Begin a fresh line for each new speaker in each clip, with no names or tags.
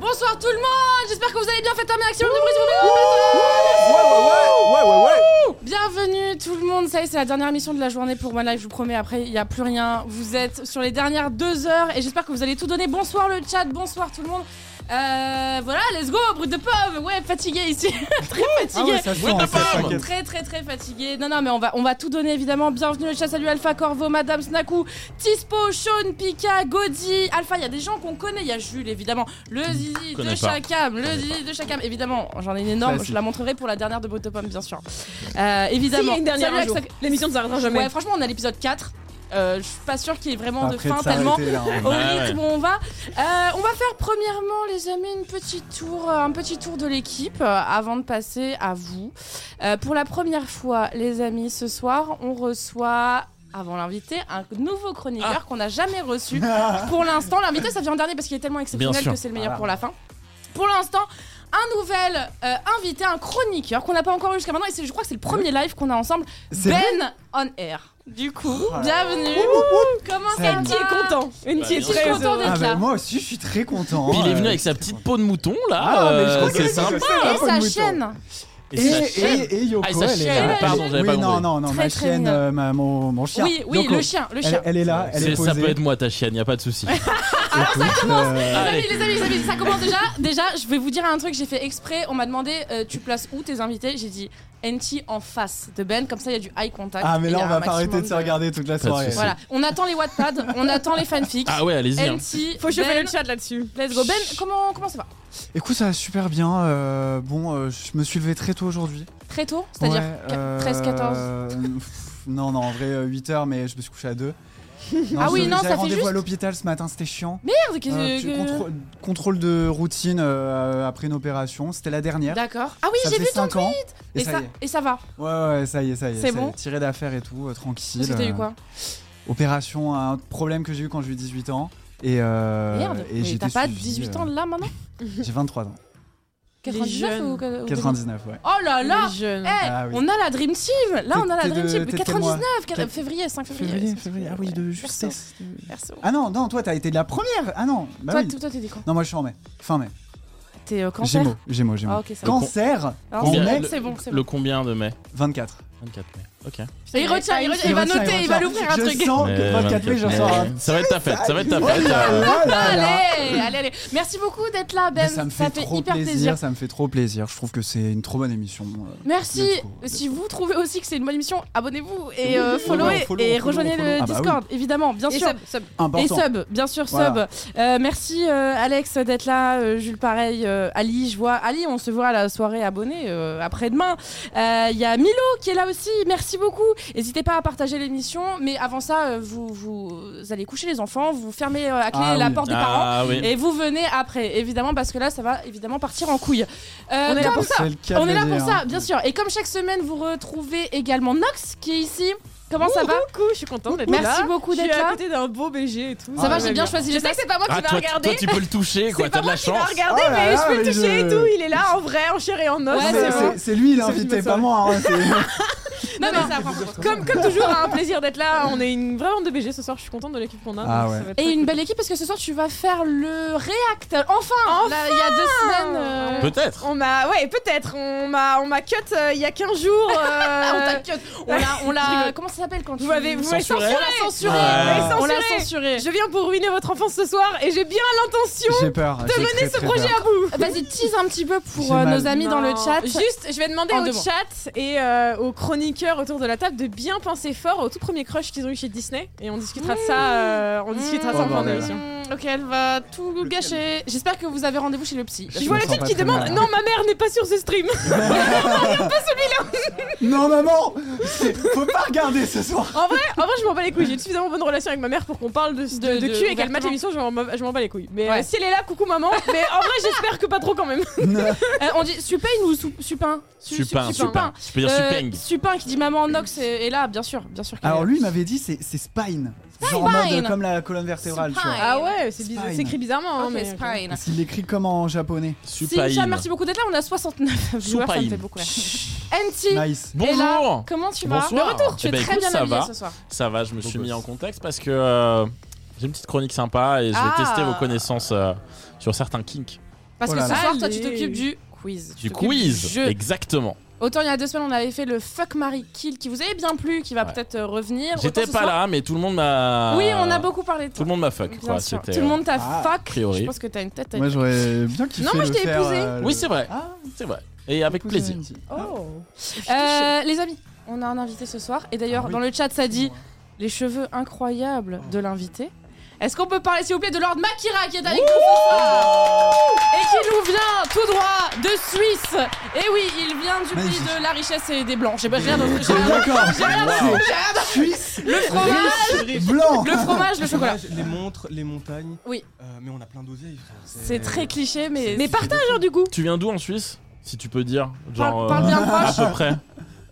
tout le monde J'espère que vous avez bien fait un maximum de bruit. s'il vous plaît.
Ouais, ouais, ouais, ouais, ouais, ouais.
Bienvenue tout le monde, ça y est, c'est la dernière émission de la journée pour One Life, je vous promets, après il n'y a plus rien. Vous êtes sur les dernières deux heures et j'espère que vous allez tout donner. Bonsoir le chat, bonsoir tout le monde. Euh, voilà, let's go, brut de pomme Ouais, fatigué ici, très fatigué.
ça
Oui, de pomme.
Très très très fatigué. Non non mais on va on va tout donner évidemment. Bienvenue le chat, salut Alpha Corvo, Madame Snaku, Tispo, Sean, Pika, Gaudi, Alpha. Il y a des gens qu'on connaît. Il y a Jules évidemment, le zizi
connais
de
pas.
Chacam, le zizi de Chacam. Évidemment, j'en ai une énorme.
Classique.
Je la montrerai pour la dernière de Brut de Pomme bien sûr. Euh, évidemment.
S'il y a une dernière
Salut,
un jour.
Axac-
L'émission ne s'arrêtera jamais.
Ouais, franchement on a l'épisode 4 Euh, je suis pas sûre qu'il y ait vraiment
Après
de fin
de
tellement
s'arrêter, là, hein.
au
Ah Ouais,
rythme où on va. Euh, on va faire premièrement, les amis, une petite tour, euh, un petit tour de l'équipe euh, avant de passer à vous. Euh, pour la première fois, les amis, ce soir, on reçoit. Avant l'invité, un nouveau chroniqueur
Ah.
qu'on n'a jamais reçu. Pour l'instant, l'invité, ça vient en dernier parce qu'il est tellement
Bien
exceptionnel
sûr. Ah.
que c'est le meilleur pour la fin. Pour l'instant, un nouvel euh, invité, un chroniqueur qu'on n'a pas encore eu jusqu'à maintenant. Et c'est- je crois que c'est le premier live qu'on a ensemble.
C'est
Ben on air. Du coup,
là là.
bienvenue. Comment
Salut.
ça
Une
va
Qui est content Une
Bah,
qui est
bien
Je suis
très
content
heureuse.
d'être
Ah
là.
bah moi aussi je suis très content.
Puis il est venu
Euh,
avec sa petite peau de mouton là.
Ah, mais je
euh,
crois
c'est
que
sympa.
la
Et
peau de
sa
mouton.
chaîne.
Et,
sa
et,
chaîne.
et Yoko,
Ah, et sa
elle est
chienne.
là.
Pardon, j'avais
oui,
pas
non,
compris.
non, non,
Très,
ma
très
chienne,
mignonne.
euh, ma- mon, mon chien.
Oui, oui,
Yoko.
le chien, le
Elle,
chien.
elle est là, elle est,
C'est-
posée. Ah,
Ça peut être moi ta chienne, y a pas de souci.
Écoute, euh,
Les
Allez.
amis, les amis, les amis, ça commence déjà. Déjà, je vais vous dire un truc, j'ai fait exprès. On m'a demandé, euh, tu places où tes invités J'ai dit NT en face de Ben, comme ça il y a du eye contact.
Ah mais
et il
là
y a
on
un
va pas arrêter
maximum
de se regarder toute la
Pas de
soirée.
soucis.
Voilà, on attend les Wattpad, on attend les fanfics.
Ah ouais, allez-y. hein.
NT,
Faut chauffer
ben,
le chat là-dessus.
Let's go. Ben, comment, comment ça va
Écoute ça va super bien. euh, bon, euh, je me suis levé très tôt aujourd'hui.
Très tôt C'est-à-dire
Ouais,
qu-
euh,
13, 14
pff, Non, non, en vrai 8h mais je me suis couché à 2. Non,
Ah oui,
je-
non,
j'avais
ça fait
rendez-vous
juste-
à l'hôpital ce matin, c'était chiant.
Merde, qu'est-ce
Euh, tu-
que-
contrô- contrôle de routine euh, après une opération, c'était la dernière.
D'accord. Ah oui,
ça
j'ai
fait
vu ton
5 ans. Et,
Et
ça,
ça,
y est.
et ça va.
Ouais, ouais, ça y est, ça y est.
C'est
ça y
bon
est, Tiré d'affaire et tout, euh, tranquille.
Parce que t'as eu
euh,
quoi
Opération, un problème que j'ai eu quand j'ai eu 18 ans. Et, euh,
Merde.
et j'ai
Mais t'as
été
pas
suivi,
18
euh,
ans là maintenant
J'ai 23 ans.
Il est
99
jeune.
ou, que- ou
99, ouais.
2000? Oh là là
Les jeunes.
Eh,
Ah oui.
on a la Dream Team Là, on a la
T'es-
Dream
t'es
Team
de- t'es de témoin.
99, quat-
Quat-
février, 5 février.
Février,
cinq
févrie, ah oui, de
Perso.
justesse.
Perso.
Ah non, non, toi, t'as été de la première. Ah non, bah
Toi,
oui.
t- toi, t'es quoi
Non, moi, je suis en mai. Fin mai.
T'es euh, cancer
Gémeaux, Gémeaux,
Ah,
Gémeaux.
ok, ça va.
Cancer,
Alors,
en
Combien-
mai,
le- c'est bon, c'est bon.
Le combien de mai
24.
24 mai. Ok.
Et il retient, il retient, il va
retient,
noter, il va
retient.
l'ouvrir un truc.
Je sens
Mais
que 24 Oh, mai, j'en sors hein. un.
Ça va être ta fête, ça va être ta
Oh là
fête. euh,
là là là.
Allez, allez, allez. Merci beaucoup d'être là, Ben.
Mais ça me fait, trop
hyper
plaisir, ça me fait trop plaisir. Je trouve que c'est une trop bonne émission. euh,
Merci.
Let's go, let's
Si vous trouvez aussi que c'est une bonne émission, abonnez-vous et euh,
Follow,
followez
follow,
et
follow,
rejoignez
follow.
le
Ah bah oui.
Discord, évidemment, bien
Et
sûr.
sub, sub.
Et
Important.
sub, bien sûr, sub.
Voilà.
Euh, merci euh, Alex d'être là, euh, Jules pareil, euh, Ali, je vois. Ali, on se voit à la soirée abonné euh, après-demain. Euh, Il y a Milo qui est là aussi, merci beaucoup. N'hésitez pas à partager l'émission, mais avant ça, euh, vous, vous allez coucher les enfants, vous fermez euh, à clé
Ah
la
oui.
porte des parents.
Ah oui.
Et vous venez après, évidemment, parce que là, ça va évidemment partir en couille. Euh,
On est là
comme
pour
ça.
C'est le cas
On
de
est
le
là pour
dire,
ça,
hein.
bien sûr. Et comme chaque semaine, vous retrouvez également Nox qui est ici. Comment ça va
Coucou, je suis contente d'être là.
Merci beaucoup d'être
Je suis
là.
à côté d'un beau BG et tout.
Ça va,
Ah,
j'ai bien choisi. Je sais que c'est pas moi
Ah, toi, toi, tu peux le toucher, quoi.
C'est
T'as de
pas
la
moi qui va
chance.
regarder,
Oh là
mais
là,
je peux
mais
le toucher
je-
et tout. Il est là en vrai, en chair et en os.
Ouais,
Non,
c'est
mais
vrai.
c'est- C'est lui
C'est
l'invité,
une
pas moi. hein, c'est-
Non, mais
Non,
ça prend-
Comme, comme toujours, hein, un plaisir d'être là. On est une vraie bande de BG ce soir. Je suis contente de l'équipe qu'on a.
Ah
donc
ouais.
ça va être
Et
très
une
cool.
belle équipe parce que ce soir tu vas faire le React. Enfin, Là, il y a deux semaines. euh,
Peut-être.
On m'a, ouais, peut-être. On m'a, on m'a cut euh, il y a 15 jours. euh,
Ah, on t'a cut. On l'a, on l'a. Comment ça s'appelle quand tu
vous m'avez, vous m'avez
Censuré.
censuré.
On l'a censuré.
Ouais.
On l'a
Censuré.
censuré.
Je viens pour ruiner votre enfance ce soir et j'ai bien l'intention
J'ai peur.
de mener ce projet à bout.
Ah, Vas-y, tease un petit peu pour
J'ai
euh,
mal.
nos amis dans le
Non.
chat.
Juste, je vais demander
En deux
au
mots.
chat et euh, aux chroniqueurs autour de la table de bien penser fort au tout premier crush qu'ils ont eu chez Disney et on discutera de ça. euh, on discutera de ça en
Oh,
fin
bordel.
d'émission.
Ok, elle va tout gâcher. J'espère que vous avez rendez-vous chez le psy.
Je
Je vois
me
le
sens
type
pas
qui
très
demande
mal.
Non, ma mère n'est pas sur ce stream.
Non, maman c'est- Faut pas regarder ce soir.
en vrai, en vrai, je m'en bats les couilles. J'ai une suffisamment bonne relation avec ma mère pour qu'on parle de, de,
De-
de
de-
cul et qu'elle mate
ouvertement.
l'émission. Je m'en- je m'en bats les couilles. Mais
Ouais.
euh, si elle est là, coucou maman. Mais en vrai, j'espère que pas trop quand même.
Euh, on dit supine ou sou- supin Su- su-
Supin,
supin.
supin. Tu peux dire
Euh,
supeng.
supin qui dit maman Nox est, est là, bien sûr, bien
Ah
sûr. qu'elle est
Alors
là.
lui, il m'avait dit c'est c'est spine. Genre en mode
Spine.
comme la colonne vertébrale, tu vois.
Spine. Ah ouais,
c'est
bizarre-
bizarre.
Spine.
C'est écrit bizarrement. hein,
Ok,
mais-
Spine.
Parce qu'il l'écrit comme en japonais.
Supaïn.
Sincha, merci beaucoup d'être là. On a 69 viewers, ça me
Supaïn.
fait beaucoup. rire. NT,
Nice.
Et là,
Bonjour.
comment tu vas
Bonsoir.
Le retour, tu
Eh
es
ben,
très
écoute,
bien
ça
habillé
va.
ce soir.
Ça va, je me suis
Beau
mis
gosse.
en contexte parce que euh, j'ai une petite chronique sympa et je vais
Ah.
tester vos connaissances euh, sur certains kinks.
Parce
Oh
que
là
ce
là.
soir, toi,
Allez.
tu t'occupes du quiz. Tu
Du
t'occupes
quiz.
jeu.
Exactement.
Autant il y a deux semaines, on avait fait le fuck Marie Kill qui vous avait bien plu, qui va
Ouais.
peut-être euh, revenir.
J'étais
Autant ce
pas
soir-
là, mais tout le monde m'a.
Oui, on a beaucoup parlé de
Tout
toi.
le monde m'a fuck.
Bien
Quoi.
sûr.
C'était,
Tout le
euh,
monde t'a
Ah,
fuck.
priori.
Je pense que t'as une tête. à-
Moi j'aurais bien kiffé.
Non, moi, je
le
t'ai
faire,
épousé.
euh,
Oui,
le-
c'est vrai.
Ah,
C'est vrai. Et avec
épousé,
plaisir.
Andy.
Ah.
Ah.
Oh.
Euh, les amis, on a un invité ce soir. Et d'ailleurs,
Ah oui.
dans le chat, ça dit les cheveux incroyables de l'invité. Est-ce qu'on peut parler, s'il vous plaît, de Lord Makira qui est avec nous ce soir Et qui nous vient tout droit de Suisse Et oui, il vient du pays
Magnifique.
de la richesse et des blancs. J'ai pas j'ai rien d'autre. j'ai rien d'autre.
D'accord.
J'ai rien d'autre.
C'est Suisse
Le fromage,
blanc.
le fromage, le chocolat.
Les montres, les montagnes.
Oui.
Euh, mais on a plein d'oseilles. frère. euh,
C'est très cliché, mais.
Mais partage hein, du goût.
Tu viens d'où en Suisse Si tu peux dire.
Parle,
Genre.
parle
euh,
bien
À
proche.
peu près.
hein.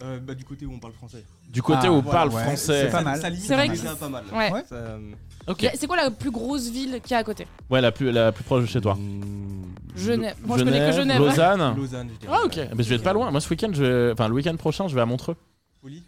Euh, bah, du côté où on parle français.
Du côté
Ah,
où
voilà,
parle
ouais,
français.
c'est pas mal.
Ça limite
C'est vrai que-
déjà pas mal.
Ouais.
Ouais.
Ça, euh,
Ok.
C'est quoi la plus grosse ville qu'il y a à côté
Ouais, la plus, la plus proche de chez toi.
Genève. Moi, je connais que Genève.
Lausanne.
Lausanne, je dirais.
Ah, ok. Bah, je vais être pas loin. Moi, ce week-end, je... enfin, le week-end prochain, je vais à Montreux
Poli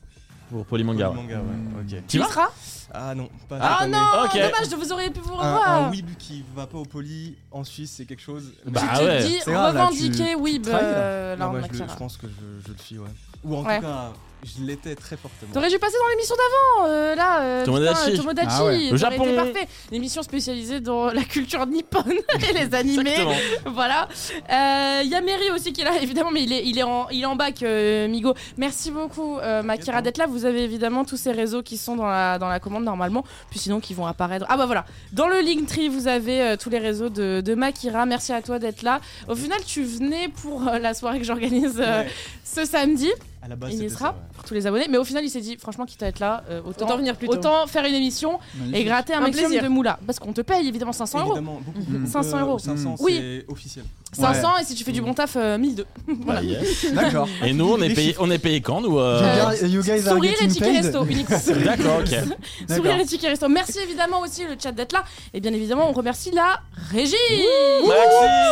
pour Polymanga.
Poli Manga, ouais. Ok.
Tu
Il
vas
sera
Ah non, pas
Ah
cette année.
non,
Ok.
dommage, je vous aurais pu vous
Ah,
Un,
revoir.
un Weeb qui va pas au poli en Suisse, c'est quelque chose.
Bah,
Tu
Ah
te
ouais.
dis
C'est grave, là, tu-
revendiquer, oui,
bah,
travailles, là.
euh,
Non,
Lord
ouais, je, le-
Makira.
je pense que je, je le suis, ouais. Ou en
Ouais.
tout cas, je l'étais très fortement.
T'aurais dû passer dans l'émission d'avant, euh, là. euh,
Tomodachi.
putain, Tomodachi.
Ah ouais.
t'aurais
Le Japon.
été parfait. L'émission spécialisée dans la culture nippone et les animés.
Exactement.
voilà. Euh, Il y a Mary aussi qui est là, évidemment, mais il est, il est, en, il est en bac, euh, Migo. Merci beaucoup, euh, Makira, d'être là. Vous avez évidemment tous ces réseaux qui sont dans la, dans la commande normalement, puis sinon qui vont apparaître. Ah bah voilà, dans le Linktree, vous avez euh, tous les réseaux de, de Makira. Merci à toi d'être là. Au final, tu venais pour euh, la soirée que j'organise euh,
Ouais,
ce samedi
à la base,
il y
c'était
sera.
ça, ouais.
pour tous les abonnés, mais au final, il s'est dit, franchement, quitte à être là, euh, autant,
Autant venir plus tôt.
autant faire une émission et
Magnifique.
gratter un,
Un
maximum
plaisir.
de moula. Parce qu'on te paye évidemment 500 euros.
Évidemment, beaucoup,
Mhm.
beaucoup,
500 euros.
500,
Oui.
c'est officiel.
500 et si tu fais du bon taf, euh, 1002.
Bah, yes.
D'accord.
Et nous, on est
Les
payé, on est payé quand nous euh,
You
Euh,
guys- you guys are
Sourire et
getting
ticket
paid.
resto. uniquement.
D'accord, ok.
Sourire
D'accord.
et ticket resto. Merci évidemment aussi le chat d'être là. Et bien évidemment, on remercie la régie.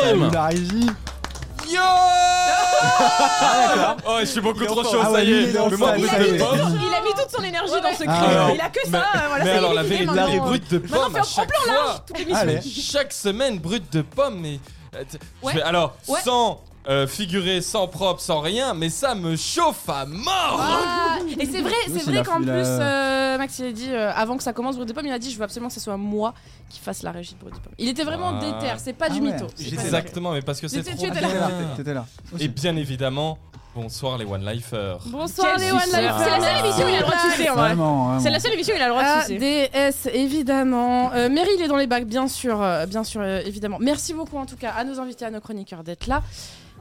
Salut
Maxime.
la régie.
Yo.
Ah,
Oh, je suis beaucoup
trop
chaud, ça y est. Mais moi,
Il
vous
a,
savez
mis
pas.
toute, il a mis toute son énergie dans ce cri.
Ah, alors,
il a que ça. euh, voilà, Oh,
Mais
c'est
alors la
éliminé
vérité,
maintenant.
l'arrêt brut de
Maintenant,
pomme
fais
à
en
chaque fois.
Toute l'émission.
Allez.
Chaque semaine, brut de pomme, mais euh, t- je
Ouais.
vais- alors
Ouais.
sans euh, figurer, sans propre, sans rien, mais ça me chauffe à mort.
Ah, et c'est vrai,
Oui,
c'est
c'est
vrai
la
qu'en plus,
fille, là.
euh, Max il a dit euh, avant que ça commence Brut de Pomme, il a dit je veux absolument que ce soit moi qui fasse la régie de Brut de Pomme. Il était vraiment
Ah.
déter, c'est pas
Ah
du
ouais.
mytho. c'est
J'étais
pas du
là.
mytho.
Exactement, mais parce que c'est
J'étais-
trop
j'étais
bien.
là.
T'étais- T'étais là.
Et bien évidemment, bonsoir les one lifers.
Bonsoir les
Quel
One Life.
succès. C'est la seule émission où il a le
Ah,
droit de sucer en vrai.
Vraiment. vraiment.
C'est la seule émission où il a le droit
Ah,
de sucer.
ADS, évidemment. Euh, Mary, il est dans les bacs, bien sûr. euh, bien sûr, euh, évidemment. Merci beaucoup, en tout cas, à nos invités, à nos chroniqueurs d'être là.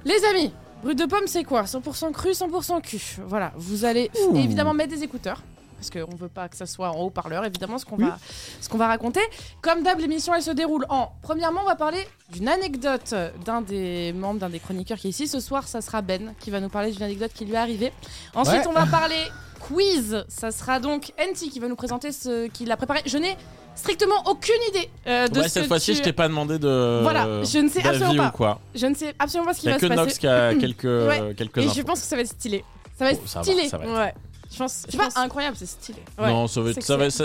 Les amis, brut de pomme, c'est quoi 100% cru, 100% cul. Voilà, vous allez f-
Ouh.
évidemment mettre des écouteurs. Parce qu'on veut pas que ça soit en haut-parleur, évidemment, ce qu'on
Oui.
va, ce qu'on va raconter. Comme d'hab, l'émission, elle se déroule en. Premièrement, on va parler d'une anecdote d'un des membres, d'un des chroniqueurs qui est ici. Ce soir, ça sera Ben qui va nous parler d'une anecdote qui lui est arrivée. Ensuite,
Ouais.
on va parler quiz. Ça sera donc Enti qui va nous présenter ce qu'il a préparé. Je n'ai strictement aucune idée euh, de
Ouais,
ce
cette fois-ci,
tu-
je t'ai pas demandé de.
Voilà, je ne sais
d'avis
absolument
ou
pas.
quoi.
Je ne sais absolument pas ce qui
Il y a
va
que
se
Nox
passer.
qui a quelques, euh,
Ouais.
quelques
Et
infos.
je pense que ça va être stylé.
Ça va être
Oh, ça va,
stylé.
ça va être-
Ouais. Je pense.
C'est pas incroyable, c'est stylé.
ouais.
Non, ça va
C'est
être.
que
Ça va, ça,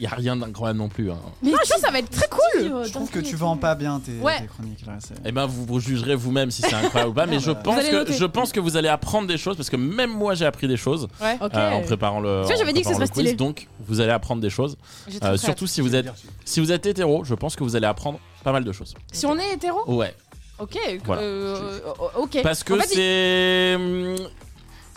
il y a rien d'incroyable non plus. Hein.
Mais je pense que ça va être très cool.
Je trouve que tu vends pas bien tes
Ouais.
tes chroniques là. c'est-
Eh ben, vous, vous jugerez vous-même si c'est incroyable ou pas, mais je
Vous
pense,
allez
que,
noter.
je pense que vous allez apprendre des choses, parce que même moi j'ai appris des choses
Ouais.
Ok.
euh, en préparant le.
Tu vois,
en
j'avais dit que ce
préparant le
serait
quiz,
stylé.
Donc, vous allez apprendre des choses.
J'ai très
Euh,
très hâte.
surtout si vous êtes, si vous êtes hétéro, je pense que vous allez apprendre pas mal de choses.
Si on est hétéro,
Ouais.
ok.
Voilà.
euh, ok.
Parce que
En fait, il-
c'est. hum,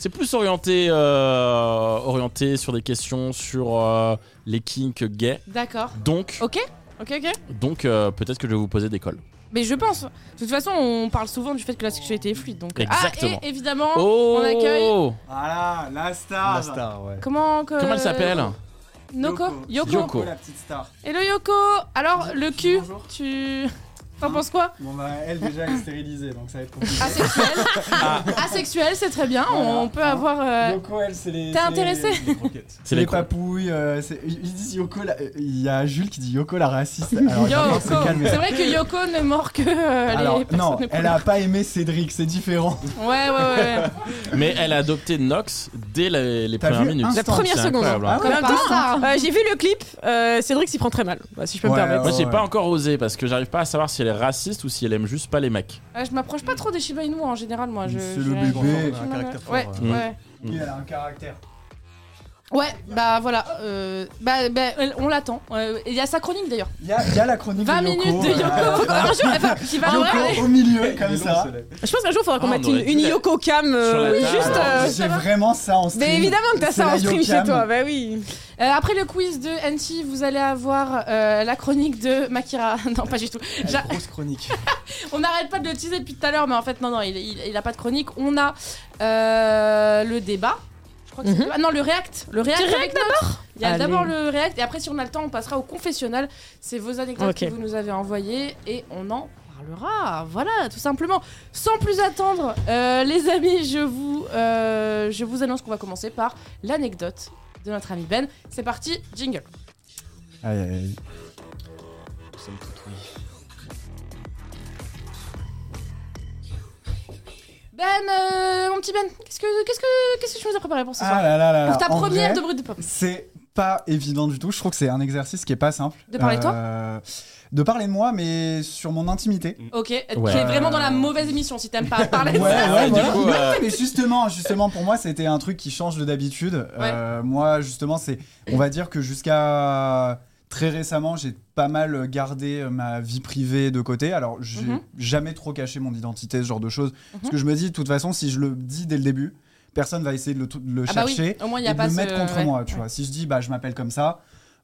C'est plus orienté, euh, orienté sur des questions sur euh, les kinks gays.
D'accord.
Donc,
Ok, ok.
donc euh, peut-être que je vais vous poser des cols.
Mais je pense. De toute façon, on parle souvent du fait que la sexualité est fluide. Donc...
Exactement.
Ah, et évidemment,
Oh
on accueille. euh,
Voilà, la star.
La star, ouais.
Comment, que...
Comment elle s'appelle
Noko Yoko.
Yoko.
Yoko.
La petite star.
Hello Yoko Alors, le cul,
Bonjour.
tu. T'en penses quoi
Bon bah elle déjà elle est stérilisée donc ça va être compliqué.
Asexuel Asexuel, c'est très bien,
Ah. Voilà.
on peut avoir. euh,
Yoko elle c'est les.
T'es
c'est
intéressé
les-
Des croquettes.
C'est
C'est
les
les
cro-
papouilles. euh, c'est- ils ils disent Yoko. la- euh, Il y a Jules qui dit Yoko la raciste. Alors, il va
Yoko
falloir se calmer.
C'est vrai que Yoko ne mord que euh,
Alors
les
non,
personnes
elle a pas aimé Cédric, c'est différent.
couleur. Ouais, ouais, ouais.
Mais elle a adopté Nox dès les, les
T'as
premières
vu
minutes.
un
La
instant.
première
C'est
seconde.
incroyable, hein.
Ah ouais.
En même
Comme par
temps, euh, j'ai vu le clip. euh, Cédric s'y prend très mal. Bah, si je peux
Ouais,
me permettre.
Moi, j'ai
Ah ouais.
pas encore osé parce que j'arrive pas à savoir si elle est raciste ou si elle aime juste pas les mecs.
Euh, je m'approche pas trop des Shiba Inu en général, moi. Je,
C'est
je-
le
j'ai-
bébé.
j'ai-
Un
j'ai-
caractère fort,
Ouais,
euh.
ouais.
Mm.
Elle a un caractère.
Ouais, bah voilà. euh, bah, bah, elle- on l'attend. Euh, Il y a sa chronique d'ailleurs.
Il y, a il y a la chronique
20
de Yoko.
minutes de
voilà.
Yoko. Un jour, enfin, qui va
Yoko
vraiment-
au milieu,
Il
comme
est
ça.
long, le soleil.
Je pense qu'un jour, il faudra qu'on
Ah, on
mette une,
aurait dû
une
la-
Yoko Cam. euh,
Sur la table.
juste. euh,
juste
J'ai
avant.
vraiment ça en stream.
Mais évidemment que t'as
C'est
ça en
la
stream chez
Yocam.
toi, bah oui.
Euh, après le quiz de Anti, vous allez avoir euh, la chronique de Makira. non, pas du tout. J'a-
Grosse chronique.
On n'arrête pas de le teaser depuis tout à l'heure, mais en fait, non, non, il, il, il a pas de chronique. On a euh, le débat. Je crois que c'est
Mhm.
le débat. Ah Non, le React. Le React,
Direct
avec d'abord Il y a
Allez.
d'abord le React, et après, si on a le temps, on passera au confessionnal. C'est vos anecdotes
Ok.
que vous nous avez envoyées, et on en parlera. Voilà, tout simplement. Sans plus attendre, euh, les amis, je vous, euh, je vous annonce qu'on va commencer par l'anecdote de notre ami Ben. C'est parti, jingle.
Aïe, aïe, aïe.
Nous sommes toutes oui.
Ben, euh, mon petit Ben, qu'est-ce que, qu'est-ce que, qu'est-ce que tu nous as préparé pour ce soir
Ah là là là là.
Pour ta
En
première
vrai,
de bruit de pomme.
C'est pas évident du tout. Je trouve que c'est un exercice qui est pas simple.
De parler de toi
Euh, De parler de moi, mais sur mon intimité.
Ok,
Ouais.
tu es vraiment dans la mauvaise émission si t'aimes pas parler de
euh, Ouais,
ça.
ouais,
du
voilà.
coup, euh,
Ouais, mais justement, justement, pour moi, c'était un truc qui change de d'habitude. Euh, moi, justement, c'est, on va dire que jusqu'à très récemment, j'ai pas mal gardé euh, ma vie privée de côté. Alors, j'ai
Mhm.
jamais trop caché mon identité, ce genre de choses, parce que je me dis, de toute façon, si je le dis dès le début, personne va essayer de le, tou- de le
Ah bah oui,
chercher
au moins il n'y
et
a
de
pas
le
ce-
mettre contre
ouais.
moi. Tu vois, si je dis, bah, je m'appelle comme ça.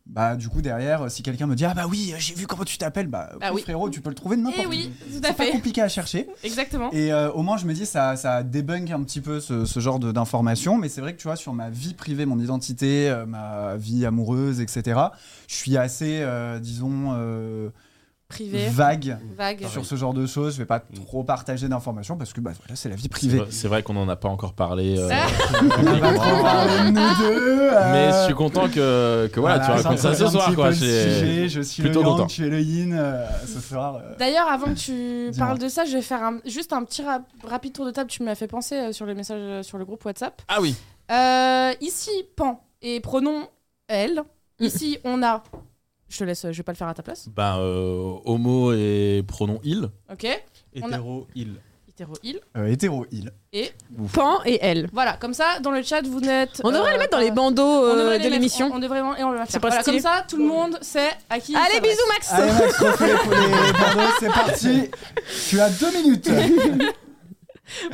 Bah, du coup, derrière, euh, si quelqu'un me dit Ah, bah oui, euh, j'ai vu comment tu t'appelles, bah,
Bah
oui,
oui.
frérot, tu peux le trouver de n'importe
Eh
où.
oui, tout à
C'est pas
fait,
compliqué à chercher.
exactement.
Et euh, au moins, je me dis, ça, ça débunk un petit peu ce, ce genre de- d'informations. Mais c'est vrai que tu vois, sur ma vie privée, mon identité, euh, ma vie amoureuse, etc., je suis assez, euh, disons, euh,
Privé,
vague
vague.
sur ce genre de choses. Je vais pas trop partager d'informations parce que bah, voilà, c'est la vie
Mm. c'est
privée.
vrai- c'est vrai qu'on en a pas encore parlé. euh,
Ah.
On va trop parler de nous deux. euh,
Mais je suis content que, que voilà, tu
voilà,
racontes ça
j'introduis
ce
un petit
soir.
peu
Quoi.
le
C'est-
sujet, je suis le
plutôt
yang,
content.
tu es le yin euh, ce soir. euh,
D'ailleurs, avant que tu
Dis-moi.
parles de ça, je vais faire un- juste un petit rap- rapide tour de table. Tu m'as fait penser euh, sur le message euh, sur le groupe WhatsApp.
Ah oui,
Euh, ici, Pan et pronom elle. Ici, on a. Je te laisse, euh, je vais pas le faire à ta place.
ben, euh, homo et pronom il.
Ok. On a-
Hétéro, il.
Hétéro, il.
euh, hétéro, il.
Pan et elle.
Voilà, comme ça, dans le chat, vous n'êtes.
On devrait
euh,
le mettre dans les
pas-
bandeaux
On devrait
euh,
les
de
mettre,
l'émission.
On, on devrait vraiment. Et on le va
C'est
faire.
pas
Voilà, comme
stylé.
ça, tout le monde sait à qui.
Allez,
ça
bisous, Max
Allez, Max, refais les- les bandeaux, c'est parti. Tu as deux minutes.
va.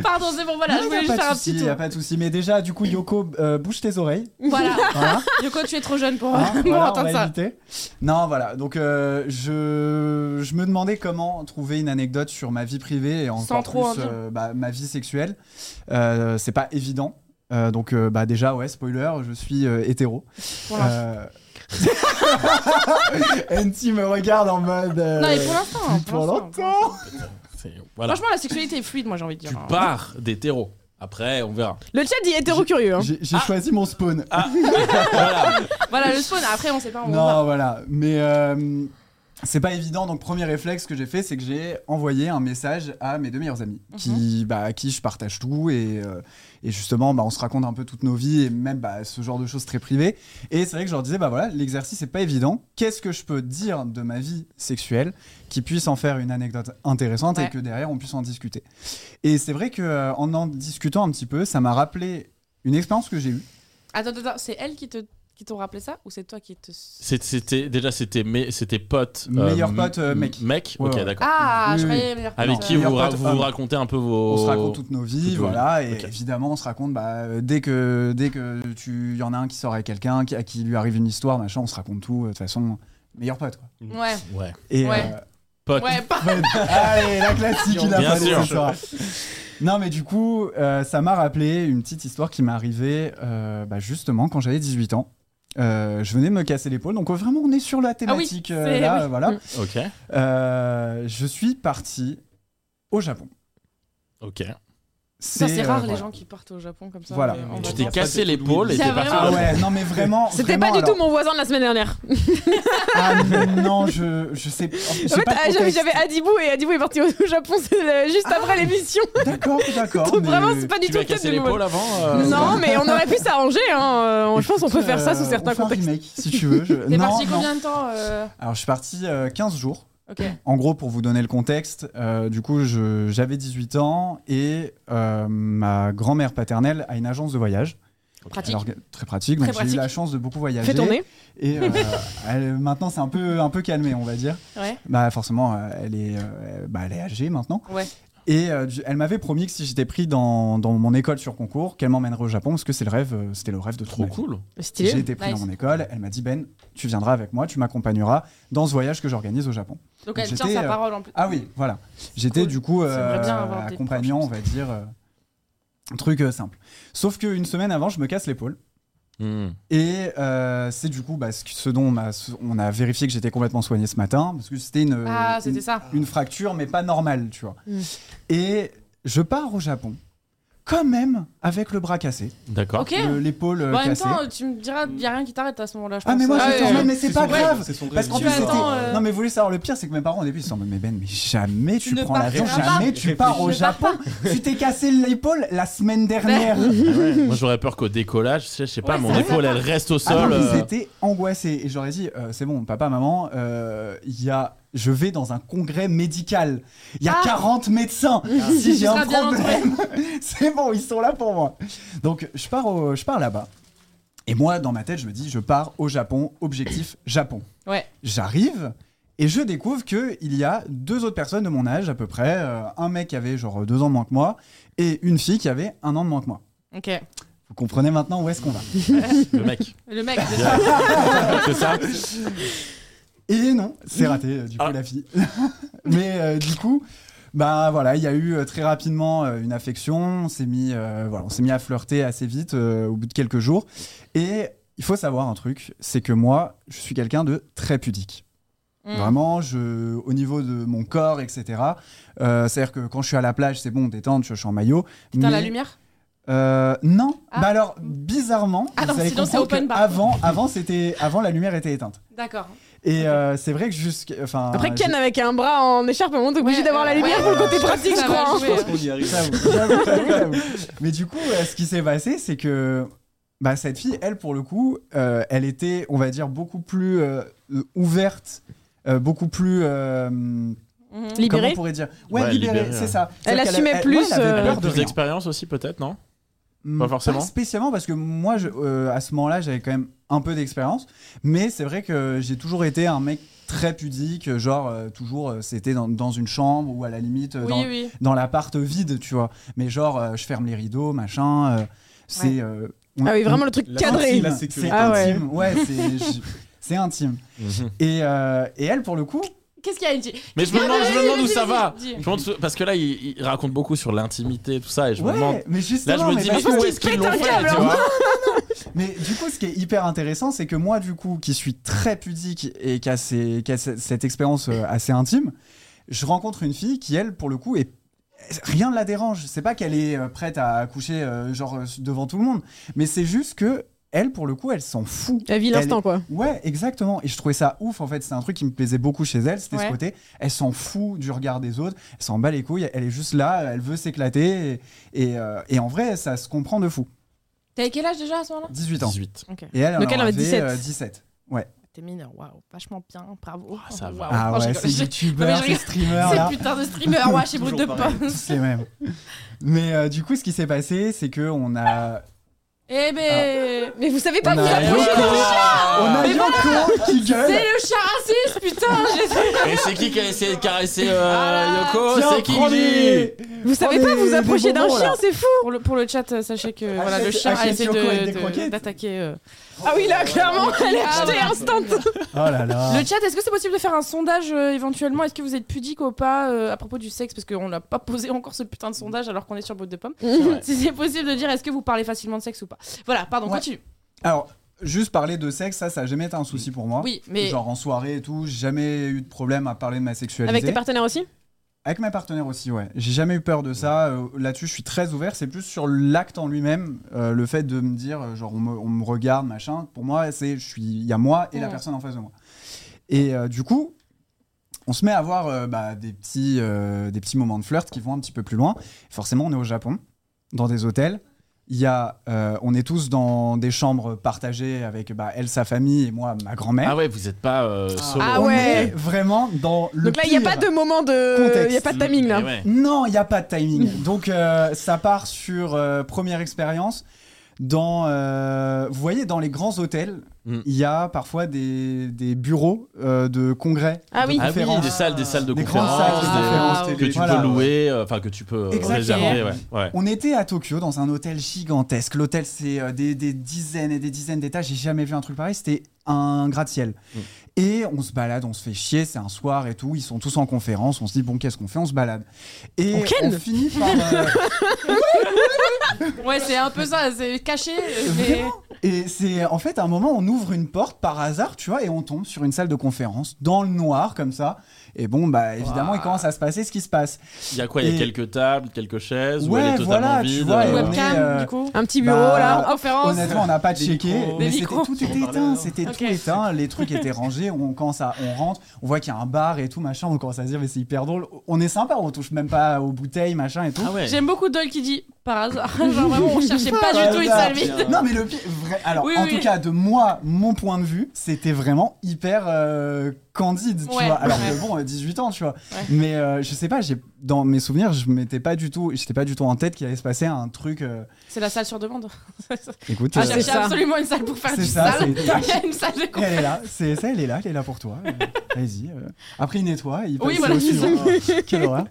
Pardon, c'est bon, voilà, je voulais
il
juste
a pas
faire
de
un
souci,
petit
y a
tour.
pas de souci. Mais déjà, du coup, Yoko, euh, bouge tes oreilles.
Voilà.
Voilà,
Yoko, tu es trop jeune pour,
Hein,
pour
voilà, on
entendre
va
ça.
éviter. Non, voilà. Donc, euh, je... je me demandais comment trouver une anecdote sur ma vie privée et encore
Sans trop
plus
en dire.
euh, bah, ma vie sexuelle. Euh, c'est pas évident. Euh, donc, euh, bah, déjà, ouais, spoiler, je suis euh, hétéro.
Pour l'instant.
Euh, Anty Euh, me regarde en mode. euh,
Non, mais pour l'instant. hein,
plus pour
l'instant.
longtemps.
C'est- Voilà.
Franchement, la sexualité est fluide, moi j'ai envie de dire.
Tu pars d'hétéro. Après, on verra.
Le chat dit hétéro-curieux. hein.
J'ai j'ai
Ah.
choisi mon spawn.
Voilà, le spawn, après on sait pas, on
Non,
va.
voilà. Mais euh, c'est pas évident. Donc, premier réflexe que j'ai fait, c'est que j'ai envoyé un message à mes deux meilleurs amis,
Mhm.
qui, bah, à qui je partage tout. Et, euh, et justement, bah, on se raconte un peu toutes nos vies et même bah, ce genre de choses très privées. Et c'est vrai que je leur disais, bah voilà, l'exercice est pas évident. Qu'est-ce que je peux dire de ma vie sexuelle qui puisse en faire une anecdote intéressante et
Ouais.
que derrière, on puisse en discuter Et c'est vrai que euh, en en discutant un petit peu, ça m'a rappelé une expérience que j'ai eue.
Attends, attends, attends, c'est elle qui te qui t'ont rappelé ça ou c'est toi qui te.
C'est- C'était déjà c'était mes- c'était pote
Meilleur
m-
pote, euh, mec.
mec
Ouais,
ok
ouais.
d'accord
Ah,
Oui,
je
oui.
croyais meilleur
avec
Non,
pote,
qui
euh,
meilleur
vous, ra-
pote,
vous
femme.
racontez un peu vos
on se raconte toutes nos vies,
Toutes nos
voilà, et
ok.
évidemment on se raconte bah, euh, dès que dès que tu y en a un qui sort avec quelqu'un, qui- à qui lui arrive une histoire, machin, on se raconte tout. euh, De toute façon, meilleur pote quoi.
Ouais,
ouais
Et,
Ouais.
pote
ouais, pas.
euh, allez, la classique, il a
Bien
fallu
sûr.
ce soir. Non mais du coup, euh, ça m'a rappelé une petite histoire qui m'est arrivée euh, bah, justement quand j'avais 18 ans. Euh, je venais de me casser l'épaule, donc euh, vraiment on est sur la thématique euh,
Ah c'est-
là,
oui.
voilà.
Mm.
ok
Euh, je suis parti au Japon.
ok
Ça, C'est
euh,
rare
voilà.
les gens qui partent au Japon comme ça.
Voilà.
mais en
Tu
tu
vacances.
t'es cassé
pas du tout
l'épaule et
Louis. Il y
t'es
a
parti
vraiment-
Ah
au-
ouais, non mais vraiment.
C'était pas
vraiment,
du
alors-
tout mon voisin de la semaine dernière.
Ah non, je, je sais j'ai
En fait,
pas. de
ah, j'avais-
contexte.
j'avais Adibou et Adibou est parti au Japon c'est, euh, juste après l'émission.
D'accord, d'accord.
Donc
Oh, mais-
vraiment, c'est pas du
tu
tout
m'as
le cas
cassé
de nous.
l'épaule avant euh,
Non, mais on aurait pu s'arranger. Hein. euh, Je pense qu'on peut
Écoute,
faire ça
euh,
sous certains
on fait un
contextes.
remake, si tu veux. Je...
T'es
Non,
parti
non.
combien de temps euh,
Alors je suis parti euh, 15 jours.
Ok.
En gros, pour vous donner le contexte, euh, du coup, je- j'avais 18 ans et euh, ma grand-mère paternelle a une agence de voyage.
Pratique.
Alors, très pratique. Donc,
Très
j'ai eu
pratique.
la chance de beaucoup voyager.
Fais tourner.
Et euh, elle- maintenant, c'est un peu, un peu calmé, on va dire.
Ouais.
Bah, forcément, euh, elle est, euh, bah, elle est âgée maintenant.
Ouais.
Et euh, du- elle m'avait promis que si j'étais pris dans, dans mon école sur concours, qu'elle m'emmènerait au Japon parce que c'est le rêve, euh, c'était le rêve de
Trop
trop.
cool.
J'ai
Stylé.
été pris
Nice.
dans mon école. Elle m'a dit Ben, tu viendras avec moi, tu m'accompagneras dans ce voyage que j'organise au Japon.
Donc elle tient
J'étais,
sa
euh,
parole en plus.
Ah oui, voilà. J'étais
Cool.
du coup euh,
J'aimerais bien avoir des
accompagnant, on va dire, euh, un truc euh, simple. Sauf qu'une semaine avant, je me casse l'épaule.
Hmm.
Et euh, c'est du coup bah, ce, ce dont on a, ce- on a vérifié que j'étais complètement soigné ce matin, parce que c'était une,
Ah, c'était
une-
ça.
une fracture, mais pas normale, tu vois.
Mm.
Et je pars au Japon, quand même avec le bras cassé,
D'accord.
Ok.
le- l'épaule euh,
Bon, Bah, en même
cassée.
temps, tu me diras, il n'y a rien qui t'arrête à ce moment-là. je
Ah,
pense.
mais moi,
Ah,
j'étais
ouais,
en
ouais.
mode, mais c'est pas grave!
C'est son
Parce qu'en
Tu
plus,
attends,
c'était-
euh,
Non, mais vous voulez savoir le pire, c'est que mes parents au début ils sont en mode, mais Ben, mais jamais tu,
Tu ne
prends l'avion,
partiras pas.
jamais tu pars au
Je pars
Japon! tu t'es cassé l'épaule la semaine
Ben,
dernière!
Moi j'aurais peur qu'au décollage, je sais, je sais pas,
Ouais,
mon
ça va.
épaule elle reste au sol.
Ah non, mais
euh,
ils étaient angoissés. Et j'aurais dit, euh, c'est bon, papa, maman, euh, il y a, je vais dans un congrès médical. Il y a
Ah.
40 médecins. si
Tu
j'ai un
seras bien
problème, c'est bon, ils sont là pour moi. Donc, je pars, au- je pars là-bas. Et moi, dans ma tête, je me dis, je pars au Japon, objectif Japon.
Ouais.
J'arrive. Et je découvre qu'il y a deux autres personnes de mon âge à peu près, euh, un mec qui avait genre deux ans de moins que moi et une fille qui avait un an de moins que moi.
Ok.
Vous comprenez maintenant où est-ce qu'on va
Le mec. Euh,
Le mec, déjà.
que ça.
Et non, c'est raté, euh, du coup,
Ah.
la fille. Mais euh, du coup, bah voilà, il y a eu euh, très rapidement euh, une affection. On s'est mis, euh, voilà, on s'est mis à flirter assez vite euh, au bout de quelques jours. Et il faut savoir un truc, c'est que moi, je suis quelqu'un de très pudique.
Mm.
Vraiment, je, au niveau de mon corps, etc. euh, C'est-à-dire que quand je suis à la plage, c'est bon, détente, je suis en maillot.
Putain,
mais-
la lumière
euh, non.
Ah.
Bah alors, bizarrement,
Ah non,
vous allez
sinon, c'est
comprendre que
open bar.
avant, avant, c'était, avant, la lumière était éteinte.
D'accord.
Et euh, c'est vrai que jusqu'à. Enfin,
Après,
j'ai-
Ken avec un bras en écharpe, à un moment, t'es obligé
Ouais,
d'avoir la
euh,
lumière
ouais,
pour le côté
ouais,
pratique, je
ça va
crois. hein.
jouer.
qu'on y arrive.
J'avoue, j'avoue, j'avoue, j'avoue. Mais du coup, euh, ce qui s'est passé, c'est que bah, cette fille, elle, pour le coup, euh, elle était, on va dire, beaucoup plus euh, euh, ouverte, euh, beaucoup plus. euh,
Mhm.
Libérée.
Comment on pourrait dire Ouais,
Ouais,
libérée,
libérée,
c'est
ouais.
ça.
Elle
C'est-à-dire
assumait
qu'elle a-
plus,
ouais, elle avait
euh,
peur de
Plus
rien.
d'expérience aussi peut-être, non
Hmm,
Pas forcément.
spécialement, parce que moi, je, euh, à ce moment-là, j'avais quand même un peu d'expérience. Mais c'est vrai que j'ai toujours été un mec très pudique, genre, euh, toujours, euh, c'était dans, dans une chambre ou à la limite euh, dans,
Oui, oui.
dans l'appart vide, tu vois. Mais genre, euh, je ferme les rideaux, machin. euh, c'est.
Ouais.
euh, on-
Ah oui, vraiment le truc
on-
cadré.
intime,
la
C'est
sécurité.
Ah ouais.
intime. Ouais, c'est. je- C'est intime. Et, euh, et elle, pour le coup,
Qu'est-ce qu'il y a dit
Mais je me demande, je me demande où ça va.
Dis.
Je me demande- parce que là, il, il raconte beaucoup sur l'intimité et tout ça, et je me demande.
ouais, mais justement,
Là, je me
mais
dis,
parce
mais où
que-
est-ce qu'ils
pète
l'ont
un
fait,
câble,
tu
hein.
vois
mais du coup, ce qui est hyper intéressant, c'est que moi, du coup, qui suis très pudique et qui a, ces- qui a ce- cette expérience euh, assez intime, je rencontre une fille qui, elle, pour le coup, est rien ne la dérange. C'est pas qu'elle est euh, prête à coucher euh, genre euh, devant tout le monde, mais c'est juste que elle, pour le coup, elle s'en fout.
La vie, l'instant, quoi.
Ouais, exactement. Et je trouvais ça ouf, en fait. C'est un truc qui me plaisait beaucoup chez elle. C'était
Ouais.
ce côté. Elle s'en fout du regard des autres. Elle s'en bat les couilles. Elle est juste là. Elle veut s'éclater. Et, et, euh, et en vrai, ça se comprend de fou.
T'avais quel âge déjà à ce moment-là
18 ans.
18.
Et elle,
Donc elle en
en
a
avait euh,
17.
17. 17. Ouais.
T'es mineur, waouh, vachement bien, bravo.
Ah, ça va.
Waouh.
Ah
Non, oh, je
ouais,
rigole.
ces
Je- je
youtubeurs, ces
rigole.
streamers, là.
Ces putains de streamers, ouais, chez Brut de
Toujours pareil.
Pomme.
C'est même. Mais euh, du coup, ce qui s'est passé, c'est que on a.
Eh
Ah.
ben.
Mais vous savez pas
On
qui
a
a
Yoko.
pris
On a
Ah. Mais
Yoko qui gueule.
C'est le chat raciste, putain j'ai-
Et c'est qui qui a essayé de caresser euh,
Ah là,
Yoko C'est qui
prends
lui
des-
Vous savez
Oh,
pas
des-
vous
des
approcher d'un
bonbons, là.
chien, c'est fou.
pour, le, pour le chat, euh, sachez que
Ah,
voilà, le
Achète-
chat a
achète
essayé
Yoko avec des
de- de-
croquettes.
d'attaquer. euh.
Ah oui, là, clairement, elle est achetée
Ah,
instant.
bah,
Oh là là.
Le chat, est-ce que c'est possible de faire un sondage euh, éventuellement Est-ce que vous êtes pudique ou pas euh, à propos du sexe Parce qu'on n'a pas posé encore ce putain de sondage alors qu'on est sur Brut de Pomme. Si c'est possible de dire est-ce que vous parlez facilement de sexe ou pas Voilà, pardon,
Ouais.
continue.
Alors, juste parler de sexe, ça, ça a jamais été un souci pour moi.
Oui, mais.
Genre en soirée et tout, j'ai jamais eu de problème à parler de ma sexualité.
Avec tes partenaires aussi
Avec mes partenaires aussi, ouais. J'ai jamais eu peur de ça. Euh, Là-dessus, je suis très ouvert. C'est plus sur l'acte en lui-même, euh, le fait de me dire, euh, genre, on me, on me regarde, machin. Pour moi, c'est, je suis, il y a moi et la
Ouais.
personne en face de moi. Et euh, du coup, on se met à avoir euh, bah, des petits, euh, des petits moments de flirt qui vont un petit peu plus loin. Forcément, on est au Japon, dans des hôtels. Il Il y a, euh, on est tous dans des chambres partagées avec bah, elle, sa famille et moi, ma grand-mère.
Ah ouais, vous êtes pas euh, solo.
Ah
on est
ouais.
vraiment dans le
Donc là, il n'y a
pire.
pas de moment de.
contexte.
Il n'y a pas de timing là.
Eh ouais.
Non, il n'y a pas de timing. Donc euh, ça part sur euh, première expérience. Dans, euh, vous voyez, dans les grands hôtels, il
Mm.
y a parfois des, des bureaux euh, de congrès,
Ah
de
oui.
Ah oui,
conférences.
des salles, des salles de
Des grandes
conférences,
salles de
des-
Ah,
conférences
que
télé.
tu
Voilà.
peux louer, euh, enfin que tu peux euh,
Exactement.
réserver. Ouais. ouais.
On était à Tokyo dans un hôtel gigantesque. L'hôtel, c'est euh, des, des dizaines et des dizaines d'étages. J'ai jamais vu un truc pareil. C'était un gratte-ciel.
Mm.
Et on se balade, on se fait chier. C'est un soir et tout. Ils sont tous en conférence. On se dit, bon, qu'est-ce qu'on fait On se balade. Et
On ken
on finit par. euh,
Ouais, c'est un peu ça, c'est caché. Mais...
Vraiment. Et c'est en fait à un moment on ouvre une porte par hasard, tu vois, et on tombe sur une salle de conférence dans le noir comme ça. Et bon bah évidemment
Ouah.
il commence à se passer ce qui se passe.
Il y a quoi Il y a
Et-
quelques tables, quelques chaises, ou
Ouais,
elle est totalement
voilà, tu
vide.
vois,
Une
et
euh,
on est-
webcam,
euh,
du coup.
Un petit bureau
Bah,
là, en
hop.
conférence.
Honnêtement on n'a pas
Des
checké,
micros.
mais
Oh, Des
c'était
micros.
tout était
On parlait,
éteint,
hein.
c'était
Ok.
tout éteint, les trucs étaient rangés. On commence à, on rentre, on voit qu'il y a un bar et tout machin, on commence à se dire mais c'est hyper drôle. On est sympa, on touche même pas aux bouteilles machin et tout.
Ah ouais.
J'aime beaucoup Doyle qui dit par hasard. Genre vraiment, on cherchait pas
Par
du tout une
hasard.
salle vide.
Ah, Non mais le pire, vrai- alors
Oui,
en
oui.
tout cas de moi, mon point de vue, c'était vraiment hyper euh, candide, tu
Ouais,
vois. Alors
ouais.
que bon, euh, 18 ans, tu vois.
Ouais.
Mais euh, je sais pas, j'ai dans mes souvenirs, je m'étais pas du tout, j'étais pas du tout en tête qu'il allait se passer un truc. euh,
C'est la salle sur demande.
Écoute,
Ah,
euh,
cherchais
ça.
absolument une salle pour faire
C'est
du
ça,
sale.
c'est-
Il y a une salle de
elle
conférence.
est là, c'est ça, elle est là, elle est là pour toi. euh, Vas-y. euh. Après, il nettoie, il passe
Oui, voilà,
au
c'est ça.
suivant. Quelle horreur.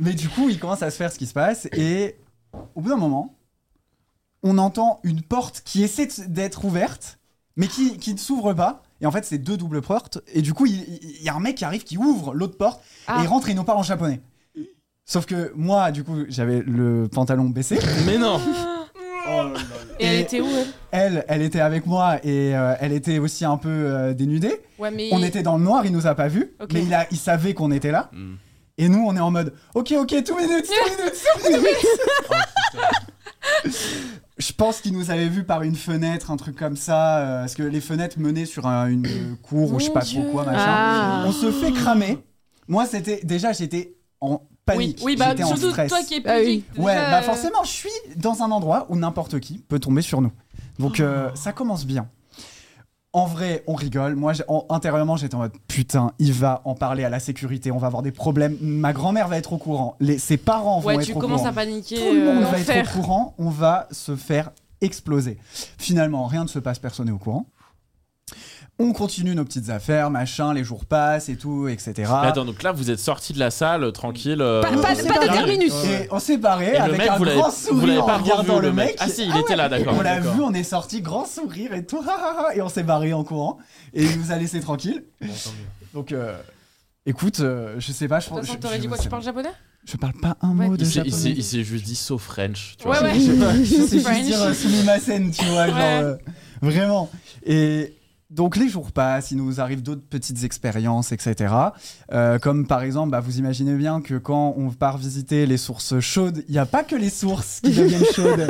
Mais du coup, il commence à se faire ce qui se passe et au bout d'un moment, on entend une porte qui essaie de- d'être ouverte, mais qui, qui ne s'ouvre pas. Et en fait, c'est deux doubles portes. Et du coup, il, il y a un mec qui arrive, qui ouvre l'autre porte
Ah.
et il rentre et il nous parle en japonais. Sauf que moi, du coup, j'avais le pantalon baissé.
Mais non.
Et elle était où elle
Elle, elle était avec moi et euh, elle était aussi un peu euh, dénudée.
Ouais, mais.
On était dans le noir, il nous a pas vus,
Ok.
mais il, a, il savait qu'on était là.
Mm.
Et nous, on est en mode, ok, ok, tout minutes, tout minutes, tout minutes. Je pense qu'il nous avait vus par une fenêtre, un truc comme ça, euh, parce que les fenêtres menaient sur un- une euh, cour ou je sais
Mon
pas
Dieu.
trop quoi, machin.
Ah.
On se fait cramer. Moi, c'était déjà, j'étais en
Oui,
panique.
oui bah
J'étais en
surtout
stress.
toi qui es
Ah oui.
public.
Ouais,
déjà,
bah
euh,
forcément, je suis dans un endroit où n'importe qui peut tomber sur nous. Donc euh,
Oh.
ça commence bien. En vrai, on rigole. Moi, j'ai- en- intérieurement, j'étais en mode putain, il va en parler à la sécurité, on va avoir des problèmes. Ma grand-mère va être au courant, les, ses parents vont
Ouais,
être
tu
au
commences
courant.
à paniquer.
Tout le monde
euh,
va
l'enfer.
être au courant, on va se faire exploser. Finalement, rien ne se passe, personne n'est au courant. On continue nos petites affaires, machin, les jours passent et tout, etc.
Mais attends, donc là vous êtes sorti de la salle euh, tranquille. euh,
Pas, pas-
c'est
pas de
pareil.
terminus.
Et on s'est barré
Et le
avec
mec,
un
vous l'avez
grand
vous l'avez
sourire
pas
en regardant
revu
le mec.
Ah si, il était là, d'accord.
On l'a
d'accord.
vu, on est sorti grand sourire et tout, ah, ah, ah, et on s'est barré en courant, et il nous a laissé tranquille. Donc, euh, écoute, euh, je sais pas,
De
je
toute
pense.
façon,
je-
t'aurais
je-
dit quoi
je-
Tu parles japonais
Je parle pas un
Ouais.
mot de
Il s'est- il s'est
japonais.
il s'est juste dit so French. Tu
Ouais,
vois.
ouais.
Je sais
French.
juste dire euh, Sumimasen, tu vois, genre,
Ouais.
euh, vraiment. Et donc les jours passent, il nous arrive d'autres petites expériences, etc. Euh, comme par exemple, bah, vous imaginez bien que quand on part visiter les sources chaudes, il n'y a pas que les sources qui deviennent chaudes.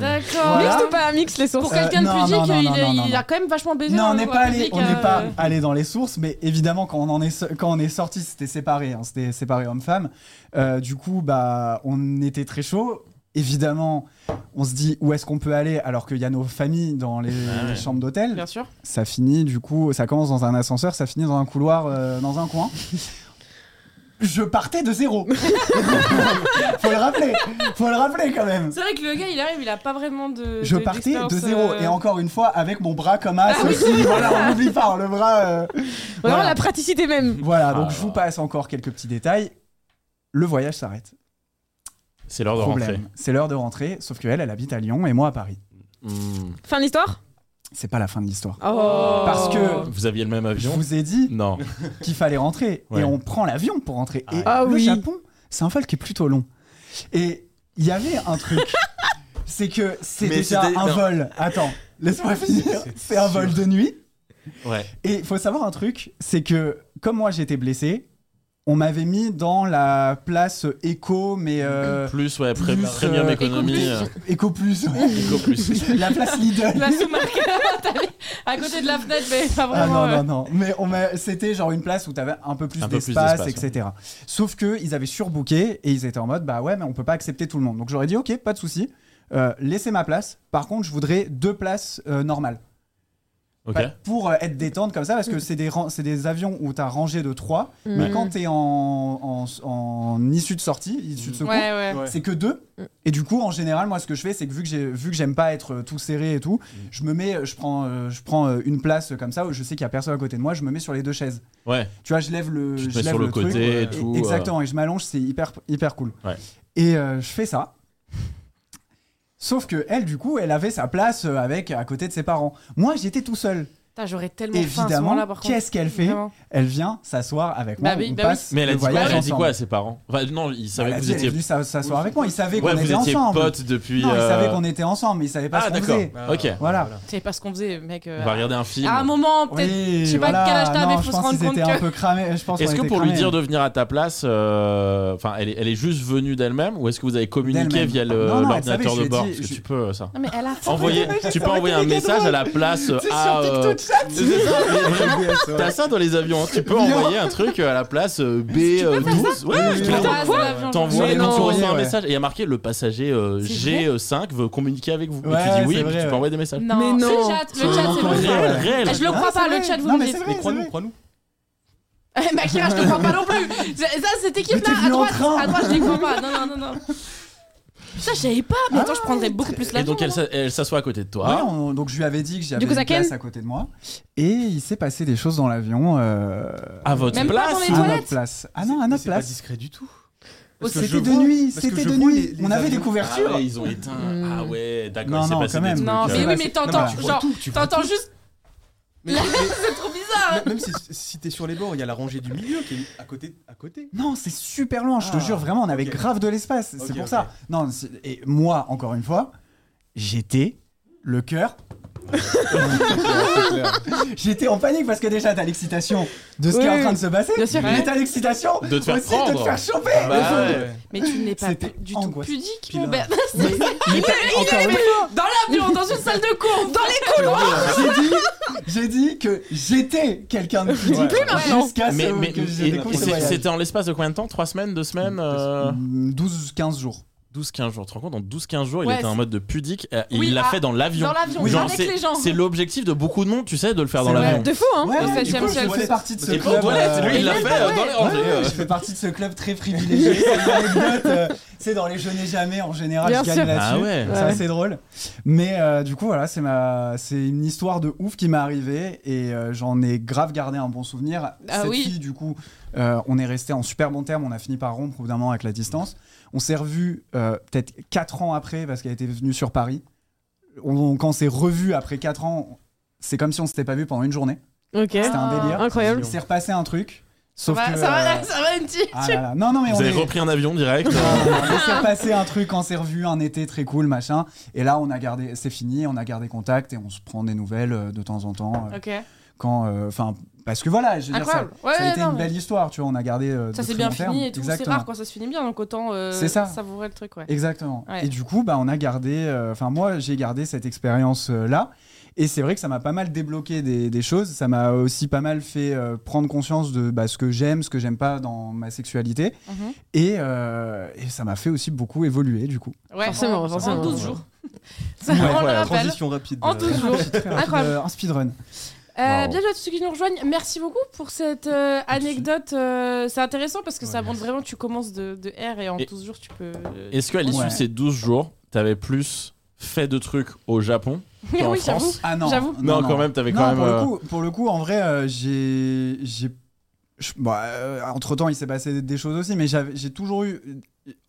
D'accord.
Voilà. Euh,
Mixte ou pas mixte les sources
Pour quelqu'un de
non,
pudique,
non, non,
il,
non, non,
il
non.
a quand même vachement baisé.
Non,
dans
on
le
n'est
droit
pas allé,
public,
on n'est
euh,
pas allé dans les sources, mais évidemment quand on en est quand on est sorti, c'était séparé, hein, c'était séparé homme-femme. Euh, du coup, bah, on était très chaud. Évidemment, on se dit où est-ce qu'on peut aller alors qu'il y a nos familles dans les,
Ah ouais.
chambres d'hôtel.
Bien sûr.
Ça finit du coup, ça commence dans un ascenseur, ça finit dans un couloir, euh, dans un coin. Je partais de zéro. faut le rappeler, faut le rappeler quand même.
C'est vrai que le gars, il arrive, il a pas vraiment de.
Je
de-
partais
d'expérience,
de zéro
euh,
et encore une fois avec mon bras comme as aussi. voilà, on n'oublie pas hein, le bras. euh,
Ah Vraiment
Voilà.
la praticité même.
Voilà, donc
Ah.
je vous passe encore quelques petits détails. Le voyage s'arrête.
C'est l'heure de rentrer.
Problème. C'est l'heure de rentrer, sauf que elle, elle habite à Lyon et moi à Paris.
Hmm.
Fin de l'histoire
C'est pas la fin de l'histoire.
Oh.
Parce que-
Vous aviez le même
Je
avion
vous ai dit
Non.
qu'il fallait rentrer
Ouais.
et on prend l'avion pour rentrer. Et
Ah
le
oui.
Japon, c'est un vol qui est plutôt long. Et il y avait un truc, c'est que c'est
Mais
déjà
c'était-
un
non.
vol. Attends, laisse-moi finir. C'est un vol de nuit.
Ouais.
Et il faut savoir un truc, c'est que comme moi j'étais blessé, on m'avait mis dans la place éco, mais euh,
Plus ouais, pré-
plus,
premium
euh,
économie. euh,
éco plus,
Éco plus.
la place Lidl.
La sous-marque, t'as vu, à côté de la fenêtre, mais pas
Ah
vraiment.
non,
euh,
non, non. Mais on m'a- c'était genre une place où t'avais un peu plus
Un peu plus
d'espace,
d'espace,
etc. Sauf que ils avaient surbooké et ils étaient en mode, bah ouais, mais on peut pas accepter tout le monde. Donc j'aurais dit, ok, pas de souci. euh, laissez ma place. Par contre, je voudrais deux places euh, normales.
Ok.
Pas- pour euh, être détente comme ça, parce que c'est des, ran- c'est des avions où t'as rangé de 3, mais
Mm.
quand t'es en, en, en issue de sortie, issue de secours,
Ouais, Mm. ouais.
c'est que deux. Et du coup, en général, moi, ce que je fais, c'est que vu que j'ai- vu que j'aime pas être euh, tout serré et tout,
Mm.
je me mets, je prends, euh, je prends euh, une place euh, comme ça où je sais qu'il y a personne à côté de moi, je me mets sur les deux chaises.
Ouais.
Tu vois, je lève le,
Tu te
je
mets
lève
sur le
truc,
côté et
et-
tout, euh,
Exactement, et je m'allonge, c'est hyper, hyper cool.
Ouais.
Et euh, je fais ça. Sauf que elle, du coup, elle avait sa place euh, avec à côté de ses parents. Moi, j'étais tout seul.
Putain, j'aurais tellement faim à ce
Évidemment,
moment-là, par contre.
qu'est-ce qu'elle fait
Vraiment.
Elle vient s'asseoir avec moi.
Bah oui,
on
bah oui.
passe
Mais elle a
le
dit quoi,
voyage
elle a dit
ensemble.
quoi à ses parents Enfin, non, ils
Bah,
savaient
la
que vous
fille, elle est
étiez.
venue s'a- s'asseoir avec moi. Ils savaient
Ouais,
qu'on
vous
était
étiez
ensemble.
potes depuis.
non, ils savaient
euh,
qu'on était ensemble, mais ils savaient pas
Ah,
ce qu'on
d'accord.
faisait.
Ok.
Voilà.
Tu savais pas ce qu'on faisait, mec. euh,
On va hein. regarder un film.
à un moment, peut-être.
Oui,
je sais pas
voilà.
quel âge t'as, mais
Non,
faut
je
se
pense
rendre
qu'ils
compte
étaient un
que-
peu cramés. Je pense
Est-ce
qu'on
que
était
pour lui
cramés.
dire de venir à ta place, euh, enfin, elle, est, elle est juste venue d'elle-même ou est-ce que vous avez communiqué
D'elle-même.
via le-
Non, non, elle
l'ordinateur
savait, je
de
lui ai
bord
dit,
Parce que
je-
tu peux euh, ça.
Non, mais elle a faim.
Envoyer, tu peux envoyer un message à la place euh, à. euh, c'est ça, mais
Ah,
vraiment, T'as ça dans les avions, hein. tu peux envoyer un truc euh, à la place euh, B12.
Oui,
Ouais,
oui, oui.
clairement.
Putain, quoi
T'envoies
Mais
tu reçois
non.
un
Ouais.
message et il y a marqué le passager euh, G5 veut communiquer avec vous. Et
Ouais,
tu dis oui,
c'est
et puis
vrai,
tu peux
ouais.
envoyer des messages.
Non,
Mais non.
c'est le chat, le chat, c'est
encore
bon.
une
Réel, réel.
Je le
Non,
crois
c'est
pas,
vrai.
le chat, vous
Non,
me
mais
dites.
c'est vrai,
Mais crois-nous,
c'est vrai.
crois-nous.
Eh, Maquillage, je te crois pas non plus. Ça, ça, cette
Mais
équipe-là,
t'es
à
venu en
droite,
train.
à droite, je les crois pas. Non, non, non, non. Oh. Ça, je savais pas. Mais attends, je prendrais beaucoup plus
Et
l'avion.
donc elle s'a- elle s'assoit à côté de
Ouais,
toi.
on- donc je lui avais dit que j'avais
Du coup, ça
une place
ken
à côté de moi. Et il s'est passé des choses dans l'avion. euh,
À votre
Même pas dans
place.
les
à
toilettes.
notre place. Ah non, à notre
C'est pas
place.
discret du tout.
Oh,
Parce que je
C'était de
vois-
nuit,
parce que
c'était
je
de
vois
nuit.
les- les
On avait des
avions.
Ah
couvertures.
ouais, ils ont éteint.
Hmm.
Ah ouais, d'accord,
Mm. Non,
il s'est
non,
passé
quand
des
même.
trucs,
Non,
euh,
mais oui, mais
c'est-
t'entends,
non, mais-
genre,
tout, tu vois
t'entends juste.
Mais- mais-
C'est trop bizarre.
même si, si t'es sur les bords, il y a la rangée du milieu qui est à côté. À côté.
Non, c'est super loin, je te
Ah,
jure, vraiment, on avait
ok.
grave de l'espace.
Ok,
c'est pour
ok.
ça. Non, c'est- et moi, encore une fois, j'étais le cœur. j'étais en panique parce que déjà, t'as l'excitation de ce qui est
Oui,
en train de se passer.
bien sûr.
Mais t'as l'excitation
De te faire
aussi de
prendre.
te faire choper.
Bah ouais.
Mais tu n'es pas
C'était
du tout
angoissant.
pudique,
Pile
mon
un.
Bernard.
Mais, mais t'as- encore une
Dans l'avion, dans une salle de cours, dans les
J'ai dit, j'ai dit que j'étais quelqu'un de pudique
maintenant.
jusqu'à ce
Mais, mais-
que je
et-
découvre
et
ce
c'est-
voyage.
c'était en l'espace de combien de temps 3 semaines 2 semaines euh,
12-15 jours.
12-15 jours. Tu te rends compte Dans 12-15 jours, il
Ouais,
était en
c'est-
mode de pudique euh, et
Oui,
il l'a
ah,
fait dans l'avion.
Dans l'avion,
Oui,
Genre,
avec
c'est-
les gens.
C'est l'objectif de beaucoup de monde, tu sais, de le faire dans
C'est
l'avion.
De fou, hein
Ouais,
Au
ouais, du
septième
coup, je
ciel.
fais partie de ce
C'est pas aux
club.
toilettes,
euh,
lui il l'a
Mais
fait euh,
ouais.
dans les rangées.
Ouais,
euh.
je fais partie de ce club très privilégié. c'est une anecdote. euh, c'est dans les jeux n'ai jamais en général,
Bien
je gagne
sûr.
là-dessus.
Ah ouais.
C'est assez drôle. Mais euh, du coup, voilà, c'est ma, c'est une histoire de ouf qui m'est arrivée et euh, j'en ai grave gardé un bon souvenir.
Ah
Cette
oui.
fille, du coup, euh, on est resté en super bon terme. On a fini par rompre au bout d'un moment avec la distance. On s'est revu peut-être 4 ans après parce qu'elle était venue sur Paris. On- on- quand on s'est revu après 4 ans, c'est comme si on s'était pas vu pendant une journée.
Ok.
C'était un délire.
Incroyable.
Il s'est repassé un
Ah,
truc.
Ça
Sauf
va,
que.
ça va,
euh,
là, ça va, une petite.
ah là là. Non, non, mais on
Vous avez
est...
repris un avion direct. euh.
on s'est passé un truc, on s'est revu un été très cool, machin. Et là, on a gardé, c'est fini, on a gardé contact et on se prend des nouvelles euh, de temps en temps. euh,
Ok.
Quand, euh, enfin, parce que voilà, je veux dire, ça,
Incroyable.
ça a
Ouais,
été
non,
une
mais-
belle histoire, tu vois. On a gardé. euh,
Ça
de
c'est
très
bien
long
fini
terme.
et tout. C'est
Exactement.
rare quand ça se finit bien, donc autant euh,
C'est ça.
savourer le truc, ouais.
Exactement.
Ouais.
Et du coup, bah, on a gardé. Enfin, moi, j'ai gardé cette expérience euh, là. Et c'est vrai que ça m'a pas mal débloqué des, des choses. Ça m'a aussi pas mal fait euh, prendre conscience de bah, ce que j'aime, ce que j'aime pas dans ma sexualité.
Mhm.
Et, euh, et ça m'a fait aussi beaucoup évoluer, du coup.
Ouais,
Forcément,
en-
forcément.
En 12 jours. Ça,
Ouais,
on le
ouais,
rappelle.
Transition rapide.
En 12 jours.
Ah,
Incroyable.
Euh, un speedrun.
Euh,
Wow.
bienvenue à tous ceux qui nous rejoignent. Merci beaucoup pour cette euh, anecdote. euh, c'est intéressant parce que ça montre vraiment que tu commences de, de R et en
Et-
12 jours tu peux.
Est-ce qu'à l'issue
Ouais.
de ces 12 jours, t'avais plus fait de trucs au Japon qu'en
oui, j'avoue.
France
Ah non.
J'avoue.
non, quand même, t'avais
Non,
quand même.
Pour,
euh,
le coup, pour le coup, en vrai, euh, j'ai. j'ai je- bah, euh, entre-temps, il s'est passé des choses aussi, mais j'avais- j'ai toujours eu.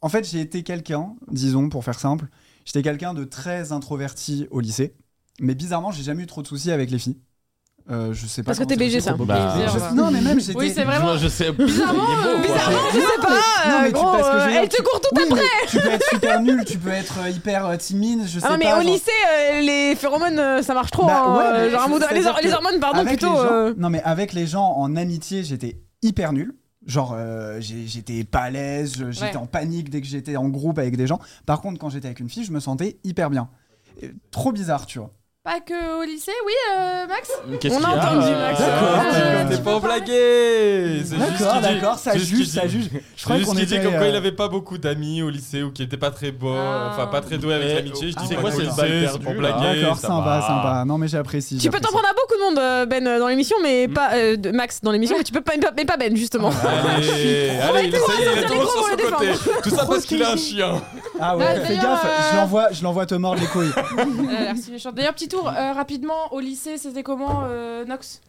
En fait, j'ai été quelqu'un, disons, pour faire simple, j'étais quelqu'un de très introverti au lycée, mais bizarrement, j'ai jamais eu trop de soucis avec les filles. Euh, je sais pas.
Parce que
comment
t'es
c'est
BG,
possible.
ça.
Bah,
bizarre,
Je-
va.
Non, mais même, j'étais.
Oui, c'est vraiment.
moi, je sais.
Bizarrement,
il est beau, quoi.
bizarrement, je sais pas.
Non, mais tu-
gros,
parce que
euh,
j'ai-
elle te court tout
Oui, mais tu peux être super nul, tu peux être euh, hyper euh, timide, je sais
Ah non, mais
pas.
au
genre-
lycée, euh, les phéromones, euh, ça marche trop.
Bah
hein,
ouais,
euh,
mais
genre, un
c'est-
mot de- les,
c'est-à-dire
les
que
hormones, pardon,
avec
plutôt.
les gens-
euh,
Non, mais avec les gens en amitié, j'étais hyper nul. Genre, euh, j'ai- j'étais pas à l'aise, je- j'étais
Ouais.
en panique dès que j'étais en groupe avec des gens. Par contre, quand j'étais avec une fille, je me sentais hyper bien. Et trop bizarre, tu vois.
Pas que au lycée, oui, euh, Max
Qu'est-ce
On
qu'il y Ah,
a entendu, Max.
D'accord.
Ah,
Euh,
T'es
tu
pas
peux parler
blagué C'est juste
D'accord,
qu'il dit-
d'accord, ça
c'est juste qu'il
juge, ça
dit-
juge. Je
C'est
crois
juste
qu'on
qu'il
était.
dit comme quoi il
euh,
avait pas beaucoup d'amis au lycée ou qu'il était pas très beau,
Ah.
enfin pas très doué avec
Eh,
l'amitié. Je
tu
dis
sais
c'est
quoi,
quoi
c'est
c'est
le
lycée,
bail
c'est
perdu,
pour
là.
blaguer.
D'accord,
ça
sympa,
va.
sympa. Non, mais j'apprécie.
Tu peux t'en
j'apprécie.
prendre à beaucoup de monde, euh, Ben, euh, dans l'émission, mais
Mm.
pas euh, de- Max dans l'émission, mais tu peux pas, mais pas- mais pas Ben justement.
Ah, bah.
Ah, bah,
Allez, allez, il
été
ça y est, il
voir
est
les
toujours
gros
sur son
pour les
côté. Tout ça parce qu'il a un chien.
Ah
Ah,
ouais, fais
d'ailleurs,
gaffe,
euh,
je l'envoie- je l'envoie te mordre les couilles.
Elle a l'air si Euh, méchante. D'ailleurs, petit tour euh, rapidement au lycée, c'était comment euh, Nox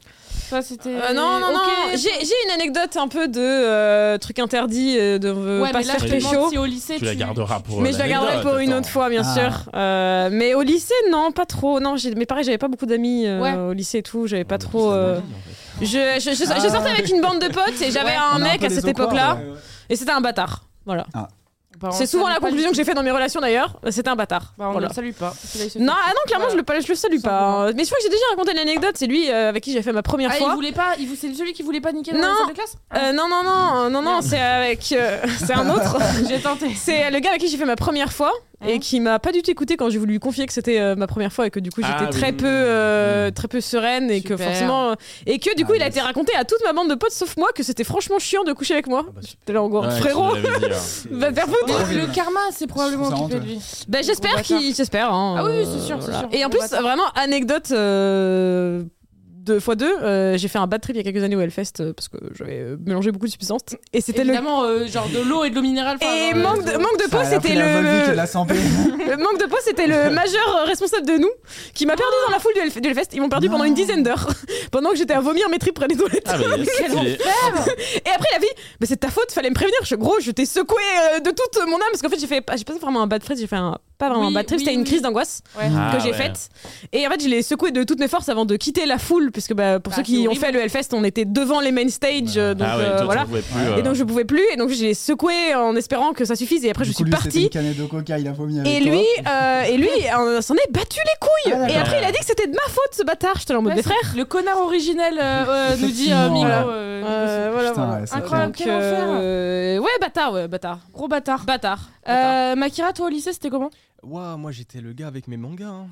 Toi, c'était.
Euh, non, non, non.
Ok.
J'ai j'ai une anecdote un peu de euh, truc interdit, euh, de euh,
Ouais,
pas
mais
se
là, je
faire
te demande
pécho.
si au lycée.
Tu la garderas pour.
Mais je la
l'anecdote,
garderai pour une
attends.
autre fois, bien
Ah.
sûr. Euh, mais au lycée, non, pas trop. Non, j'ai- mais pareil, j'avais pas beaucoup d'amis euh,
Ouais.
au lycée et tout. J'avais pas
Mais
trop.
Ah, bah, c'est
euh,
dingue, en fait.
Je, je, je- je
Ah.
sortais avec une bande de potes et j'avais
Ouais.
un
On a un
mec
peu
à
les
cette
awkward,
époque-là
ouais.
et c'était un bâtard. Voilà.
Bah, on
C'est souvent
salue
la
pas
conclusion que
les-
j'ai fait dans mes relations d'ailleurs. C'était un bâtard.
Bah, on
Voilà.
ne le salue pas. Celui-là, il se
Non,
fait.
ah non, clairement, je le, je le salue pas.
Simplement.
hein. Mais je crois que j'ai déjà raconté l'anecdote. C'est lui euh, avec qui j'ai fait ma première
Ah,
fois.
il voulait pas. Il... C'est celui qui voulait pas niquer dans
Non.
la salle de classe
Euh, non, non, non, euh, non, non, c'est avec. euh, c'est un autre.
J'ai tenté.
C'est le gars avec qui j'ai fait ma première fois et
Hein
qui m'a pas du tout écouté quand j'ai voulu lui confier que c'était euh, ma première fois et que du coup j'étais
Ah oui. Mm.
très peu euh, très peu sereine et que
Super.
forcément euh, et que du coup
Ah,
il a
yes.
été raconté à toute ma bande de potes sauf moi que c'était franchement chiant de coucher avec moi.
Ah bah, super.
J'étais là en gros
Ouais, tu
frérot.
nous l'avais dit, hein.
Va te faire foutre.
Le karma, c'est probablement
Je trouve ça
occupé de lui.
Bah j'espère
Gros
qu'il j'espère hein,
Ah oui, oui,
euh,
c'est sûr, c'est sûr.
Et en
Gros
plus
bâtard.
vraiment anecdote euh, deux fois deux, euh, j'ai fait un bad trip il y a quelques années au Hellfest euh, parce que j'avais euh, mélangé beaucoup de substances et c'était le
Évidemment, euh, genre de l'eau et de l'eau minérale. enfin,
et
genre,
manque
euh,
de, manque de
Ça,
peau,
elle a
c'était
pris la Volvic et
le,
la Sampé.
Le manque de peau, c'était le majeur euh, responsable de nous qui m'a perdu dans la foule du Hellf- du Hellfest. Ils m'ont perdu pendant une dizaine d'heures pendant que j'étais à vomir mes tripes près des toilettes.
Ah, mais stylé.
Et après, il a dit Mais c'est de ta faute, fallait me prévenir. Je, gros, je t'ai secoué euh, de toute mon âme parce qu'en fait, j'ai fait pas- j'ai pas vraiment un bad trip, j'ai fait un, pas vraiment
Oui,
un bad trip,
oui,
c'était une
oui.
crise d'angoisse
Ouais.
Ah,
que j'ai
ouais.
faite. Et en fait, je l'ai secoué de toutes mes forces avant de quitter la foule puisque bah, pour
Bah,
ceux
c'est
qui ont
horrible.
fait le Hellfest, on était devant les main stage. euh, donc
Ah ouais,
euh,
toi, tu
voilà.
pouvais plus,
Et
euh,
Et donc, je pouvais plus. Et donc, j'ai secoué en espérant que ça suffise. Et après,
Du
je
coup,
suis
lui, c'était
partie.
une canette de coca, il a vomi avec
Et
toi.
lui, euh, et lui euh, s'en est battu les couilles.
Ah,
et
d'accord.
après, il a dit que c'était de ma faute, ce bâtard. J'étais là en mode
Ouais,
mes
c'est-
frères.
Le connard originel euh, euh, nous dit euh, Milo.
Voilà.
euh,
Euh, voilà,
Putain,
voilà.
ouais, c'est
Incroyable,
Donc,
quel enfer.
euh, Ouais, bâtard, ouais, bâtard.
Gros bâtard.
Bâtard. bâtard.
Euh, Makira, toi au lycée, c'était comment
Ouah, moi j'étais le gars avec mes mangas. hein.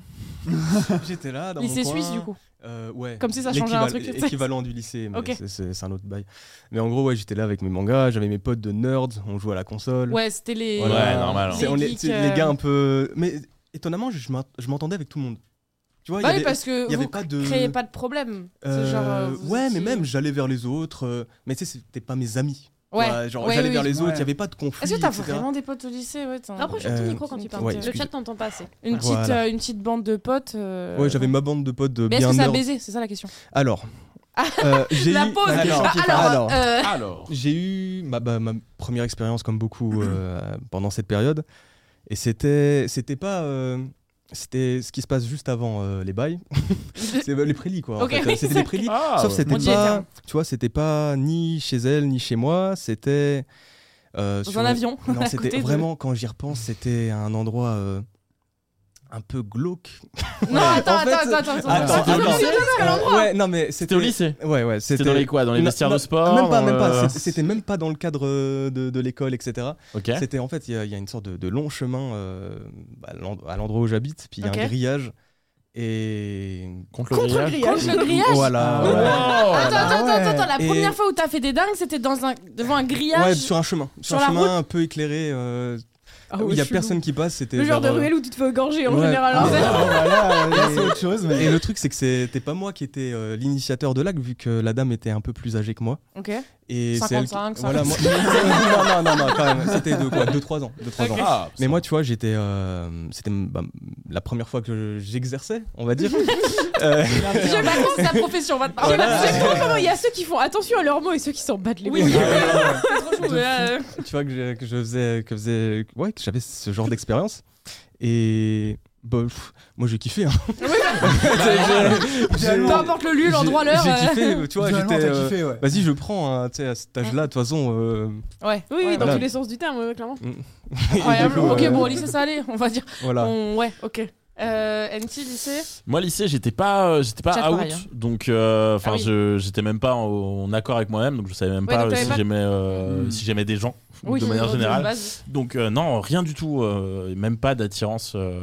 j'étais là dans mon
Lycée
coin.
suisse, du coup.
Euh, ouais.
Comme si ça changeait un
L'équival-
truc, tu sais.
Équivalent du lycée, mais
Ok.
c'est- c'est c'est un autre bail. Mais en gros, ouais, j'étais là avec mes mangas, j'avais mes potes de nerds, on jouait à la console.
Ouais, c'était les.
Voilà.
Ouais, normal, hein.
C'est- on est-
geeks,
c'est
euh,
les gars un peu. Mais étonnamment, je, je m'en- je m'entendais avec tout le monde. Tu vois, il y
Bah oui,
avait-
parce que
il y avait
vous
pas de-
créez pas de problème. C'est
euh,
genre, euh, vous
ouais,
étiez-
mais même j'allais vers les autres. euh, mais tu sais, c'était pas mes amis.
Ouais.
Bah, genre,
Ouais,
j'allais
oui,
vers
oui.
les autres, il
Ouais.
n'y avait pas de conflit.
Est-ce que t'as
etc.
vraiment des potes au lycée ouais, t'en-
Approche
Euh,
ton micro quand tu parles.
ouais,
Le
excuse-
chat t'entend pas assez.
Une petite,
Voilà.
euh, une petite bande de potes. euh,
Ouais, j'avais ma bande de potes de
Mais est-ce
bien
que ça a
nerds.
baisé C'est ça la question.
Alors, euh, j'ai
La
eu-
pause.
Alors, alors,
euh,
Alors.
J'ai eu ma, bah, ma première expérience comme beaucoup euh, pendant cette période et c'était c'était pas euh, c'était ce qui se passe juste avant euh, les bails, c'est euh, les prélis quoi. en
Ok,
fait.
oui,
C'était
c'est-
les prélis.
Ah,
Sauf
ouais.
c'était
On hein. dit les
pas
termes.
tu vois c'était pas ni chez elle ni chez moi c'était euh,
dans
sur-
un avion.
Non
à
c'était
côté de-
vraiment quand j'y repense c'était un endroit euh, un peu glauque.
Non, attends,
En fait,
attends, attends, attends,
attends,
attends.
attends,
attends.
lycée Euh, ouais non mais
C'était
c'était
au lycée.
Ouais ouais
C'était dans les quoi Dans les
Non,
vestiaires
non,
de sport euh,
Même pas,
dans
même
le-
pas. C'était- C'était même pas dans le cadre euh, de, de l'école, etc.
Ok.
C'était en fait, il y, a- il y a une sorte de, de long chemin euh, à l'end- à l'endroit où j'habite, puis il y a
Ok.
un grillage. Et.
Contre le grillage.
Contre le grillage
Voilà.
Ah ouais.
ouais.
Wow.
Attends, attends,
ouais.
attends, attends, la
Et-
première fois où t'as fait des dingues, c'était dans un devant un
Ouais,
grillage.
sur un chemin.
Sur
Sur, un
la Ah
chemin un peu éclairé. euh,
Ah
où il y a personne qui passe. C'était
Le genre de
genre, euh,
ruelle où tu te fais gorger en
ouais.
général.
Ah,
hein.
bah, voilà, là, c'est autre chose, mais.
Et le truc, c'est que c'était pas moi qui étais euh, l'initiateur de l'acte, vu que la dame était un peu plus âgée que moi.
Ok.
Et c'est elle qui-
55,
Voilà, moi... non, non, non, non, quand même. C'était de quoi 2-3 ans. de trois ans.
Ah,
Mais moi, tu vois, j'étais, euh, c'était bah, la première fois que je- j'exerçais, on va dire. Euh,
J'aime la France, la profession, va te
Ah,
parler.
Voilà.
J'aime trop comment il y a ceux qui font attention à leurs mots et ceux qui s'en battent les
Oui, Ah,
couilles.
c'est trop chaud, mais là, euh,
tu vois que je, que je faisais, que faisais, ouais, que j'avais ce genre d'expérience. Et bah, pff, moi, j'ai kiffé. hein. J'ai- j'ai-
Peu importe le lieu,
j'ai-
l'endroit, l'heure.
J'ai
euh,
kiffé, tu vois,
Finalement,
j'étais.
t'as
euh,
kiffé, ouais.
Vas-y, je prends, hein, tu sais, à cet âge-là, de toute façon. euh,
Ouais.
Oui, oui, dans
Voilà.
tous les sens du terme, ouais, clairement.
et du
Incroyable.
coup, euh,
ok, bon, au lycée, ça allait, on va dire.
Voilà.
On- Ouais, ok. Euh, NT, lycée
Moi, lycée, j'étais pas, euh, j'étais
Chat
pas out,
pareil, hein.
donc euh, enfin,
Ah oui.
je- j'étais même pas en, en accord avec moi-même, donc je savais même
Ouais,
pas
donc
euh,
t'avais
si
pas-
j'aimais, euh,
Mm.
si j'aimais des gens
Oui,
de manière générale.
base.
Donc euh, non, rien du tout, euh, même pas d'attirance euh,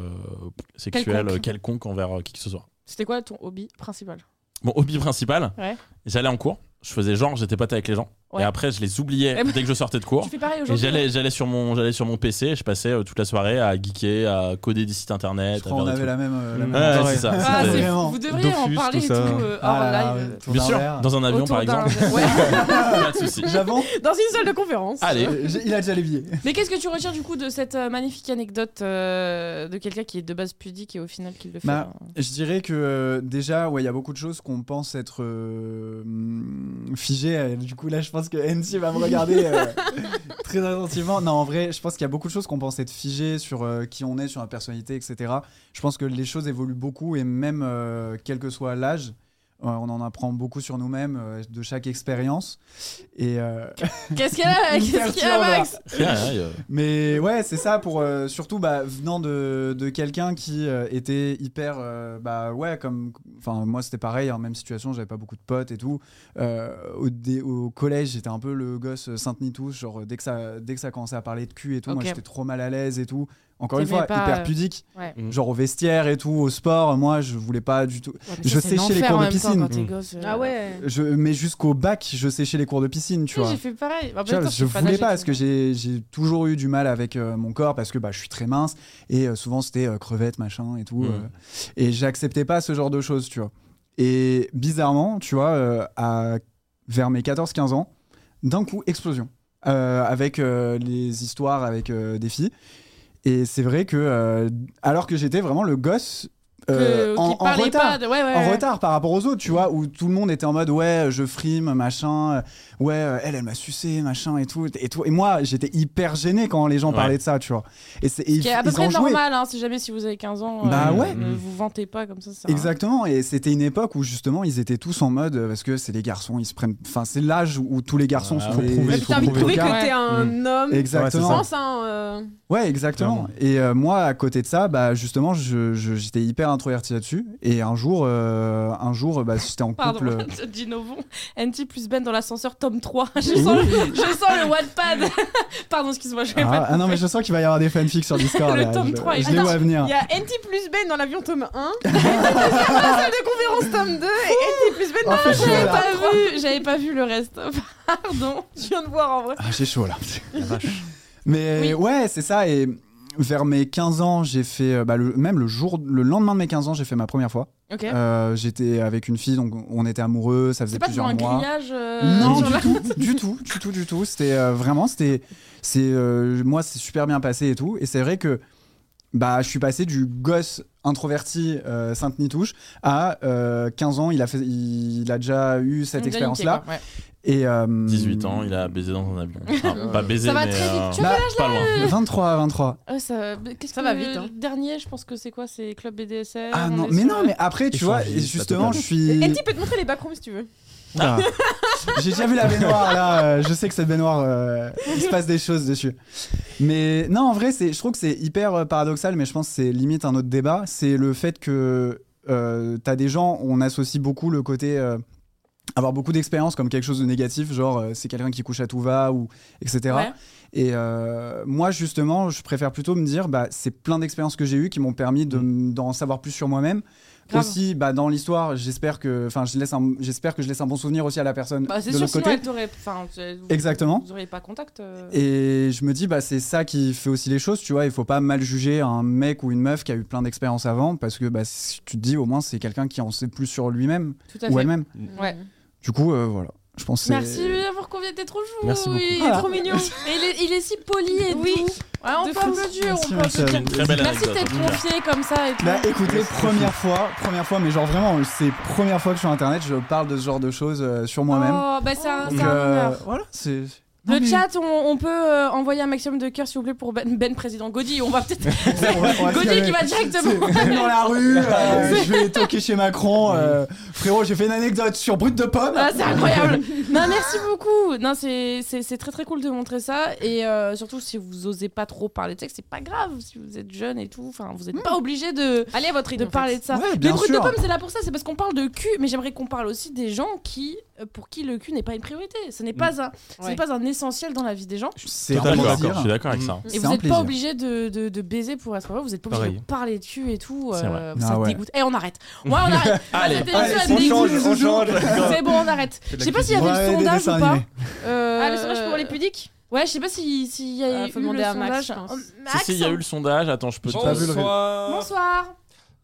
sexuelle
Quelconque.
euh, quelconque envers euh, qui que ce soit.
C'était quoi ton hobby principal
Mon hobby principal,
Ouais.
j'allais en cours, je faisais genre, j'étais pote avec les gens.
Ouais.
Et après, je les oubliais
Eh ben-
dès que je sortais de cours.
Tu fais pareil
Et
aujourd'hui
j'allais,
hein.
j'allais sur mon, j'allais sur mon PC et je passais euh, toute la soirée à geeker, à coder des sites
Je
internet. à
crois qu'on
faire des
avait la même. euh, la
Ouais,
même
trucs. Ouais,
envie.
c'est ça.
Ah,
c'était-
c'est
Vraiment.
fou. Vous devriez en
Dofus,
parler
tout
et tout
ça.
euh, hors
Ah là là,
live.
ouais, tour
Bien
d'un
sûr,
verre.
dans un avion
Autour
par
d'un-
exemple.
Ouais.
Pas de souci.
J'avance.
Dans une salle de conférence.
Allez,
Euh, j'ai- Il a déjà l'évier.
Mais qu'est-ce que tu retiens du coup de cette euh, magnifique anecdote euh, de quelqu'un qui est de base pudique et au final qui le fait
Bah,
hein.
Je dirais que euh, déjà, ouais, il y a beaucoup de choses qu'on pense être euh, hmm, figées. Euh, Du coup, là, je pense que Nancy va me regarder euh, très attentivement. Non, en vrai, je pense qu'il y a beaucoup de choses qu'on pense être figées sur euh, qui on est, sur la personnalité, etc. Je pense que les choses évoluent beaucoup et même euh, quel que soit l'âge. euh, on en apprend beaucoup sur nous-mêmes euh, de chaque expérience. Et euh,
Qu'est-ce qu'il y a
Il me
Qu'est-ce qu'il y a,
perturbe.
Max
Aïe, aïe, euh,
mais ouais, c'est ça pour euh, surtout bah, venant de, de quelqu'un qui euh, était hyper euh, bah ouais comme enfin moi c'était pareil en même situation, j'avais pas beaucoup de potes et tout. Euh, au, dé- au collège, j'étais un peu le gosse saint nitouche genre dès que ça dès que ça commençait à parler de cul et tout, moi
Ok.
j'étais trop mal à l'aise et tout. Encore une
T'aimais
fois,
pas, euh,
hyper pudique,
ouais.
Mm.
genre au vestiaire et tout, au sport, moi je voulais pas du tout.
Ouais, mais
Je
ça,
sais
c'est
chez les
l'enfer
cours
en
de
même temps
piscine.
quand t'es gosse, euh.
Ah ouais.
Je mais jusqu'au bac, je séchais les cours de piscine, tu
Oui,
vois.
J'ai fait pareil. Bah, en
Tu vois,
même temps,
je
suis
voulais
nageuse,
pas parce que j'ai j'ai toujours eu du mal avec euh, mon corps parce que bah, je suis très mince et euh, souvent c'était euh, crevette machin et tout
Mm.
euh, et j'acceptais pas ce genre de choses tu vois et bizarrement tu vois euh, à, vers mes 14-15 ans d'un coup explosion euh, avec euh, les histoires avec euh, des filles et c'est vrai que euh, alors que j'étais vraiment le gosse euh,
Que-
en,
qui
en
parlait
retard
pas de- ouais, ouais,
en
ouais.
retard par rapport aux autres, tu vois, où tout le monde était en mode ouais, euh, je frime, machin, euh, ouais, euh, elle, elle m'a sucé, machin et tout, et tout. Et moi, j'étais hyper gêné quand les gens
Ouais.
parlaient de ça, tu vois. Et c'est et
Ce qui est à
ils-
peu
ils
près
en jouaient.
normal, hein, si jamais si vous avez 15 ans,
Bah
euh,
ouais.
ne
mm.
vous vantez pas comme ça. ça sert à rien.
Exactement, et c'était une époque où justement ils étaient tous en mode euh, parce que c'est les garçons, ils se prennent. Enfin, c'est l'âge où, où tous les garçons
Ouais,
sont
faut
des-
prouver,
Ouais,
des
puis
faut
t'as envie de
gros
prouver Mm.
gars.
que t'es un homme. Je
Exactement.
Ouais,
pense, hein. euh,
Ouais, exactement. Et euh, moi, à côté de ça, bah, justement, je- je- j'étais hyper introverti là-dessus. Et un jour, euh, un jour, bah, j'étais en couple.
Pardon, Dinovon, NT plus Ben dans l'ascenseur tome 3. je, sens le, je sens le Wattpad. Pardon, excuse-moi, je vais
Ah,
pas.
ah non, mais je sens qu'il va y avoir des fanfics sur Discord.
Le
là.
tome
Je-
3 est-
je les vois venir.
Il y a NT plus Ben dans l'avion tome 1, NT plus Ben dans la salle de conférence tome 2 et NT plus Ben dans
En fait,
la
je
J'avais
Voilà.
pas vu, j'avais pas vu le reste. Pardon.
Je viens de voir en vrai.
Ah, j'ai chaud là. Mais ouais, c'est ça. Et vers mes 15 ans, j'ai fait, euh, bah, le, même le jour, le lendemain de mes 15 ans, j'ai fait ma première fois.
Ok.
Euh, J'étais avec une fille, donc on était amoureux, ça faisait
c'est pas sur
plusieurs
un
mois.
grillage. euh,
non,
sur
du
la-
tout, du tout, du tout, du tout. C'était euh, vraiment, c'était, c'est, euh, moi, c'est super bien passé et tout. Et c'est vrai que, bah, je suis passé du gosse introverti euh, Sainte Nitouche à euh, 15 ans. Il a fait, il a déjà eu cette
on dirait
expérience-là.
niquer, quoi, ouais.
Et euh,
18 ans, il a baisé dans un avion. Enfin, pas baisé,
Ça va
mais
très vite.
euh,
Tu as
bah,
pas loin.
23 à 23.
Ouais, ça qu'est-ce
Ça
que
va
le
vite, hein.
Dernier, je pense que c'est quoi C'est Club BDSM.
Ah
on
non,
est
mais
sur,
non,
euh,
mais après, tu vois,
Échanger, pas
justement,
total.
je suis.
NT peut te montrer les backrooms si tu veux.
Oula. J'ai déjà vu la baignoire là. euh, Je sais que cette baignoire, euh, il se passe des choses dessus. Mais non, en vrai, c'est, je trouve que c'est hyper euh, paradoxal, mais je pense que c'est limite un autre débat. C'est le fait que euh, t'as des gens, on associe beaucoup le côté. euh, avoir beaucoup d'expérience comme quelque chose de négatif, genre euh, c'est quelqu'un qui couche à tout va ou etc.
Ouais.
Et euh, moi justement, je préfère plutôt me dire bah c'est plein d'expériences que j'ai eues qui m'ont permis de m- d'en savoir plus sur moi-même.
Grave.
Aussi bah dans l'histoire, j'espère que enfin je laisse un- j'espère que je laisse un bon souvenir aussi à la personne
Bah, c'est
de
sûr,
l'autre
sinon
côté.
elle t'aurait. Enfin, vous-
Exactement.
Vous auriez pas contact. euh.
Et je me dis, bah, c'est ça qui fait aussi les choses, tu vois. Il faut pas mal juger un mec ou une meuf qui a eu plein d'expériences avant, parce que bah, si tu te dis, au moins, c'est quelqu'un qui en sait plus sur lui-même
Tout à
ou
fait.
elle-même.
Ouais.
Du coup, euh, voilà. Je pense que c'est- Ah.
Merci d'avoir convié, t'es trop chou.
Merci beaucoup.
Il est
Voilà.
trop mignon. Et il est, il est si poli et
Oui.
doux. Ouais, on
De
peut
fou.
applaudir,
Merci,
on peut
Marcel.
applaudir.
Très belle
Merci de
anecdote.
t'être confié comme ça et tout.
Bah écoutez, première fois, première fois, mais genre vraiment, c'est première fois que sur internet, je parle de ce genre de choses euh, sur moi-même.
Oh, bah c'est un,
Donc
c'est un
euh,
honneur.
voilà, c'est.
Le
Non, mais-
chat, on, on peut euh, envoyer un maximum de cœurs s'il vous plaît pour Ben, Ben président Gaudi. On va peut-être.
on va- on va se
Gaudi
calmer.
qui va directement.
C'est- Même dans la rue, euh, je vais toquer chez Macron. euh, frérot, j'ai fait une anecdote sur Brut de Pomme.
Ah, c'est incroyable. Non, merci beaucoup. Non, c'est- c'est c'est très très cool de montrer ça. Et euh, surtout, si vous osez pas trop parler de sexe, c'est pas grave. Si vous êtes jeune et tout, enfin, vous n'êtes pas obligé de
Allez à votre
de
rythme. en fait.
parler de ça.
Ouais,
les
bien
brutes de
sûr.
pommes, c'est là pour ça, c'est parce qu'on parle de cul, mais j'aimerais qu'on parle aussi des gens qui euh, pour qui le cul n'est pas une priorité. Ce n'est pas, un, ce n'est
Ouais.
pas un essentiel dans la vie des gens.
C'est
Totalement
un
d'accord,
plaisir.
je suis d'accord avec ça.
Et
C'est
vous
un
n'êtes pas
plaisir.
obligé de, de- de baiser pour être heureux, vous n'êtes pas obligé
Pareil.
de parler dessus et tout.
C'est vrai.
euh,
Ah
ça me
ouais.
dégoûte. Eh, on arrête. Ouais, on arrête.
Allez,
Cette
allez,
émission, elle
on change,
dégoûte.
on change.
C'est bon, on arrête. Je sais pas s'il y
Ouais,
avait le
des
sondage
dessins
ou pas.
animés.
Euh,
Ah, le sondage pour les pudiques
Ouais, je sais pas si- s'il y a
Euh,
eu
faut demander
le
à Max,
sondage.
je pense.
Oh,
Si, si, il y a eu le sondage. Attends, je peux
pas vu le-
Bonsoir.
Bonsoir.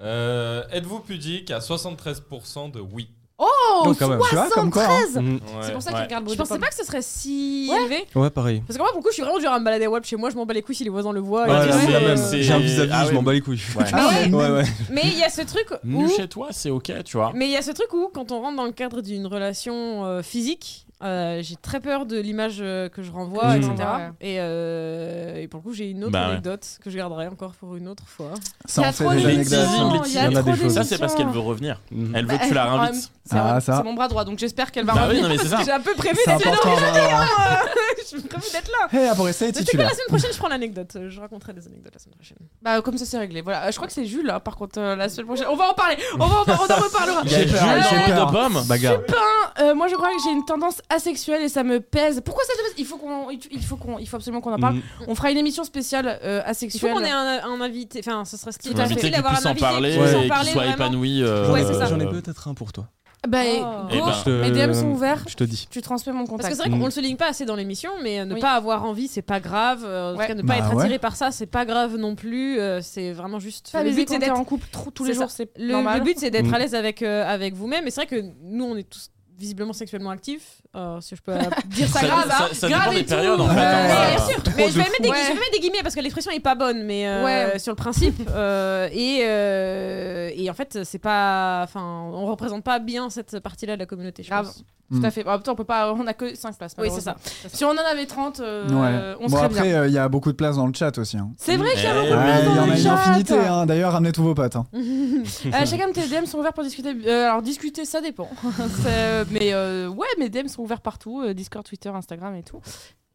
Euh, Êtes-vous pudique à 73% de oui
Oh,
Donc, quand même.
Tu vois, comme quoi, hein.
73
Mm.
C'est pour ça
Ouais.
qu'il regarde
Je
Bruno
pensais pas que ce serait si
Ouais.
élevé.
Ouais, pareil.
Parce que moi, pour le coup, je suis vraiment dur à me balader web chez moi. Je m'en bats les couilles si les voisins le voient.
Ouais,
et
Ouais,
tout.
là, c'est la
Mais-
même.
c'est-
J'ai un vis-à-vis,
Ah
je
ouais.
m'en bats les couilles.
Ouais.
Ah,
Mais-
mais même-
Ouais, ouais.
Mais il y a ce truc où.
Nu chez toi, c'est ok, tu vois.
Mais il y a ce truc où, quand on rentre dans le cadre d'une relation euh, physique, euh, j'ai très peur de l'image euh, que je renvoie,
Que tu
etc.
renvoies,
Et, euh, et pour le coup, j'ai une autre
Mmh. Bah ouais.
anecdote que je garderai encore pour une autre fois.
Ça en
Il y a trop
fait des
de
anecdotes.
victimes.
hein.
Il y a
Il y en a
trop
des choses.
Ça, c'est parce qu'elle veut revenir. Elle veut que tu la
Bah,
réinvites.
C'est
Ah,
mon-
ça.
c'est mon bras droit, donc j'espère qu'elle va
Bah oui,
revenir.
non, mais c'est ça.
J'ai un peu prévu
C'est
d'être là.
important d'avoir.
J'ai prévu d'être
Hey,
là.
pour essayer,
Mais c'est quoi,
titulaire.
la semaine prochaine, je prends l'anecdote. Je raconterai des anecdotes la semaine prochaine.
Bah, comme ça, c'est réglé. Voilà, Euh, je crois que c'est Jules, hein, par contre, euh, la semaine prochaine. On va en parler, on, va en, par- on en reparlera.
Il y a
J'ai peur,
Jules
j'ai
dans
peur.
de pommes.
Bagarre.
Euh, moi, je crois que j'ai une tendance asexuelle et ça me pèse. Pourquoi ça te pèse Il faut qu'on, il faut qu'on, il faut absolument qu'on en parle.
Mm.
On fera une émission spéciale euh,
Il
asexuelle.
faut qu'on ait un, un invité. Enfin, ce serait stylé.
Tout à
Invité
fait.
qui
d'avoir
puisse
un
en
invité qui
parler
puisse en
et qui
parler
soit
vraiment.
épanoui. euh,
Ouais, c'est ça.
J'en ai peut-être un pour toi.
Bah,
Oh.
go,
Eh ben.
Je te-
mes DM sont ouverts.
Je te dis.
Tu transmets mon
Parce
contact.
que c'est vrai
Mm.
qu'on le souligne pas assez dans l'émission, mais euh, ne
Oui.
pas avoir envie, c'est pas grave. euh, En
Ouais.
tout cas, ne pas
Bah
être
ouais.
attiré par ça, c'est pas grave non plus. euh, C'est vraiment juste.
Pas
le
baiser
but, c'est
quand t'es
d'être
en couple trop- tous les
c'est
jours,
ça.
c'est
Le,
normal.
le but, c'est d'être
Mm.
à l'aise avec, euh, avec vous-même. Et c'est vrai que nous, on est tous visiblement sexuellement actifs. euh, si je peux euh, dire ça,
Ça-
grave,
ça-
hein.
ça
grave
dépend
et
des
tout.
périodes, en
Ouais,
fait, hein.
bien sûr. Mais je vais, mettre des,
Ouais.
je vais mettre des guillemets parce que l'expression est pas bonne, mais euh,
Ouais.
sur le principe. euh, et, euh, et en fait, c'est pas. Enfin, on représente pas bien cette partie-là de la communauté. Je
Grave.
pense.
Tout
Hmm.
à fait. Bon, en même temps, on peut pas, on a que 5 places.
Oui, c'est ça.
Si on en avait 30, euh,
Ouais.
on
Bon,
serait
après,
bien.
euh, il y a beaucoup de place dans le chat aussi. hein.
C'est vrai qu'il y a
Eh
beaucoup de
Ouais,
oui.
place
Il
dans
y en
le
a une
chat.
infinité. hein. D'ailleurs, ramenez tous vos potes. hein.
Euh, chacun de tes DM sont ouverts pour discuter. Euh, alors discuter, ça dépend. C'est, euh, mais euh, ouais, mes DM sont ouverts partout. euh, Discord, Twitter, Instagram et tout.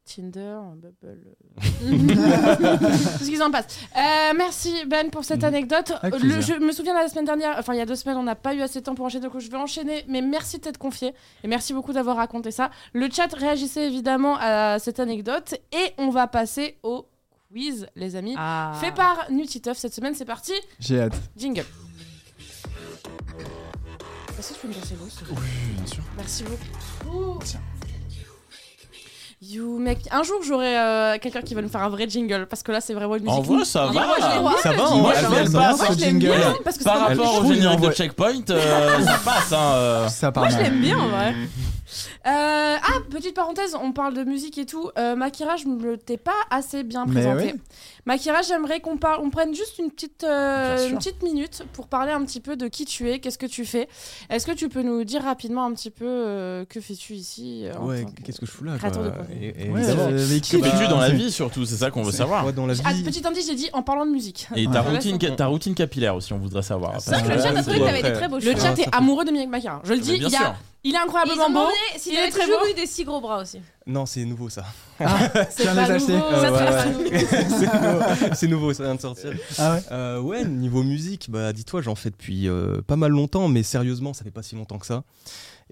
Tinder, Bubble. euh. Tout ce qu'ils en passent. Euh, merci Ben pour cette anecdote.
Mm. Avec
Euh, le- je
plaisir.
me souviens la semaine dernière, enfin il y a deux semaines, on n'a pas eu assez de temps pour enchaîner, donc je vais enchaîner. Mais merci de t'être confié et merci beaucoup d'avoir raconté ça. Le chat réagissait évidemment à cette anecdote et on va passer au quiz, les amis.
Ah.
Fait par Nutitoff cette semaine, c'est parti.
J'ai hâte.
Jingle. Est-ce que tu peux me passer l'eau s'il te plaît
bien sûr.
Merci beaucoup. You make... Un jour, j'aurai euh, quelqu'un qui va nous faire un vrai jingle parce que là, c'est vraiment une musique.
En vrai, ça
Moi, je l'ai
va.
droit.
Ça va,
Jingle,
ouais,
hein.
mais elle
Moi,
passe,
je
ce
l'aime bien,
jingle.
parce que
Par
c'est
rapport
trouve,
au
il
générique de
envoie-
checkpoint, euh, ça passe. hein, euh.
Ça part
Moi, je
mal.
l'aime bien, en vrai.
Euh, ah, petite parenthèse, on parle de musique et tout. Euh, Makira, je me t'ai pas assez bien
Mais
présenté.
oui.
Makira, j'aimerais qu'on parle, on prenne juste une petite, euh,
Bien sûr.
une petite minute pour parler un petit peu de qui tu es, qu'est-ce que tu fais. Est-ce que tu peux nous dire rapidement un petit peu euh, que fais-tu ici euh, en
Ouais,
tant que-
qu'est-ce que je fous là
créateur
quoi.
de contenu.
Et- et
Ouais,
évidemment.
euh, avec qui
Que fais-tu
bah,
dans la
c'est-
vie surtout C'est ça qu'on veut savoir.
Ouais, dans la vie.
Ah, petit indice, j'ai dit en parlant de musique.
Et ta
Ouais.
routine, ca- ta routine capillaire aussi, on voudrait savoir.
C'est vrai que le chat a trouvé que t'avais des très beaux
Le
cheveux.
chat
Ah, ça
est
fait- Ah,
amoureux de Mireille Makira. Je le dis,
bien
il, a-
sûr.
il est
Ils
incroyablement
ont
beau.
demandé s'il
Il
avait
est très
toujours
beau.
eu des si gros bras aussi.
Non, c'est nouveau ça.
C'est
viens de
pas
les acheter.
Bah, nouveau,
Euh,
ça,
ouais,
c'est
ouais.
pas nouveau.
c'est nouveau, c'est nouveau, ça vient de sortir.
Ah ouais
Euh, ouais, niveau musique, bah dis-toi, j'en fais depuis euh, pas mal longtemps, mais sérieusement, ça fait pas si longtemps que ça.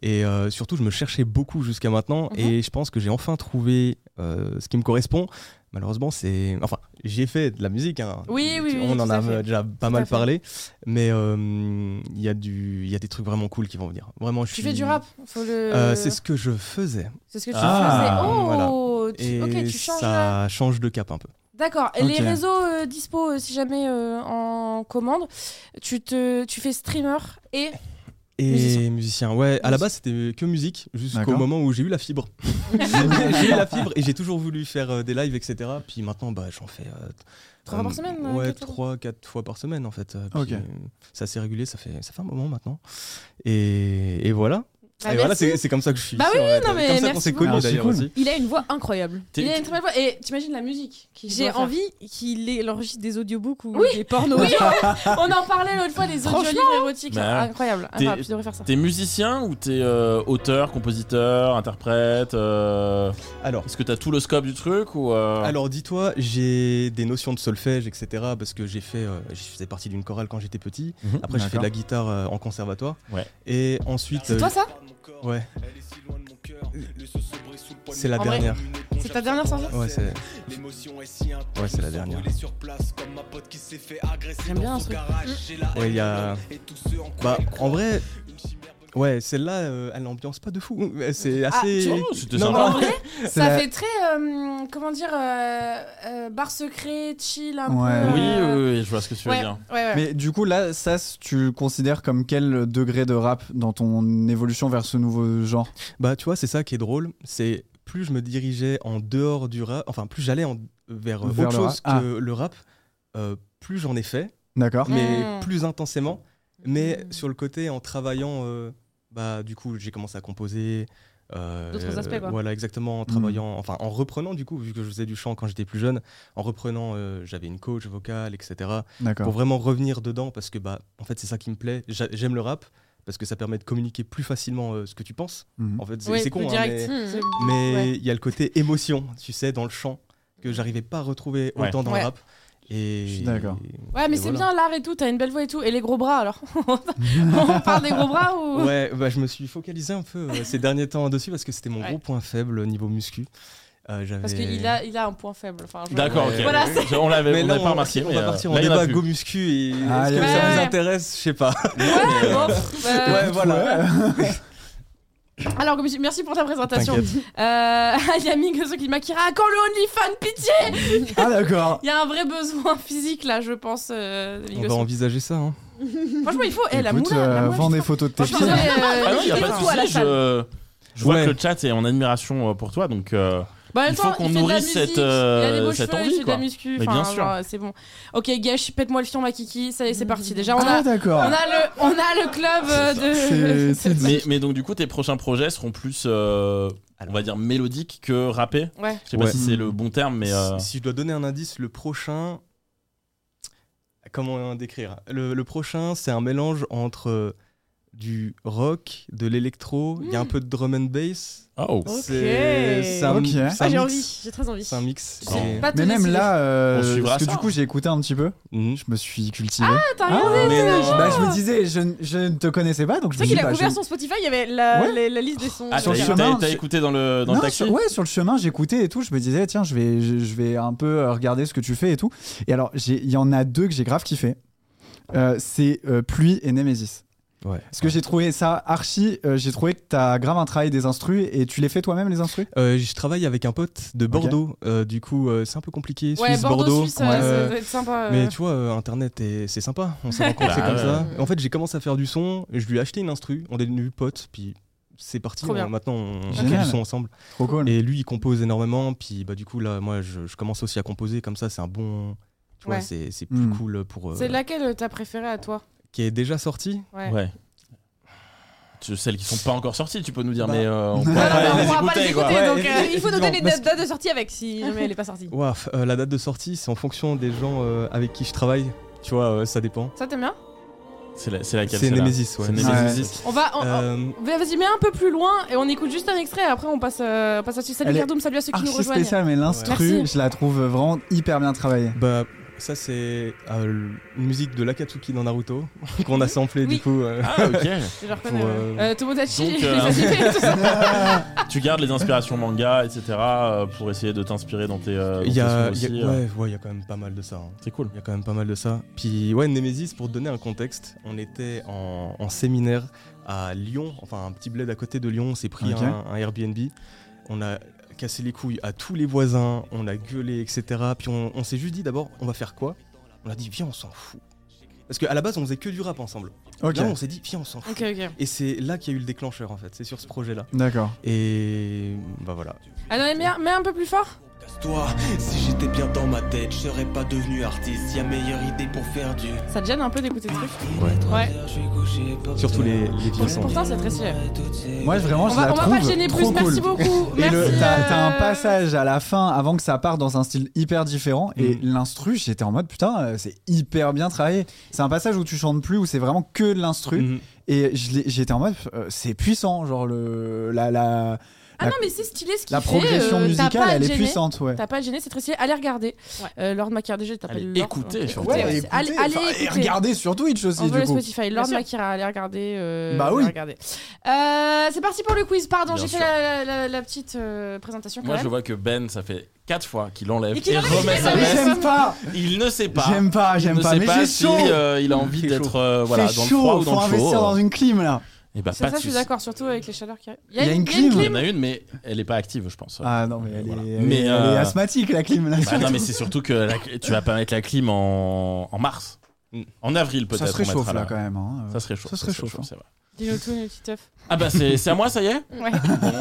Et euh, surtout, je me cherchais beaucoup jusqu'à maintenant,
Mhm.
et je pense que j'ai enfin trouvé euh, ce qui me correspond. Malheureusement, c'est. Enfin, j'ai fait de la musique. hein.
Oui, oui, oui,
On en
tout à fait.
a déjà pas
Tout à
mal
fait.
parlé, mais euh, il y a du, il y a des trucs vraiment cool qui vont venir. Vraiment, je
Tu
suis-
fais du rap. Faut le...
Euh, C'est ce que je faisais.
C'est ce que tu
Ah,
faisais. Oh,
voilà.
tu-
Et
ok, tu changes. là.
ça change de cap un peu.
D'accord. Et Les
Ok.
réseaux euh, dispo, euh, si jamais euh, en commande, tu te, tu fais streamer et
Et
Musicien.
musicien, ouais. À la
Music-
base, c'était que musique jusqu'au
D'accord.
moment où j'ai eu la fibre. j'ai eu la fibre et j'ai toujours voulu faire euh, des lives, etc. Puis maintenant, bah, j'en fais. euh,
Trois
euh,
fois par semaine, euh,
Ouais,
quatre fois
trois, quatre fois par semaine en fait. Euh,
Ah, Ok.
puis, euh, C'est assez régulier, ça fait, ça fait un moment maintenant. Et, et voilà.
Bah,
et voilà,
merci.
c'est c'est comme ça que je suis.
Bah
ici,
oui,
en fait.
non, mais
Comme ça
merci
qu'on s'est
beaucoup.
Ah,
connus
c'est
d'ailleurs
cool.
aussi.
Il a une voix incroyable.
Il a
T'es-
une très belle voix. Et t'imagines la musique qu'il
J'ai
doit faire.
envie qu'il ait- enregistre des audiobooks ou
Oui.
des pornos.
On en parlait l'autre fois des
Franchement.
audiolivres érotiques.
Bah,
incroyable.
t'es-
Incroyable, Tu devrais faire ça.
T'es musicien ou t'es euh, auteur, compositeur, interprète euh,
Alors.
Est-ce que t'as tout le scope du truc ou
Ah.
euh,
Alors dis-toi, j'ai des notions de solfège, etc. Parce que j'ai fait, euh, je faisais partie d'une chorale quand j'étais petit.
Mhm.
Après, j'ai fait de
D'accord.
la guitare euh, en conservatoire.
Ouais.
Et ensuite,
C'est
euh,
toi ça
Ouais. C'est la
En vrai.
dernière.
C'est ta dernière sensation
Ouais, c'est Ouais, c'est la dernière.
J'aime bien un truc.
Ouais, il y a. Bah, en vrai. Ouais, celle-là, euh, elle n'ambiance pas de fou. C'est
Ah,
assez.
Oh, c'était
Non,
sympa.
En vrai,
C'est
ça
la-
fait très, euh, comment dire, euh, euh, bar secret, chill un
Ouais.
peu.
Oui,
euh,
oui, oui, je vois ce que tu veux
ouais,
dire.
ouais, ouais.
Mais du coup, là, Sas, tu le considères comme quel degré de rap dans ton évolution vers ce nouveau genre
Bah, tu vois, c'est ça qui est drôle. C'est plus je me dirigeais en dehors du rap, enfin, plus j'allais en... vers, euh,
Vers
autre
le
chose
rap. Ah.
que le rap, euh, plus j'en ai fait,
D'accord
mais
Hmm.
Mm.
plus intensément. Mais sur le côté, en travaillant, euh, bah, du coup, j'ai commencé à composer. euh,
D'autres aspects, quoi.
Voilà,
Hmm.
exactement, en travaillant, enfin, en reprenant, du coup, vu que je faisais du chant quand j'étais plus jeune, en reprenant, euh, j'avais une coach vocale, etc. pour
D'accord.
vraiment revenir dedans parce que bah en fait c'est ça qui me plaît J'a- j'aime le rap parce que ça permet de communiquer plus facilement euh, ce que tu penses
Mhm.
en fait c'est
Oui,
c'est
plus
con hein,
direct.
mais
C'est-
mais il
Ouais.
y a le côté émotion tu sais dans le chant que j'arrivais pas à retrouver
Ouais.
autant dans
Ouais.
le rap et
Je suis d'accord.
Ouais, mais
et
c'est
voilà.
bien l'art et tout, t'as une belle voix et tout. Et les gros bras alors On parle des gros bras ou
ouais bah, je me suis focalisé un peu euh, ces derniers temps dessus parce que c'était mon
Ouais.
gros point faible au niveau muscu Euh, j'avais-
Parce qu'il a, il a un point faible. Enfin, je-
D'accord,
Ouais.
ok.
Voilà,
Je- on l'avait
mais
on
là,
l'avait pas remarqué.
on
mais,
va
euh,
partir en
là, il y en a
débat
plus.
go muscu et
Ah,
est-ce que
ouais,
ça vous
ouais.
intéresse je sais pas
Ouais, bon, euh,
ouais voilà
Alors, Gomis, merci pour ta présentation.
T'inquiète.
Euh, Yami Gozo qui Makira, quand le OnlyFans, pitié
Ah, d'accord
Il y a un vrai besoin physique là, je pense. euh, Yami
on va
Gozo.
envisager ça hein.
Franchement, il faut. Eh, la
Écoute,
moula, la
euh,
moula,
vends des
putain.
photos de tes
Moi, je suis
pieds.
désolée, euh,
Ah non, il n'y a
il
pas
fait
de
tout à la
souci.
salle.
Je, je vois
Ouais.
que le chat est en admiration euh, pour toi, donc euh,
Bah, en même
Il faut
temps,
qu'on
fait de la
nourrisse
musique,
cette,
il a des beaux
euh, cette
cheveux, il
envie,
fait de la
quoi.
muscu,
Mais
enfin,
bien sûr.
genre, euh, c'est bon. Ok, Gesh, pète-moi le fion, ma kiki, ça y est, c'est parti. Déjà, on a,
Ah,
on, a
d'accord
le, on a le club euh, de.
C'est- c'est dit.
mais, mais donc du coup tes prochains projets seront plus euh, on va dire mélodiques que rappés.
Ouais.
Je sais pas
Ouais.
si c'est le bon terme mais euh,
Si si je dois donner un indice, le prochain. Comment décrire le, le prochain, c'est un mélange entre euh, du rock, de l'électro, il y a un peu de drum and bass.
oh.
Ok.
C'est c'est un,
Ok.
c'est
Ah,
un
Ah, j'ai
mix.
envie, j'ai très envie.
C'est un mix.
sais
et-
Pas te
Mais même
décider.
là, euh,
On suivra
parce que
ça.
du coup, j'ai écouté un petit peu,
Mhm.
je me suis cultivé.
Ah, t'as regardé
mais euh,
euh,
c'est-
non.
bah, je me disais, je, n- je ne te connaissais pas, donc je
Tu
me
sais
dis
qu'il a
bah,
ouvert
je-
son Spotify, il y avait la,
Ouais.
la, la- la liste des sons.
Ah
euh,
Sur le
t'as t'as-
chemin,
t'as
je-
écouté dans le dans
Non,
le taxi.
sur- ouais, sur le chemin, j'écoutais et tout. Je me disais, tiens, je vais, je, je vais un peu euh, regarder ce que tu fais et tout. Et alors, j'ai- il y en a deux que j'ai grave kiffé. Euh, c'est euh, Pluie et Nemesis.
Ouais.
Parce que j'ai trouvé ça archi. euh, j'ai trouvé que t'as grave un travail des instrus et tu les fais toi-même, les instrus
Euh, je travaille avec un pote de Bordeaux, euh, du coup euh, c'est un peu compliqué.
Ouais,
Suisse,
Bordeaux,
Bordeaux.
Suisse,
Ouais.
euh, ça
Euh,
doit être sympa. euh.
Mais tu vois, euh, Internet, est- c'est sympa. On s'est rencontrés
Bah,
comme
ouais.
ça. En fait, j'ai commencé à faire du son. et Je lui ai acheté une instru. On est devenus potes. Puis c'est parti.
Trop
on-
bien.
maintenant, on fait
Génial.
du son ensemble.
Trop cool.
Et lui, il compose énormément. Puis bah, du coup, là, moi, je, je commence aussi à composer. Comme ça, c'est un bon. Tu vois,
Ouais.
c'est c'est plus
Mm.
cool pour. euh,
C'est laquelle euh, t'as préférée à toi
Qui est déjà sorti.
Ouais.
Ouais. Tu- Celles qui sont pas encore sorties, tu peux nous dire,
Bah.
mais euh, on
Non,
pourra
non,
pas
non,
les
on pourra pas
écouter,
les
quoi.
écouter.
Ouais,
donc, euh,
effectivement,
Il faut noter les
parce
dates dates de sortie avec si jamais elle est pas sortie.
Ouah, f- euh, la date de sortie, c'est en fonction des gens euh, avec qui je travaille. Tu vois, euh, ça dépend.
Ça t'aimes bien
C'est la- c'est laquelle
C'est
celle-là
Nemesis, ouais.
C'est Nemesis.
On va. on-
Euh,
on- Vas-y, mets un peu plus loin et on écoute juste un extrait. Après, on passe, euh, on passe là-dessus. Salut
Elle est
Cardoum, salut à ceux qui nous
Archi
rejoignent.
spécial, mais l'instru,
Merci.
je la trouve vraiment hyper bien travaillée.
Bah, ça, c'est euh, une musique de l'Akatsuki dans Naruto. Qu'on a samplé,
Oui.
du coup. euh,
Ah, ok.
Je le
pour,
reconnais. ouais.
euh,
Euh, Tomodachi,
Donc,
les
euh,
animés, tout ça.
tu gardes les inspirations manga, etc. euh, pour essayer de t'inspirer dans tes. euh, dans
Il y a,
tes
il
sons
y a-
aussi, euh.
ouais, ouais, il y a quand même pas mal de ça. hein.
C'est cool.
Il y a quand même pas mal de ça. Puis, ouais, Nemesis, pour te donner un contexte, on était en, en séminaire à Lyon, enfin un petit bled à côté de Lyon, on s'est pris
Ok.
un, un Airbnb. On a cassé les couilles à tous les voisins, on a gueulé, etc. Puis on, on s'est juste dit d'abord, on va faire quoi On a dit, viens, on s'en fout. Parce qu'à la base, on faisait que du rap ensemble.
Ok,
Là, on s'est dit, viens, on s'en fout.
Ok, ok.
Et c'est là qu'il y a eu le déclencheur, en fait. C'est sur ce projet-là.
d'accord.
Et bah voilà.
Attendez, Ah mets, mets un peu plus fort.
Casse-toi, si j'étais bien dans ma tête, je serais pas devenu artiste. Y'a meilleure idée pour faire du.
Ça te gêne un peu d'écouter le truc.
Ouais. Je suis couché, pas
Surtout les, les vieux sons.
Pourtant, c'est très stylé.
Moi, vraiment,
On
je
va,
la
on va
trouve
pas te gêner
trop
plus.
cool.
Merci beaucoup.
Et
Merci.
le- t'as
euh,
t'as un passage à la fin avant que ça parte dans un style hyper différent et
Mm.
l'instru j'étais en mode putain euh, c'est hyper bien travaillé c'est un passage où tu chantes plus où c'est vraiment que de l'instru
Mhm.
et je l'ai- j'étais en mode euh, c'est puissant genre le la, la
Ah
La-
non, mais c'est stylé ce qu'il
La
fait,
progression
euh, t'as pas
musicale,
à
elle
te
est
gêner.
puissante, ouais.
T'as pas à te gêner, c'est très stylé. Allez regarder.
Ouais.
Euh, Lord Macarena, déjà, il t'appelle
Allez,
Lord.
écoutez,
Écoutez,
surtout.
Ouais,
ouais,
et
c'est- allez,
écoutez,
allez
enfin, et
écouter.
regardez sur Twitch
On
aussi,
veut
du
le
coup.
Spotify. Lord
sûr.
Makira, allez regarder. euh,
Bah
allez
oui.
regarder. Euh, c'est parti pour le quiz. Pardon,
Bien
j'ai fait
sûr.
la, la- la- la petite euh, présentation quand
Moi,
même.
je vois que Ben, ça fait 4 fois qu'il enlève
Et qu'il enlève,
remet
il
sa
enlève.
veste.
J'aime pas,
Il ne sait pas.
j'aime pas,
Il
j'aime
Bah, ne
pas,
sait
mais
pas
j'ai
si
chaud.
euh, il a envie
Fait
d'être euh, voilà,
Fait
dans le
chaud,
froid ou dans
faut
le chaud. euh.
investir dans une clim là.
Et bah,
C'est
pas
ça,
de
je suis
soucis.
d'accord, surtout avec les chaleurs qu'il y a.
Il y a une clim.
Il y en a une, mais elle est pas active, je pense.
Ah non, mais elle,
Voilà.
est,
Mais,
elle est
euh,
asthmatique la clim là.
Bah non, mais c'est surtout que la cl- tu vas pas mettre la clim en, en mars. En avril,
ça
peut-être.
se
on mettra
réchauffe là
la-
quand même. hein.
Ça se réchauffe.
Ça se réchauffe, hein.
c'est vrai.
Dis-nous tout, une petite œuf.
Ah bah, c'est c'est à moi, ça y est
Ouais.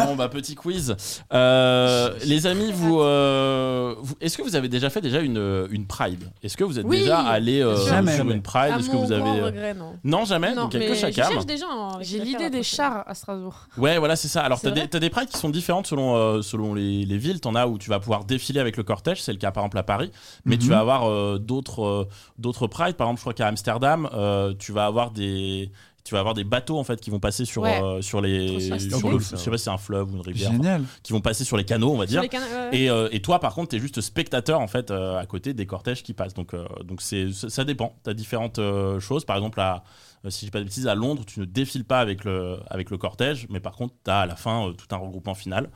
Bon, bah, petit quiz. Euh, les amis, vous, euh, vous- est-ce que vous avez déjà fait déjà une, euh, une Pride Est-ce que vous êtes
Oui,
déjà allé euh,
bien sûr.
Jamais,
sur
jamais.
une Pride
À
Est-ce que
mon
vous avez euh,
grand regret, non.
non jamais
Non,
Donc,
mais
quelques
je
chacun.
cherche des gens. avec
J'ai
lesquels
l'idée des
approcher.
chars à Strasbourg.
Ouais, voilà, c'est ça. Alors,
C'est
t'as des,
vrai
t'as des prides qui sont différentes selon, euh, selon les, les villes. T'en as où tu vas pouvoir défiler avec le cortège, c'est le cas par exemple à Paris. Mais
Mhm.
tu vas avoir euh, d'autres euh, d'autres prides. Par exemple, je crois qu'à Amsterdam, euh, tu vas avoir des. Tu vas avoir des bateaux en fait qui vont passer sur
Ouais.
euh, sur les
Trop stylé.
sur
Cool,
le,
ça.
je sais pas si c'est un fleuve ou une rivière
Génial.
qui vont passer sur les canaux on va dire
Sur les cana- euh,
et, euh, et toi par contre t'es juste spectateur en fait euh, à côté des cortèges qui passent donc euh, donc c'est ça ça dépend t'as différentes euh, choses par exemple à euh, si je dis pas de bêtises, à Londres, tu ne défiles pas avec le, avec le cortège, mais par contre, tu as à la fin euh, tout un regroupement final.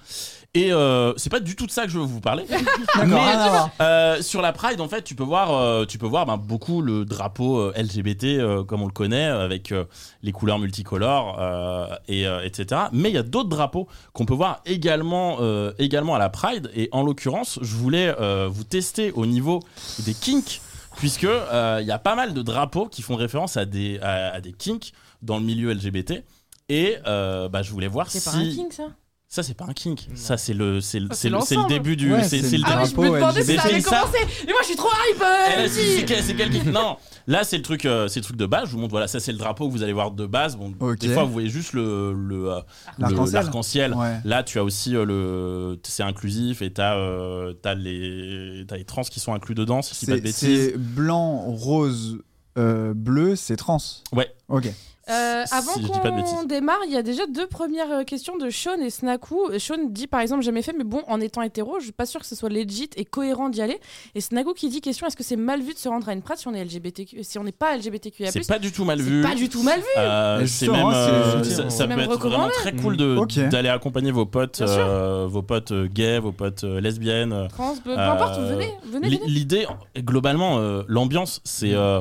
Et euh, c'est pas du tout de ça que je veux vous parler.
D'accord, rien à voir.
Euh, sur la Pride, en fait, tu peux voir, euh, tu peux voir ben, beaucoup le drapeau euh, LGBT euh, comme on le connaît, euh, avec euh, les couleurs multicolores euh, et euh, etc. Mais il y a d'autres drapeaux qu'on peut voir également, euh, également à la Pride. Et en l'occurrence, je voulais euh, vous tester au niveau des kinks, puisque euh, il y a pas mal de drapeaux qui font référence à des à, à des kinks dans le milieu LGBT. Et euh, bah, je voulais voir
C'est
si
pas un king, ça
ça c'est pas un kink, ça c'est le c'est le
Ça,
c'est
c'est
le- c'est le
l'ensemble.
début du
Ouais,
c'est c'est le
Ah
début.
oui, je me demandais
Mais
si ça avait
c'est ça.
commencé Mais moi, je suis trop hype euh,
ben,
Eh, là,
si.
c'est- c'est quel- c'est quel kick Non, là c'est le truc, euh, c'est le truc de base. Je vous montre, voilà, ça c'est le drapeau que vous allez voir de base. Bon,
Ok.
des fois vous voyez juste le le, euh, le-
L'arc-en-ciel.
l'arc-en-ciel.
Ouais.
Là, tu as aussi euh, le, c'est inclusif et t'as euh, t'as les t'as les trans qui sont inclus dedans, si je dis pas de
C'est
bêtises.
c'est blanc, rose, euh, bleu, c'est trans.
Ouais.
Ok.
Euh,
Si
avant
je dis pas de
qu'on
bêtises.
démarre, il y a déjà deux premières euh, questions de Sean et Snaku. Euh, Sean dit par exemple jamais fait, mais bon, en étant hétéro, je suis pas sûr que ce soit legit et cohérent d'y aller. Et Snaku qui dit question est-ce que c'est mal vu de se rendre à une prate si on est LGBTQ, si on n'est pas LGBTQIA+,
C'est
c'est
pas du tout mal vu.
pas du tout mal vu.
Euh,
Mais
c'est même
justement, c'est-
euh,
je veux
ça,
dire,
ça
c'est
peut
même
être vraiment
recommandé.
très cool de
Ok.
d'aller accompagner vos potes
Bien sûr.
euh, vos potes euh, gays, vos potes euh, lesbiennes. euh,
Trans, peu, peu
Euh,
importe, venez, venez,
L-
venez.
L'idée, globalement, euh, l'ambiance, c'est euh,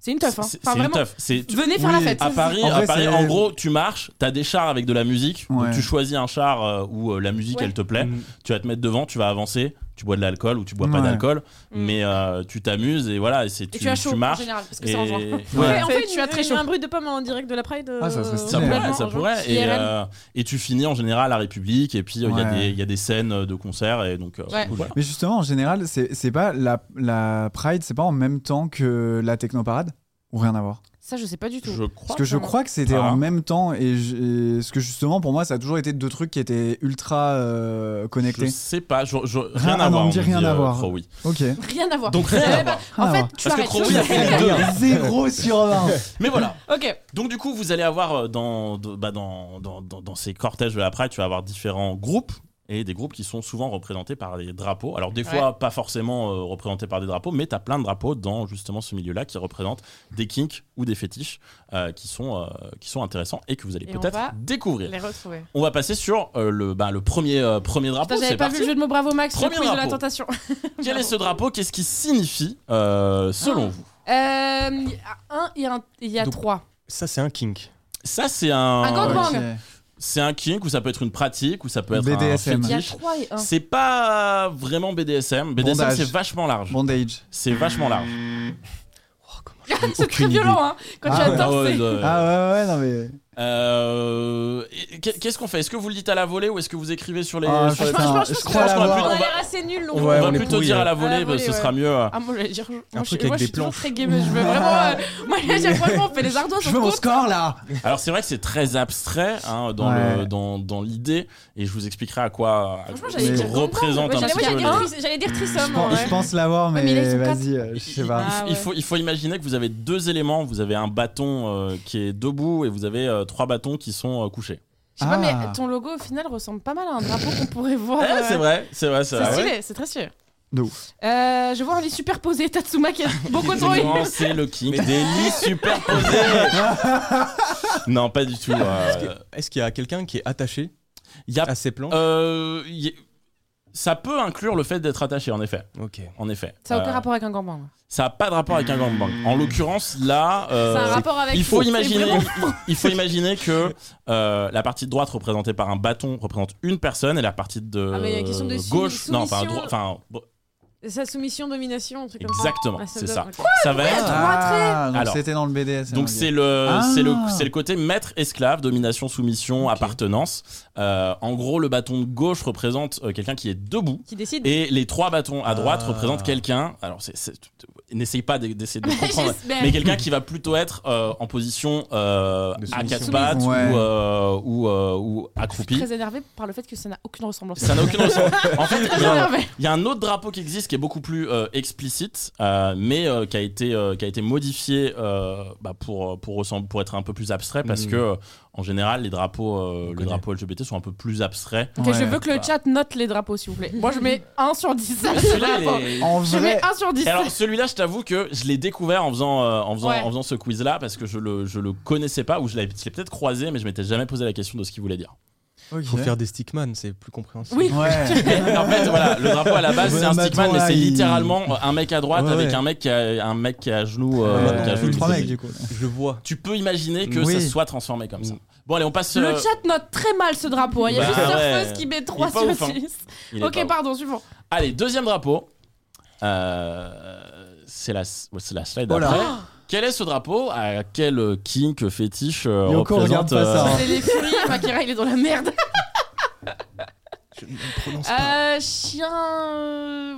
C'est une
c'est
teuf, hein.
c'est
Enfin,
une
vraiment,
teuf. C'est- tu-
venez faire
Oui,
la fête.
À Paris,
En
en,
vrai,
Paris,
c'est-
en gros, tu marches, t'as des chars avec de la musique. donc
Ouais.
tu choisis un char euh, où euh, la musique,
Ouais.
elle te plaît.
Mm.
Tu vas te mettre devant, tu vas avancer. Tu bois de l'alcool ou tu bois pas
Ouais.
d'alcool,
Mm.
mais euh, tu t'amuses et voilà, et c'est
Et tu as chaud en
marches.
général, parce que
Et...
c'est en juin.
Ouais,
Ouais.
en
C'est-
fait,
tu as très
une-
chaud.
Un bruit de pomme en direct de la Pride.
Ah, ça serait
euh,
stylé.
Ça pourrait,
Complètement,
ça
en
pourrait.
juin.
Et,
IRL.
euh, et tu finis en général à la République, et puis euh, il y, a
Ouais.
des- y a des scènes de concerts, et donc euh,
Ouais.
cool, voilà.
Mais justement, en général, c'est c'est pas la, la Pride, c'est pas en même temps que la Technoparade ou rien à voir.
Ça, je sais pas du tout.
Je crois.
Parce que je
Enfin,
crois que c'était
Ah.
en même temps et, je- et parce que justement pour moi ça a toujours été deux trucs qui étaient ultra euh,
Je
connectés.
sais pas, je- je-
Ah
rien
non,
à voir.
on dit rien à
euh,
voir.
Crowe, oui.
Ok.
Rien à voir.
Donc rien à
Eh ben,
voir.
Ah,
En fait,
bon.
tu
Parce que
arrêtes.
Crowe, il a fait les deux.
0 sur 20.
Mais voilà.
Ok.
Donc du coup, vous allez avoir euh, dans, de- bah, dans, dans, dans- dans ces cortèges de la Pride, tu vas avoir différents groupes et des groupes qui sont souvent représentés par des drapeaux. Alors des fois, pas forcément euh, représentés par des drapeaux, mais tu as plein de drapeaux dans justement ce milieu-là qui représentent des kinks ou des fétiches euh, qui, sont, euh, qui sont intéressants et que vous allez
Et on
peut-être
va
découvrir.
Les retrouver.
On va passer sur euh, le, bah, le premier, euh, premier drapeau.
Putain,
C'est
j'avais pas vu
parti.
le jeu de mots Bravo Max, le
Premier
quiz de la
drapeau.
tentation.
Quel est ce drapeau Qu'est-ce qu'il signifie euh, selon
Ah.
vous
Euh, Il y a un et un- il y a
Donc,
trois.
Ça, c'est un kink.
Ça, c'est
Un
un,
gangbang.
c'est un kink ou ça peut être une pratique ou ça peut être
BDSM.
un
Il y a
fétiche.
trois et un.
C'est pas vraiment BDSM. BDSM,
Bondage.
c'est vachement large.
Bondage.
C'est vachement large.
c'est très violent, hein. Quand tu
Ah ouais.
attends,
Ah ouais,
c'est.
ouais.
Ah ouais ouais non mais
Euh, et qu'est- Qu'est-ce qu'on fait Est-ce que vous le dites à la volée ou est-ce que vous écrivez sur les.
Ah,
sur les-
putain,
franchement, je pense
je
que-
crois
je pense qu'on a
On
plus
l'avoir.
a
va-
l'air assez nul.
On
Ouais,
va
on est
plutôt
pourris,
dire
hein.
à la
À
volée,
la
parce que ce
volée,
sera mieux. euh.
Ah, moi, j'allais dire. Moi, je,
truc
moi,
avec
je
des
suis toujours
planches.
très gameuse. Je veux vraiment. euh, moi, à chaque fois, on fait les ardoises,
Je
on
veux mon
compte.
score là.
Alors, c'est vrai que c'est très abstrait hein, dans
Ouais.
le- dans- dans l'idée et je vous expliquerai à quoi à
Franchement,
quoi
j'allais
ça
dire
représente un
J'allais
petit peu.
moi, j'allais
les-
dire tris- j'allais dire
Je
Trissom. en
pense,
vrai.
je pense l'avoir mais,
mais là, ils sont
vas-y euh, je sais pas.
Il,
Ah
il
ouais.
faut, il faut imaginer que vous avez deux éléments. Vous avez un bâton euh, qui est debout et vous avez euh, trois bâtons qui sont euh, couchés.
Je sais pas,
Ah.
mais ton logo au final ressemble pas mal à un drapeau qu'on pourrait voir.
Eh,
euh,
c'est vrai, c'est vrai, c'est
C'est
vrai.
stylé, c'est très stylé.
De ouf.
Euh, je vois un lit superposé, Tatsuma qui a beaucoup de bruit.
Effectivement, c'est le king des lits superposés.
Ah.
non, pas du tout. euh,
Est-ce qu'il y a quelqu'un qui est attaché
Il y a
à ces plans
Euh, y- Ça peut inclure le fait d'être attaché, en effet.
Ok.
En effet.
Ça n'a aucun
Euh,
rapport avec un gambang.
Ça a pas de rapport avec un gangbang. En l'occurrence, là, euh,
C'est un rapport avec.
il faut
c'est
imaginer,
vraiment-
il- il faut imaginer que euh, la partie de droite représentée par un bâton représente une personne et la partie de
Ah, mais il y a une question de sou-
gauche, non, enfin,
soumission.
droite- enfin, bon,
Sa soumission, domination, un truc comme ça.
exactement,
Ah,
c'est
doit-
ça.
ok.
Ça va être
Ah, donc
Alors.
c'était dans le BDS.
Donc c'est le,
Ah.
c'est le, c'est le côté maître esclave, domination, soumission, appartenance. Euh, en gros, le bâton de gauche représente euh, quelqu'un qui est debout.
Qui décide
Et les trois bâtons à droite
Ah.
représentent quelqu'un. Alors, c'est- c'est- n'essaye pas d'e- d'essayer de comprendre,
J'espère.
mais quelqu'un qui va plutôt être euh, en position euh,
De
à
soumission.
quatre pattes
Ouais.
ou, euh, ou, euh, ou
Je suis
accroupi.
très énervé par le fait que ça n'a aucune ressemblance.
Ça n'a aucune ressemblance. En fait, il y a-
énervé.
il y a un autre drapeau qui existe qui est beaucoup plus euh, explicite, euh, mais euh, qui a été euh, qui a été modifié euh, bah, pour euh, pour ressembler, pour être un peu plus abstrait parce
Mhm.
que euh, en général les drapeaux euh, les
connaît.
drapeaux LGBT sont un peu plus abstraits.
Ok, je veux que
Bah.
le chat note les drapeaux, s'il vous plaît. Moi, je mets 1 sur 10.
Celui-là, il est-
En
Je mets
vrai,
1 sur 10.
Et Alors celui-là, je t'avoue que je l'ai découvert en faisant euh, en faisant
Ouais.
en faisant ce quiz là parce que je le je le connaissais pas ou je l'avais je l'ai peut-être croisé mais je m'étais jamais posé la question de ce qu'il voulait dire.
Ok.
Faut faire des stickman, c'est plus compréhensible.
Oui.
Ouais.
Mais en fait, voilà, le drapeau à la base,
Le
c'est un
bonhomme
stickman,
bâton,
mais
là,
c'est
il-
littéralement euh, un mec à droite
Ouais,
avec
ouais.
un mec qui a, un mec qui est à genoux. euh,
Euh,
qui a
plus
ouais,
joué
de
le
trois
musique.
mecs du coup.
Je vois.
Tu peux imaginer que
Oui.
ça soit transformé comme ça.
Mm.
Bon, allez, on passe.
Le
euh,
chat note très mal ce drapeau. hein. Il y a
Bah
juste Surfeuse
ouais.
qui met 3
Il est pas ouf,
sur
hein.
10.
il est pas
Ok,
bon.
pardon, suivant.
Allez, deuxième drapeau. Euh, c'est la, ouais, c'est la slide
Oh là.
après. Quel est ce drapeau À quel kink fétiche euh,
Yoko,
représente euh,
regarde pas ça, hein.
C'est les furies, Makira, il est dans la merde.
Je ne prononce pas.
Euh, chien. euh,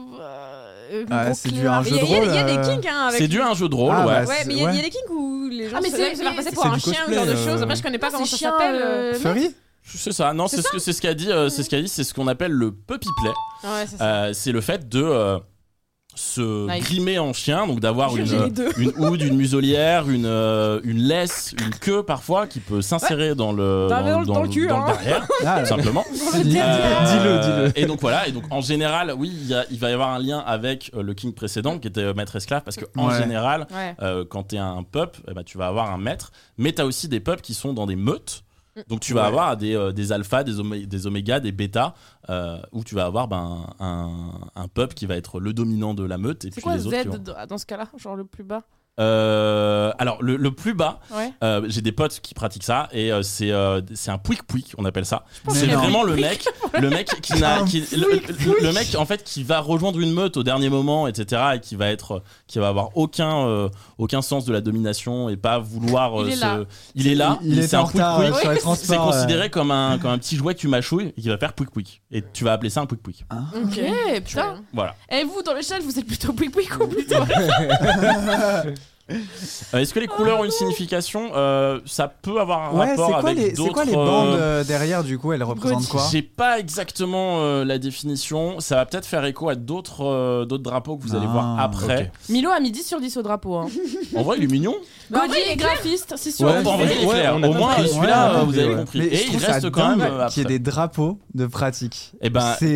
euh,
Ah,
gros
c'est
clé-
du un
Mais
jeu
Il y, a- il y a- il y a
de
des
rôle, euh,
kinks, hein, avec.
C'est dû à un jeu de rôle,
Ah,
ouais.
bah,
Ouais, mais il y, a il y a des kinks où les gens
Ah, mais
se
c'est-
lèvent, se faire passer
c'est
pour
du
un chien ou ce
cosplay,
genre de
euh.
choses. Après, je connais pas
Non,
comment
Ah, c'est
ça
chien,
s'appelle.
euh,
Furry
C'est ça. Non, c'est ce que c'est ce qu'a dit. euh, c'est ce qu'a dit. C'est ce qu'on appelle le puppy play.
Ouais, c'est ça.
Euh, c'est le fait de euh, se
Nice.
grimer en chien, donc d'avoir
J'ai
une, euh,
les deux.
une houde, une muselière, une, euh, une laisse, une queue parfois qui peut s'insérer dans le
Dans- dans le- dans le cul, hein.
derrière,
Ah,
tout simplement.
c'est dit.
Euh,
Dis-le, dis-le.
Et donc voilà, et donc en général, oui, il, y a- il va y avoir un lien avec euh, le king précédent qui était euh, maître esclave parce que en
Ouais.
général,
Ouais.
euh, quand t'es un pup, eh ben, tu vas avoir un maître, mais t'as aussi des pups qui sont dans des meutes. Donc tu vas
Ouais.
avoir des, euh, des alphas, des, omé- des omégas, des bêtas, euh, où tu vas avoir ben, un, un pup qui va être le dominant de la meute et
C'est
puis
quoi
les
Z
autres. qui vont-
dans- dans ce cas-là Genre le plus bas
Euh, alors le, le plus bas,
Ouais.
euh, j'ai des potes qui pratiquent ça et euh, c'est euh, c'est un pouic pouic, on appelle ça.
pense
C'est
qu'il y a
vraiment le mec, le mec qui n'a,
Un
qui- le, le- le mec en fait qui va rejoindre une meute au dernier moment, etc. et qui va être, qui va avoir aucun, euh, aucun sens de la domination et pas vouloir. euh,
Il est
se-
là.
il est là.
Il
c'est
est en
un pouic
retard euh,
pouic.
sur les
C'est
transports.
considéré comme un, comme un petit jouet que tu mâchouilles et qui va faire pouic pouic. Et tu vas appeler ça un pouic pouic.
Ok, putain.
Voilà.
Et vous, dans le chat, vous êtes plutôt pouic pouic ou plutôt.
Euh, Est-ce que les couleurs ont une signification Euh, Ça peut avoir un
Oh Ouais, c'est
rapport
quoi,
avec
les, c'est
d'autres.
quoi les bandes euh, derrière du coup Elles représentent quoi
J'ai pas exactement euh, la définition. Ça va peut-être faire écho à d'autres euh, d'autres drapeaux que vous allez
Ah,
voir après.
Milo a mis 10 sur 10 au drapeau. Hein.
En vrai, il est mignon.
Bah, en
Gaudi
vrai, il
est
est
graphiste, c'est sûr.
Ouais,
Ouais,
en vrai, il est
ouais,
clair.
on a
Au moins, euh,
compris.
celui-là,
Ouais, on a
vous avez
compris, ouais.
Mais
compris. Et
je
il
trouve ça
reste quand même.
dingue
euh,
qu'il y
après.
ait des drapeaux de pratique.
Eh ben,
c'est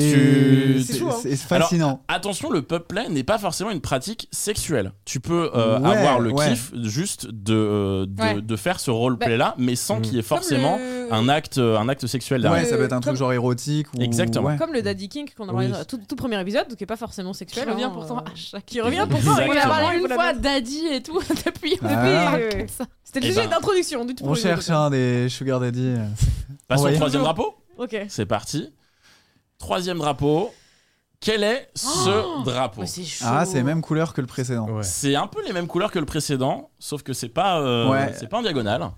c'est-
tu-
c'est chaud, hein.
c'est fascinant.
Attention, le peuple n'est pas forcément une pratique sexuelle. Tu peux euh,
Ouais,
avoir le
ouais.
kiff juste de, de,
Ouais. Bah,
de faire ce roleplay-là, mais sans
Mm.
qu'il y ait forcément un, acte, euh, un acte sexuel derrière.
ouais, ça peut être un
Comme-
truc genre érotique ou.
Exactement.
ouais.
Comme le Daddy Kink qu'on a parlé
Oui.
dans le tout, tout premier épisode, donc qui est pas forcément
Qui
sexuel.
revient
hein,
pourtant
euh,
à chaque.
Qui revient pourtant
On
régulièrement,
a parlé
il faut
une
la
fois
mettre.
d'Addy et tout depuis.
Ah.
depuis, euh, ça.
C'était le
Eh
sujet
ben,
d'introduction du tout
On
premier
cherche
épisode.
un des Sugar Daddy. euh.
Passons au
Ouais.
troisième drapeau.
Ok.
C'est parti. Troisième drapeau. Quel est ce drapeau
Oh, c'est chaud.
Ah, c'est les mêmes couleurs que le précédent.
Ouais.
C'est un peu les mêmes couleurs que le précédent, sauf que c'est pas, euh,
Ouais.
c'est pas en diagonale.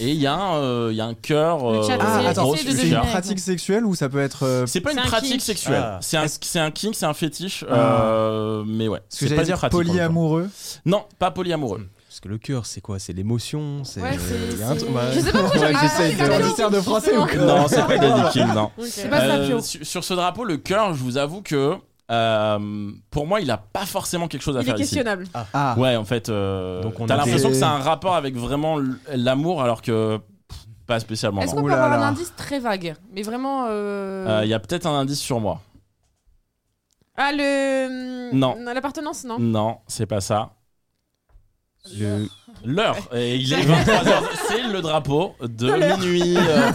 Et il y, a un, euh, il y a un cœur. euh,
Le chat,
Ah,
C'est-
attends,
c'est
c'est
de
une
devenir-
pratique sexuelle ou ça peut être. euh,
C'est pas une
C'est un
pratique
kink.
sexuelle.
Ah.
C'est un,
Est-ce-
c'est un kink, c'est un fétiche. euh, mais ouais.
Ce
C'est
que
pas
j'allais
une
dire,
pratique, en tout cas.
polyamoureux.
Non, pas polyamoureux.
Parce que le cœur, c'est quoi C'est l'émotion c'est...
Euh,
Ouais, c'est-
il y a un
c'est-
truc- bah,
Je sais pas pourquoi
Ouais,
j'ai
j'essaye
Ah,
de.
c'est
Ministère de français ou quoi
Non, c'est pas Daddy King, non.
ok.
C'est pas
Euh,
Sapio.
su- sur ce drapeau, le cœur, je vous avoue que euh, pour moi, il a pas forcément quelque chose à
Il est
faire ici.
questionnable.
Ah,
Ouais, en fait, euh,
Donc on
t'as
a
l'impression
des-
que ça a un rapport avec vraiment l- l'amour, alors que pff, Pas spécialement.
Est-ce
non.
qu'on peut
Oh là
avoir un
là.
indice très vague Mais vraiment. euh,
Euh, Il y a peut-être un indice sur moi.
Ah,
hum,
le.
Non.
L'appartenance,
Oh.
non.
Non, c'est pas ça. L'heure. Et il est 23h. C'est le drapeau de minuit. euh.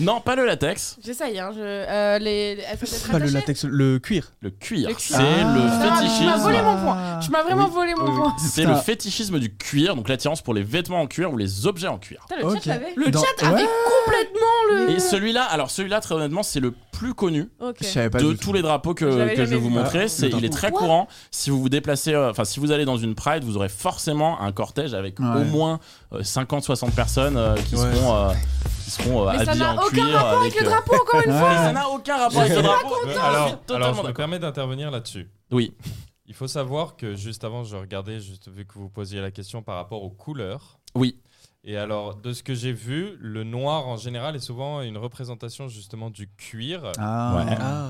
Non, pas le latex.
J'essaye, hein. Je... euh, les... les- Elles peuvent être
Pas le
attachées
latex, le cuir.
Le cuir.
Le
C'est
cuir.
Ah.
le
tu m'as volé
fétichisme.
mon point. Tu m'as vraiment
Oui.
volé mon
Oui, oui.
point.
C'est
Putain.
le fétichisme du cuir, donc l'attirance pour les vêtements en cuir ou les objets en cuir.
Putain, le
Ok.
chat l'avait.
Le
Dans-
chat avait
Ouais.
complètement le.
Et celui-là, alors celui-là, très honnêtement, c'est le plus connu
Ok.
Je savais pas
de
du tout.
tous les drapeaux que,
Je l'avais
que
jamais
je vais vous
vu.
montrer.
Ah,
C'est, il est très
Quoi
courant. Si vous vous déplacez, euh, enfin, si vous allez dans une Pride, vous aurez forcément un cortège avec
Ouais.
au moins 50-60 personnes euh, qui
Ouais.
seront, euh, qui seront euh,
Mais ça
habillées
n'a
en
aucun
cuir.
rapport avec le
euh,
drapeau, encore une
Ouais.
fois.
Mais ça n'a aucun rapport avec le drapeau. Je suis
alors, alors,
totalement
je me
d'accord.
permets d'intervenir là-dessus.
Oui.
Il faut savoir que juste avant, je regardais, juste vu que vous posiez la question par rapport aux couleurs.
Oui.
Et alors, de ce que j'ai vu, le noir en général est souvent une représentation justement du cuir
Ah.
Ouais.
Ah.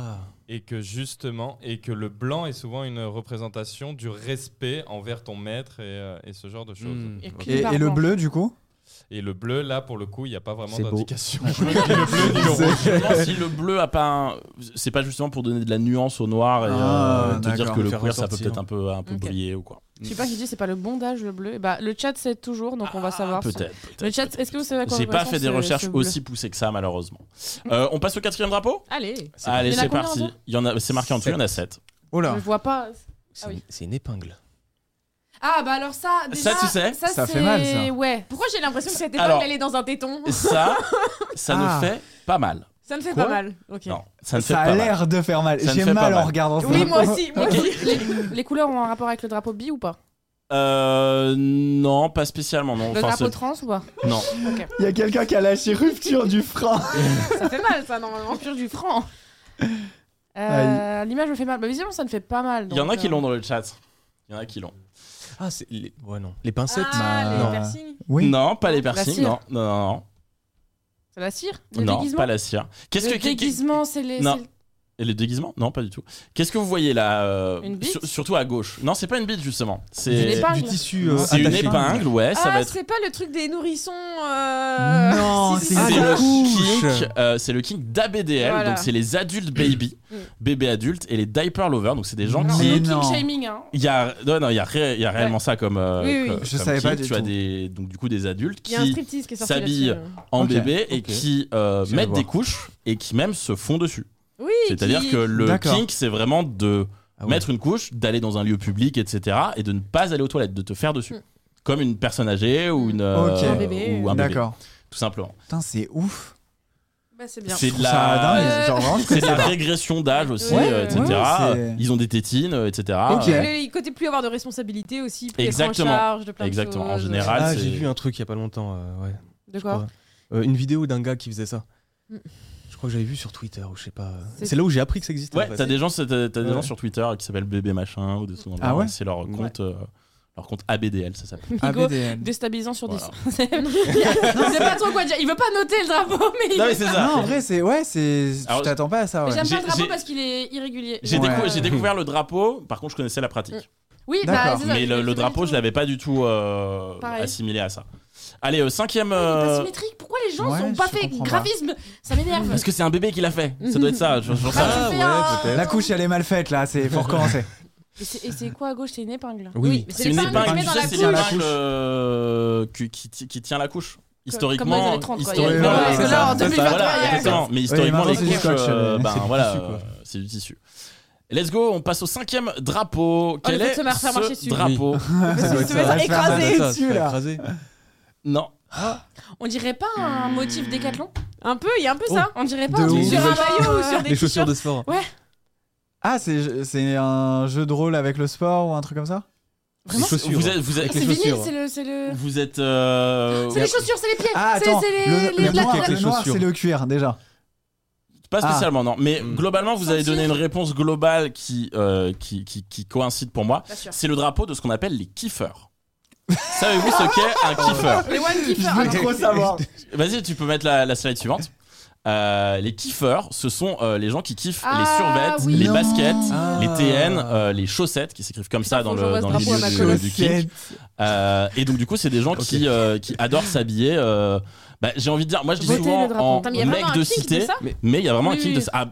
et que justement et que le blanc est souvent une représentation du respect envers ton maître et, euh, et ce genre de choses.
Et puis,
Et,
par
et le
contre-
bleu, du coup
Et le bleu, là, pour le coup, il n'y a pas vraiment
C'est beau.
d'indication.
Je me demande si le bleu a pas un... C'est pas justement pour donner de la nuance au noir et
Ah,
euh, te dire
d'accord.
que le
Faire
cuir ça peut
ressortir.
peut-être un peu, un peu
Ok.
briller ou quoi.
Je sais pas qui dit, c'est pas le bondage le bleu. Et bah, le chat sait toujours, donc on va savoir. si-
Ah, Peut-être.
Le
peut-être.
chat, est-ce que vous savez à quoi euh,
J'ai pas
ressemble
fait des
ce-
recherches
ce bleu
aussi poussées que ça, malheureusement. Euh, on passe au quatrième drapeau
Allez.
Allez,
Il y en a
c'est hein.
combien en
parti.
tout
Il y en a, c'est marqué en dessous, il y en a 7.
Oh là
Ah, Je vois pas.
C'est
Ah oui.
c'est une épingle.
Ah bah alors ça, déjà,
Ça, tu sais
Ça fait
c'est-
mal,
Ah.
ça.
Ouais.
Pourquoi j'ai l'impression que cette
Alors-
épingle elle est dans un téton
Ça, ça
Ah.
ne fait pas mal.
Ça me fait
Quoi
pas mal. Ok.
Non, ça ne fait
Ça
pas
a
mal.
l'air de faire mal.
Ça ne
J'ai
fait
mal,
pas mal.
en regardant ça.
Oui, moi aussi. Moi aussi.
Les, les couleurs ont un rapport avec le drapeau bi ou pas
Euh, non, pas spécialement. Non,
Le
Enfin,
drapeau
c'est-
trans ou pas
non.
Il y a quelqu'un qui a lâché rupture du frein.
Ça fait mal, ça, normalement.
Pure du franc. Euh, L'image me fait mal. Bah, visiblement, ça ne fait pas mal.
Il y en a
donc,
qui
euh,
l'ont dans le chat. Il y en a qui l'ont.
Ah, c'est les... Ouais, non. Les pincettes
Ah,
non.
les piercings.
Oui.
Non, pas les
La
piercings.
cire.
Non, non, non, non.
C'est la cire Le
Non,
déguisement
pas la cire. Qu'est-ce
Le
que qu'est-
déguisement, c'est les.
Non.
c'est le-
Et le déguisement Non, pas du tout. Qu'est-ce que vous voyez là euh,
Une bite
sur- Surtout à gauche. Non, c'est pas une bite justement.
Une
C'est
épingle.
du tissu. euh,
c'est une
attaché.
épingle, ouais. ça va
Ah,
être.
c'est pas le truc des nourrissons. euh,
Non,
si,
c'est
si, si.
C'est
Ah,
le
la couche.
kink, euh, c'est le kink d'ABDL,
Voilà.
donc c'est les adultes baby,
Mm.
bébés adultes et les diaper lovers, donc c'est des gens
Non.
qui
Mais
le
non.
king shaming, hein.
Il y a, non, non, il y a, ré- il y a réellement ça comme. euh,
Oui, oui.
comme-
Je
comme
savais pas
kink.
du
Tu as
tout.
des, donc du coup des adultes
Il y a un
qui
striptease qui est sorti
s'habille.
là-dessus, euh.
en
Ok.
bébé et
Ok.
qui euh,
Je vais
mettent
voir.
des couches et qui même se font dessus.
Oui.
C'est-à-dire
qui-
que le
D'accord.
kink, c'est vraiment de
Ah ouais.
mettre une couche, d'aller dans un lieu public, etc., et de ne pas aller aux toilettes, de te faire dessus,
Mm.
comme une personne âgée ou une euh,
Ok. Un
bébé,
ou un bébé,
D'accord.
tout simplement.
Putain, c'est ouf.
Bah, c'est bien.
C'est
Je
de
trouve ça
la,
dingue. Genre,
Euh,
vraiment, je
c'est de la
connaissais pas.
régression d'âge aussi,
Ouais,
euh, etc.
ouais, c'est-
Ils ont des tétines, euh, etc.
Ok.
Euh,
Le côté plus avoir de responsabilité aussi, plus
Exactement.
être en charge de plein
Exactement.
de
En
choses.
général,
Ah,
c'est-
j'ai vu un truc il y a pas longtemps. euh, ouais.
De
Je
quoi
crois. Euh, Une vidéo d'un gars qui faisait ça.
Mm.
Je crois que j'avais vu sur Twitter ou je sais pas. euh,
C'est-
C'est là où j'ai appris que ça existait. en
Ouais,
fait.
t'as des gens, t'as, t'as des
Ouais.
gens sur Twitter qui s'appellent bébé machin ou des trucs dans le
Ah
genre,
ouais
et C'est leur compte, euh, leur compte ABDL, ça s'appelle.
Bigot,
ABDN.
Déstabilisant sur 10.
Voilà.
Je sais pas trop quoi dire. Il veut pas noter le drapeau, mais il
Non mais
veut-
c'est
Ah Non,
ça.
en vrai, c'est. Ouais, c'est.
Alors,
Tu t'attends pas à ça,
Mais
ouais.
J'aime pas le
J'ai-
drapeau
j'ai-
parce qu'il est irrégulier.
J'ai,
Donc,
Ouais.
décou-
euh,
j'ai découvert le drapeau. Par contre, je connaissais la pratique.
Oui, bah,
D'accord.
c'est ça,
Mais le,
je
le
sais pas
drapeau,
du
je
tout.
l'avais pas du tout euh,
Pareil.
assimilé à ça. Allez, euh, cinquième.
Il est pas
euh,
symétrique. Pourquoi les gens
Ouais,
sont pas
je
fait
comprends pas.
graphisme Ça m'énerve.
Parce que c'est un bébé qui l'a fait. Ça doit être ça. je- j'en sais rien.
Ah, tu fais un-
La couche, elle est mal faite, là. C'est faut recommencer.
Et c'est- Et c'est quoi à gauche C'est une épingle.
Oui.
mais
C'est une
l'épingle qu'on
épingle,
met
tu
dans
sais,
la
c'est
couche.
l'épingle euh, qui, qui ti- qui tient la couche.
comme dans les
Historiquement,
années 30, quoi.
historiquement, euh,
Ouais, ouais, parce que
c'est
là,
ça,
en
c'est ça,
2023,
voilà,
il y a-
exactement. Mais historiquement,
maintenant,
les
c'est du
couches,
scotch,
euh,
mais
ben
c'est du
voilà,
tissu, quoi.
euh, c'est du tissu. Let's go, on passe au cinquième
Oh,
drapeau. Quel
le fait
est
de se mar- faire marcher
ce
dessus.
drapeau
Ça
doit
doit être
être
ça.
ça.
Écrasé.
Ouais,
Ah, ça,
dessus,
c'est pas
là.
écrasé.
Non.
On dirait pas
Oh.
un motif décathlon
Un peu, il y a un
Oh.
peu ça.
On dirait
De
pas
ouf.
sur un maillot ou sur des
Les chaussures
t-shirts
de sport.
Ah, c'est c'est un jeu de rôle avec le sport ou un truc comme ça
Les chaussures.
Vous êtes, vous
Ah,
êtes,
C'est
les
vinyle,
chaussures.
c'est le, c'est le.
vous êtes, euh,
C'est les chaussures, c'est les pieds.
Ah,
c'est
attends.
c'est les,
le,
les-
le
la-
noir,
la-
avec les
le noir,
chaussures.
c'est le cuir, déjà.
pas
Ah.
spécialement, non. Mais
Hmm.
globalement, vous avez donné
Sentir.
une réponse globale qui, euh, qui, qui, qui coïncide pour moi.
Bien sûr.
C'est le drapeau de ce qu'on appelle les kiffeurs. Savez-vous ce qu'est un kiffeur
Les one kiffers.
savoir.
Vas-y, tu peux mettre la, la slide suivante. Euh, les kiffeurs, ce sont euh, les gens qui kiffent
Ah,
les survettes,
oui.
les
Non.
baskets,
Ah.
les TN, euh, les chaussettes qui s'écrivent comme ça dans
faut que
le,
j'envoie
dans
ce
le
drapeau à
milieu
ma
du-
coloc.
du kink. Euh, et donc du coup, c'est des gens qui, euh, qui adorent s'habiller. euh, bah, j'ai envie de dire, moi je dis
Votez
souvent
le drapeau.
en
Attends, mais il y a
mec
vraiment
de
un kink de
cité,
ça
mais il y a vraiment un
Oui,
kink de
oui.
ça. Ah,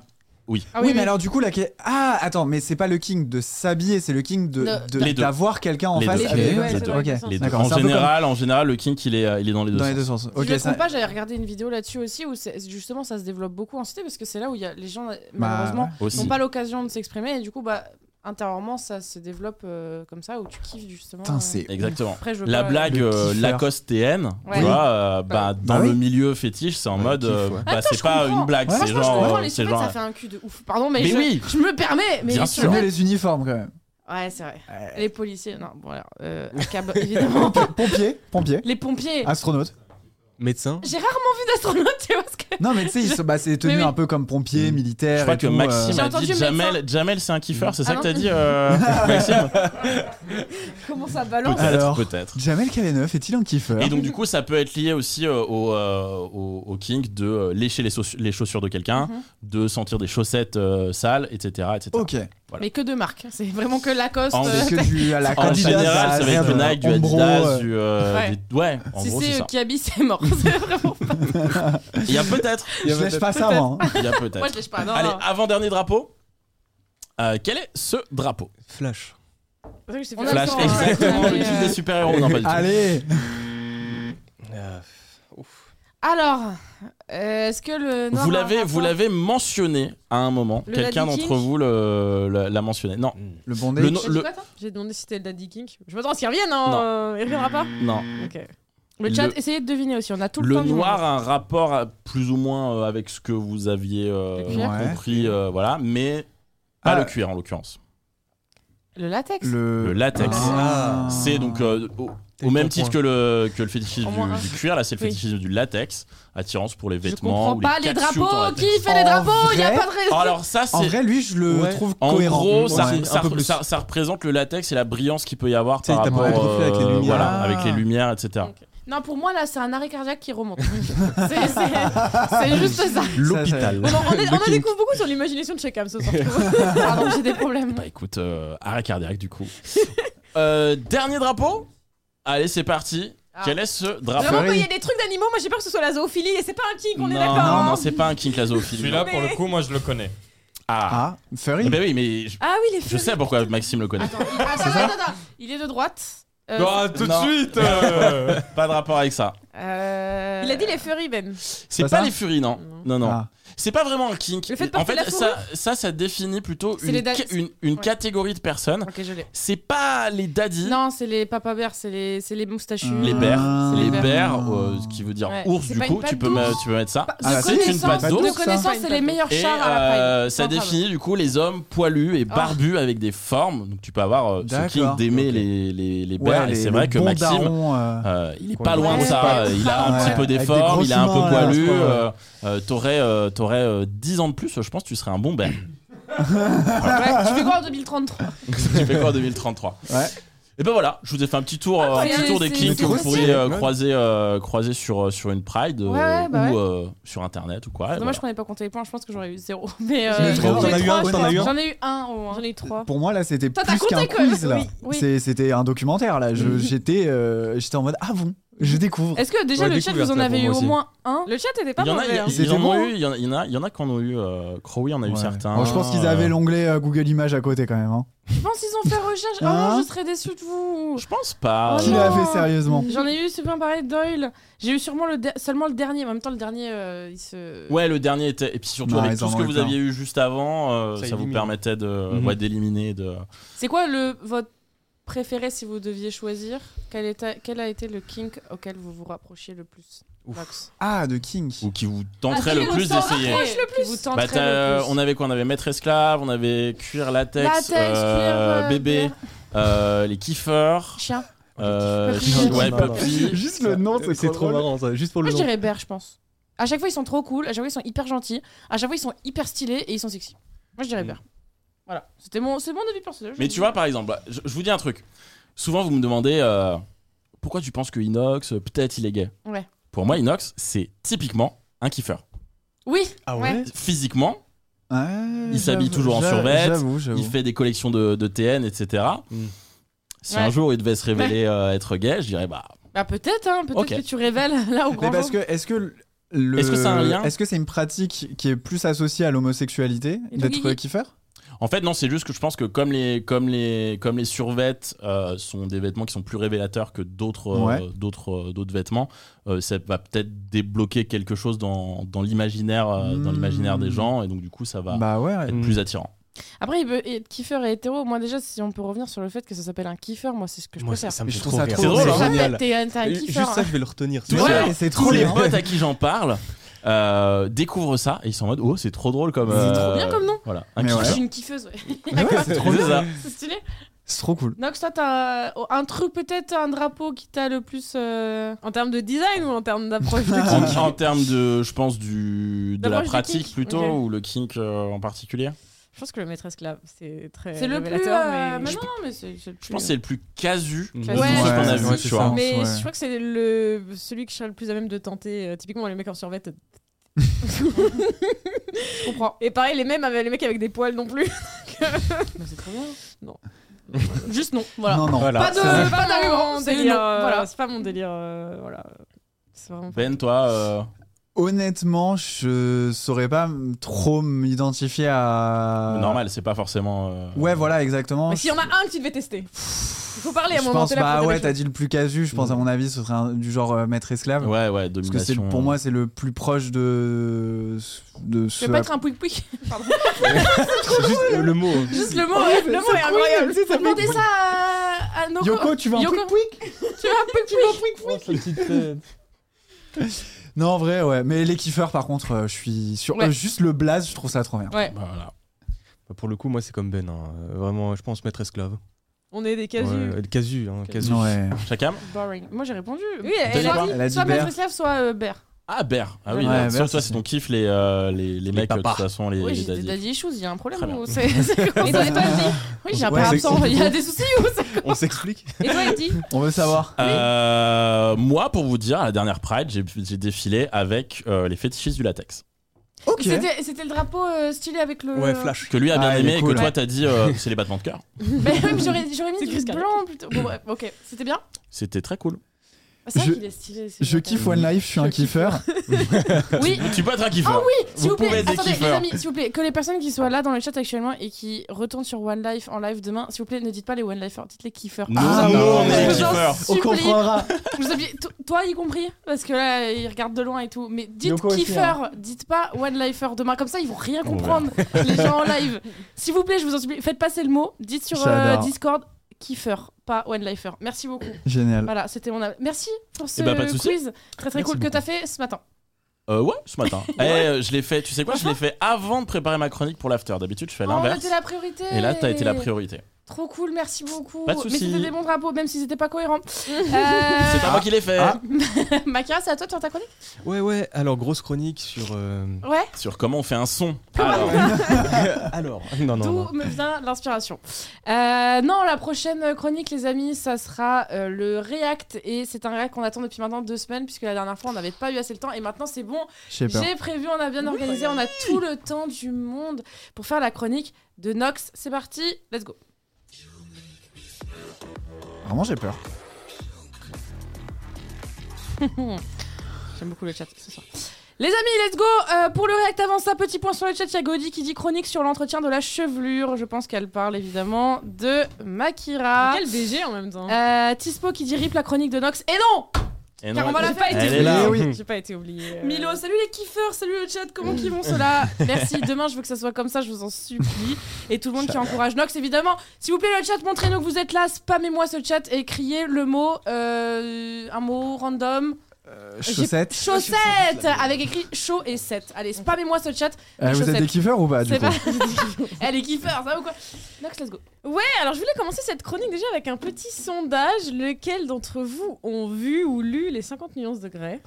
oui.
Ah
oui,
oui,
mais
oui.
alors du coup la que- ah attends mais c'est pas le king de s'habiller c'est le king de
De-
de-
Les deux.
d'avoir quelqu'un en
Les
face
deux.
avec-
Les
ok.
deux.
Ok.
Les deux.
Les deux.
D'accord,
En
c'est un peu
général, en général, le kink il est, euh, il est dans les
comme-
deux
dans les
sens.
deux sens
Si
ok
je me
ça-
trompe pas, j'avais regardé une vidéo là-dessus aussi où c'est- justement ça se développe beaucoup en cité parce que c'est là où il y a, les
Bah,
gens malheureusement n'ont
Aussi.
pas l'occasion de s'exprimer et du coup bah intérieurement ça se développe euh, comme ça où tu kiffes justement.
Putain,
euh.
Ah.
c'est
Exactement.
Après je veux
La
pas-
blague
Le
euh,
kiffeur.
Lacoste TN,
Ouais. Ah
tu vois, euh, bah, dans
Bah oui.
le milieu fétiche, c'est en
Ouais,
mode,
kiff,
euh,
ouais.
bah,
Attends,
c'est
je
pas
comprends.
une blague,
Ouais,
c'est
Franchement, je
genre,
comprends,
euh,
les
c'est
survettes,
genre,
ça fait un cul de ouf. Pardon, mais,
Mais
je,
oui.
je me permets. Mais
Bien
les
sûr.
Surtout
survettes-
les uniformes quand même
Ouais, c'est vrai.
Ouais.
Les policiers, non, bon alors, euh, accable, évidemment.
pompier pompier
les pompiers.
Ah.
astronaute
Médecin
J'ai rarement vu d'astronaute, tu vois ce que.
non mais tu sais ils sont- bah, c'est tenu
Mais oui.
un peu comme pompier
Mm.
je
militaire
crois
et
que
tout, euh.
Maxime
J'ai
a
entendu
dit Jamel, Jamel c'est un kiffeur, c'est ça
Ah
que
non. Ah
t'as dit, euh, Maxime
Comment ça balance
Peut-être,
Alors.
peut-être.
euh, Jamel K9 est-il un kiffeur
Et donc du coup, ça peut être lié aussi euh, au, euh, au, au kink de euh, lécher les, sauss- les chaussures de quelqu'un,
Mhm.
de sentir des chaussettes euh, sales, etc., etc.
ok
Voilà.
Mais que deux marques. C'est vraiment que Lacoste.
En-
euh,
c'est que du à la
En
Adidas,
général, ça va être du
Zara,
Nike, du
Umbro,
Adidas,
euh,
du... euh,
Ouais.
des- ouais, en
si
gros, c'est
c'est euh,
ça.
Kiabi, c'est mort. C'est vraiment pas-
Il y a peut-être,
je lèche pas ça moi hein.
il y a
Moi, je
peut-être.
lèche pas. Non,
Allez,
non.
avant-dernier drapeau. Euh, quel est ce drapeau
Flash.
C'est vrai que je t'ai
On a
fait
le
Flash,
peur, hein.
exactement,
Mais,
le kiff
euh,
des super-héros, non pas du tout.
allez
Euh,
Alors, euh, est-ce que le. noir
Vous
a un
l'avez, vous
rapport
l'avez mentionné à un moment.
Le
Quelqu'un
Daddy
d'entre
Kink
vous le- le- l'a mentionné. Non,
le
Le
bondé
nom-
J'ai dit quoi, toi J'ai demandé si c'était le Daddy Kink. Je m'attends à ce qu'il revienne, hein.
Non.
euh, il reviendra pas
non.
Ok. Le chat,
Le-
essayez de deviner aussi. On a tout le,
Le
temps du
noir
monde.
a un rapport à- plus ou moins euh, avec ce que vous aviez euh,
Le cuir.
Ouais.
compris, euh, voilà, mais pas
Ah.
le cuir en l'occurrence.
Le latex.
Le latex.
Ah.
C'est donc euh, au,
T'as
au
eu
même
ton
titre
point.
que le, que le fétichisme
Au moins un.
du, du cuir, là c'est le
Oui.
fétichisme du latex, attirance pour les
Je
vêtements.
comprends
ou
pas les
catsuits en
drapeaux.
latex.
Qui fait les
En
drapeaux Il n'y a
vrai-
pas de raison.
Alors ça
En
c'est.
vrai, lui, je le
Ouais.
trouve
En
cohérent.
gros, ça,
Ouais.
ça,
un peu plus.
ça- ça représente le latex et la brillance qu'il peut y avoir
Tu sais,
par
t'as pas
rapport
le reflet avec les
euh,
lumières.
voilà,
Ah.
avec les lumières, etc.
Ok. Non, pour moi, là, c'est un arrêt cardiaque qui remonte. C'est- c'est c'est juste ça.
L'hôpital.
On, en- on est- on en
kink.
découvre beaucoup sur l'imagination de chacun ce soir. je trouve. Pardon, j'ai des problèmes.
Bah écoute, euh, arrêt cardiaque du coup. Euh, dernier drapeau Allez, c'est parti.
Ah.
Quel est ce drapeau
Vraiment, quand il y a des trucs d'animaux, moi j'ai peur que ce soit la zoophilie et c'est pas un kink, on
Non,
est d'accord.
non,
hein.
non, c'est pas un kink la zoophilie.
Celui-là,
Mais-
pour le coup, moi, je le connais.
Ah,
Ah, furry.
Eh ben oui, mais je,
Ah oui, les
je
furries.
sais pourquoi Maxime le connaît.
Attends, il- attends, attends, attends. Il est de droite. Euh,
Bah,
Ah, tout de
Non.
suite euh,
Pas de rapport avec ça.
euh, Il a dit les furries, Ben.
C'est pas,
Pas ça
les furies, non. Non, non.
Ah.
C'est pas vraiment un kink.
Le fait de
en
porter
fait,
la
ça, ça, ça définit plutôt
C'est
une,
les da-
ca- une, une
Ouais.
catégorie de personnes.
Ok, je l'ai.
C'est pas les daddies,
Non, c'est les papa bears, c'est les, c'est les moustachus.
les
Ah.
bères,
C'est
les
les
bères,
bères.
euh, ce qui veut dire
Ouais.
ours
C'est
du
pas
coup.
une
Tu
patte
peux,
d'ours.
me- tu peux mettre ça.
Pa-
Ah,
de
bah, c'est une
connaissance,
patte d'ours,
de
ça.
connaissance, c'est les meilleurs
Et
chars à la
euh,
pride.
ça
Enfin, pardon.
définit du coup les hommes poilus et
Ah.
barbus avec des formes. Donc tu peux avoir euh, ce
D'accord.
kink d'aimer
Ok.
les, les, les
Ouais,
bères. Eh ben, et
les-
c'est
le
vrai que
bon
Maxime,
daron, euh,
Euh, il est
Qu'on
pas
le
loin de
voit.
ça.
Ouais.
Il a un
Ouais.
petit peu
Avec des
d'effort,
grosses
il a un peu
mains, là,
poilu.
à ce moment-là.
euh, euh, t'aurais euh, t'aurais, euh, 10 ans de plus, je pense, que tu serais un bon bel.
Ouais, tu fais quoi en 2033
tu fais quoi en 2033
Ouais.
Et ben voilà, je vous ai fait un petit tour, euh, un
Incroyable.
petit tour des
C'est-
clips
c'est
que vous
possible.
pourriez euh,
Ouais.
croiser, euh, croiser sur, euh, sur une Pride euh,
Ouais, ouais, bah
ou
ouais.
euh, sur internet ou quoi. et
Dommage
voilà.
qu'on n'ait pas compté les points, je pense que j'aurais eu zéro. Mais euh,
J'en ai eu
j'en
trois,
ai
t'en as eu
trois,
un,
je
t'en as eu
pense.
un.
J'en ai eu un au moins. J'en ai eu trois.
Pour moi, là, c'était
Toi, t'as
plus
compté,
qu'un
quoi.
quiz. Là,
Oui, oui.
C'est- c'était un documentaire. Là, Je- j'étais, euh, j'étais en mode ah bon, je découvre.
Est-ce que déjà
Ouais,
le chat vous
découverte,
en
là, pour
avez eu
moi
au
aussi.
moins un
Le chat était pas
Il y en a, ben, il y
mauvais.
a-
hein.
ils
C'était
en ont
bon.
eu, il y en a, il y en a, il y en a qui en ont eu. Euh, Crowy en a eu
Ouais.
certains.
Bon, je pense qu'ils avaient
euh,
l'onglet euh, Google Images à côté quand même. Hein.
Je pense qu'ils ont fait recherche.
Hein
oh, je serais déçu de vous.
Je pense pas.
Oh
Qui
euh,
l'a
non.
fait sérieusement
Mm.
J'en ai eu, c'est bien pareil, Doyle. J'ai eu sûrement le der- seulement le dernier. En même temps, le dernier, euh, il se.
Ouais, le dernier était. Et puis surtout,
Non,
avec
Bah, ils
tout
en
ce
ont
que
eu
vous
plein.
aviez eu juste avant, euh,
Ça
ça, vous
élimine.
permettait de,
Mhm.
ouais, d'éliminer. De...
C'est quoi le votre préféré si vous deviez choisir quel, était, quel a été le kink auquel vous vous rapprochiez le plus Max
Ah, de King.
Ou qui vous tenterait le
on
plus
s'en
d'essayer.
rapproche le plus.
Vous
Bah,
tenterez
t'as-
le plus.
on avait quoi On avait maître esclave, on avait cuir latex,
Latex,
euh,
cuir, euh,
bébé,
cuir.
euh, les kiffeurs,
Chien.
euh,
Puppy.
chi- ouais,
Non, non, non.
puppy.
Juste le nom, c'est
C'est trop
drôle.
marrant ça, juste pour
Moi
le
je
nom.
dirais Bear, je pense. À chaque fois ils sont trop cool, à chaque fois ils sont hyper gentils, à chaque fois ils sont hyper stylés et ils sont sexy. Moi je dirais Bear. Voilà, c'était mon, c'est mon avis personnel.
Mm. Mais tu vois, par exemple, bah, je, je vous dis un truc. Souvent, vous me demandez euh, pourquoi tu penses que Inox, euh, peut-être il est gay.
Ouais.
Pour moi, Inox, c'est typiquement un kiffeur.
Oui,
Ah
ouais
Physiquement,
Ouais,
Il s'habille
j'avoue,
toujours en
j'avoue,
survêt,
J'avoue, j'avoue.
il fait des collections de, de TN, etc.
Mm.
Si
Ouais.
un jour il devait se révéler euh, être gay, je dirais bah.
bah peut-être, hein, peut-être
Ok.
que tu révèles là au
Mais
grand
parce
jour.
que est-ce que le
Est-ce que ça a un lien
Est-ce que c'est une pratique qui est plus associée à l'homosexualité
Et donc,
d'être
il-
kiffeur
En fait, non, c'est juste que je pense que comme les, comme les, comme les survêtes euh, sont des vêtements qui sont plus révélateurs que d'autres euh,
Ouais.
d'autres euh, d'autres vêtements, euh, ça va peut-être débloquer quelque chose dans, dans l'imaginaire euh, dans
Hmm.
l'imaginaire des gens et donc du coup ça va
Bah ouais.
être
Mm.
plus attirant.
Après, il peut être kiffeur et hétéro. Moi, déjà, si on peut revenir sur le fait que ça s'appelle un kiffeur, moi, c'est ce que je
Moi, ça,
préfère.
ça me
Mais
fait
je trouve
trop
ça
rire.
trop drôle, hein.
Ouais, t'es un, t'es un hein.
Et
kiffeur.
Juste ça, je vais le retenir.
Tout
c'est
ça,
vrai.
Ouais, c'est
Tous
trop
les
bien.
potes à qui j'en parle euh, découvrent ça et ils sont en mode oh c'est trop drôle comme
C'est trop
euh,
bien comme nom.
voilà un
Mais
kiff.
ouais.
Je suis une kiffeuse, ouais.
Mais ouais, c'est trop
C'est
bien.
ça.
c'est stylé.
C'est trop cool.
Donc, toi, t'as un, un truc, peut-être un drapeau qui t'a le plus. euh,
En termes de design ou en termes d'approche de
En, en termes de, je pense, du, de la
D'approche du
pratique
kink,
plutôt,
ok.
ou le kink euh, en particulier
Je pense que le maître esclave, c'est très.
C'est le plus.
révélateur,
euh,
mais-
mais non, non, mais c'est c'est le plus.
Je pense que c'est le plus casu de
Ouais,
tout ce qu'on a
ouais,
vu,
ouais,
tu
c'est
vois.
ça.
Mais
Ouais.
je crois que c'est le celui qui serait le plus à même de tenter. euh, typiquement, les mecs en survêt. euh,
Je comprends.
Et pareil, les mêmes avec les mecs avec des poils non plus.
Mais c'est trop bien.
Non.
Juste non, voilà.
Non, non.
Voilà.
Pas de-
c'est vrai.
pas d'argument,
mon
c'est
délire.
non,
euh,
voilà.
C'est pas mon délire. euh, voilà. C'est vraiment. pas-
Ben, toi, euh,
Honnêtement, je saurais pas m- trop m'identifier à.
normal, c'est pas forcément. euh,
Euh, Ouais, voilà, exactement.
Mais s'il y en a un que tu devais tester, il faut parler à un
je
moment.
pense
t'es là
bah
pour
ouais,
tester.
t'as dit le plus casu. Je pense à mon avis, ce serait un- du genre euh, maître esclave.
Ouais, ouais, domination.
Parce que c'est le- pour moi, c'est le plus proche de de ce.
Je vais pas être un pouic-pouic. Pardon.
Juste, euh, le mot. hein.
Juste le mot,
Ouais,
le
c'est
mot est
cool.
incroyable.
C'est
Faut
ça.
demander ça à, à Noko.
Yoko, tu vas un
Yoko.
pouic-pouic
Tu vas un pouic-pouic.
Oh, sa petite tête.
Non, en vrai, ouais. Mais les kiffeurs, par contre, euh, je suis sur
Ouais.
euh, juste le blaze, je trouve ça trop bien.
Ouais.
Bah, voilà.
Bah, Pour le coup, moi, c'est comme Ben. hein. Euh, Vraiment, je pense maître esclave.
On est des casus.
Ouais, casu, hein, casu.
Ouais.
Chacun
Boring. Moi j'ai répondu.
Oui, elle-
Donnez
elle a
pas.
dit-
Elle a dit
soit
Bert.
Maître Esclave, soit euh, Bert.
Ah, Ber. Ah oui,
Ouais,
bah,
Ber,
sauf
c'est
toi,
ça.
c'est ton kiff, les, euh, les, les mecs,
papas.
de toute façon, les,
Oui,
les
j'ai des
daddies.
daddy issues, il y a un problème
Très bien.
ou c'est c'est comment
Et
ça
toi,
se
et
passe
toi,
Oui, j'ai un
Ouais,
peu
c'est
absent,
cool.
il y a des soucis ou ça
On s'explique
Et toi, il dit
On veut savoir.
Ah. Euh, moi, pour vous dire, à la dernière Pride, j'ai j'ai défilé avec euh, les fétichistes du latex.
Ok.
C'était- C'était le drapeau euh, stylé avec le.
Ouais, flash.
Que lui a bien
Ah, il est
aimé et
cool.
que toi, t'as dit, euh, c'est les battements de cœur.
Mais oui, mais Ben, j'aurais j'aurais
C'est
mis du
Chris Carré.
blanc plutôt. Bon, bref, ok, c'était bien.
C'était très cool.
Ah, C'est vrai
Je-
qu'il est stylé. c'est
Je
vrai.
kiffe One Life, je suis un kiffeur.
Oui,
Tu peux être un kiffeur.
Ah oui, s'il vous,
Vous pouvez
plaît,
être des
attendez les
kiffeurs.
amis, s'il vous plaît, que les personnes qui soient là dans le chat actuellement et qui retournent sur One Life en live demain, s'il vous plaît, ne dites pas les One Lifers, dites les kiffeurs.
Nous,
Ah,
nous,
non,
on est
mais-
les
Je vous en
kiffeurs.
On
supplie.
comprendra.
Je vous oublie- to- toi y compris, parce que là ils regardent de loin et tout. Mais dites
Yoko aussi, hein.
kiffeurs, dites pas One Lifer demain, comme ça ils vont rien comprendre les gens en live. S'il vous plaît, je vous en supplie, faites passer le mot, dites sur euh,
J'adore.
Discord kiffeur, pas One Lifer. Merci beaucoup.
Génial.
Voilà, c'était mon. avis. Merci pour ce
Euh. Eh ben, pas de souci.
quiz très très
Merci
cool que
beaucoup.
t'as fait ce matin.
Euh, ouais, ce matin. Eh, euh, je l'ai fait, tu sais quoi, je l'ai fait avant de préparer ma chronique pour l'after. D'habitude, je fais
Oh, on
Bah, l'inverse.
était la priorité.
et là, t'as été la priorité.
Trop cool, merci beaucoup.
Pas de
Mais
soucis.
c'était des bons drapeaux, même s'ils n'étaient pas cohérents.
C'est pas
euh,
moi qui l'ai fait.
Ah.
Maca, c'est à toi de faire ta chronique
Ouais, ouais. Alors, grosse chronique sur. euh,
Ouais.
Sur comment on fait un son. Alors,
Alors. Non, non, non.
D'où me vient l'inspiration. Euh, non, la prochaine chronique, les amis, ça sera euh, le React. Et c'est un React qu'on attend depuis maintenant deux semaines, puisque la dernière fois, on n'avait pas eu assez le temps. Et maintenant, c'est bon.
Je sais pas.
J'ai prévu, on a bien organisé, on a tout le temps du monde pour faire la chronique de Nox. C'est parti, let's go.
Vraiment, j'ai peur.
J'aime beaucoup le chat ce soir.
Les amis, let's go Euh, Pour le React avant ça, petit point sur le chat, il y a Gaudi qui dit chronique sur l'entretien de la chevelure. Je pense qu'elle parle évidemment de Makira.
Quel DG en même temps.
Euh, Tispo qui dit rip la chronique de Nox. Et non
et
Car
non,
on va la
J'ai
faire.
pas
Elle
été
est là.
oubliée. J'ai pas été oubliée. euh.
Milo, salut les kiffeurs, salut le chat, comment qu'ils vont cela Merci, demain je veux que ça soit comme ça, je vous en supplie. Et tout le monde qui encourage Nox, évidemment. S'il vous plaît le chat, montrez-nous que vous êtes là, spammez-moi ce chat et criez le mot, euh, un mot random.
Euh,
J'ai-
chaussettes.
Chaussette Avec écrit chaud et 7. Allez, spammez-moi ce chat.
Euh, vous êtes
chaussettes.
des kiffeurs ou pas du
C'est
coup
pas... Elle est kiffeur, ça ou quoi Nox, let's go.
Ouais, Eh, alors je voulais commencer cette chronique déjà avec un petit sondage. Lequel d'entre vous ont vu ou lu les 50 nuances de Grey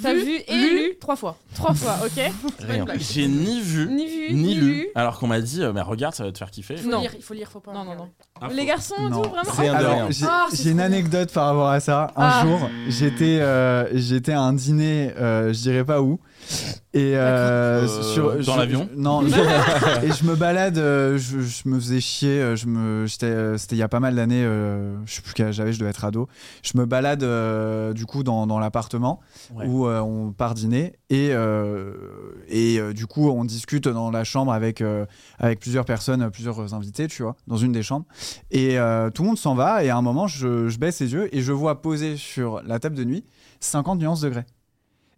T'as vu et lu
trois fois.
trois fois, ok
Bah,
Rien. J'ai ni vu,
Ni vu,
ni lu. Alors qu'on m'a dit, euh, mais regarde, ça va te faire kiffer.
Il faut
Non.
lire, il faut lire, faut pas.
Non, non, non.
Ah, faut-
Les garçons,
Non.
tout, vraiment
Rien de rien.
Alors, j'ai
Ah, c'est
j'ai
trop
une
bien.
anecdote par rapport à ça. Un
Hmm.
Ah.
jour, j'étais euh, j'étais à un dîner, euh, je dirais pas où, Et euh,
D'accord.
sur,
Euh, dans
je-
l'avion
je- Non. je- et je me balade, euh, je, je me faisais chier. euh, Je me, j'étais, euh, c'était il y a pas mal d'années. euh, je sais plus quel âge j'avais, je devais être ado. Je me balade euh, du coup dans, dans l'appartement
Ouais.
où euh, on part dîner et euh, et euh, du coup on discute dans la chambre avec euh, avec plusieurs personnes, euh, plusieurs invités, tu vois, dans une des chambres. Et euh, tout le monde s'en va. Et à un moment, je, je baisse les yeux et je vois posé sur la table de nuit 50 nuances degrés.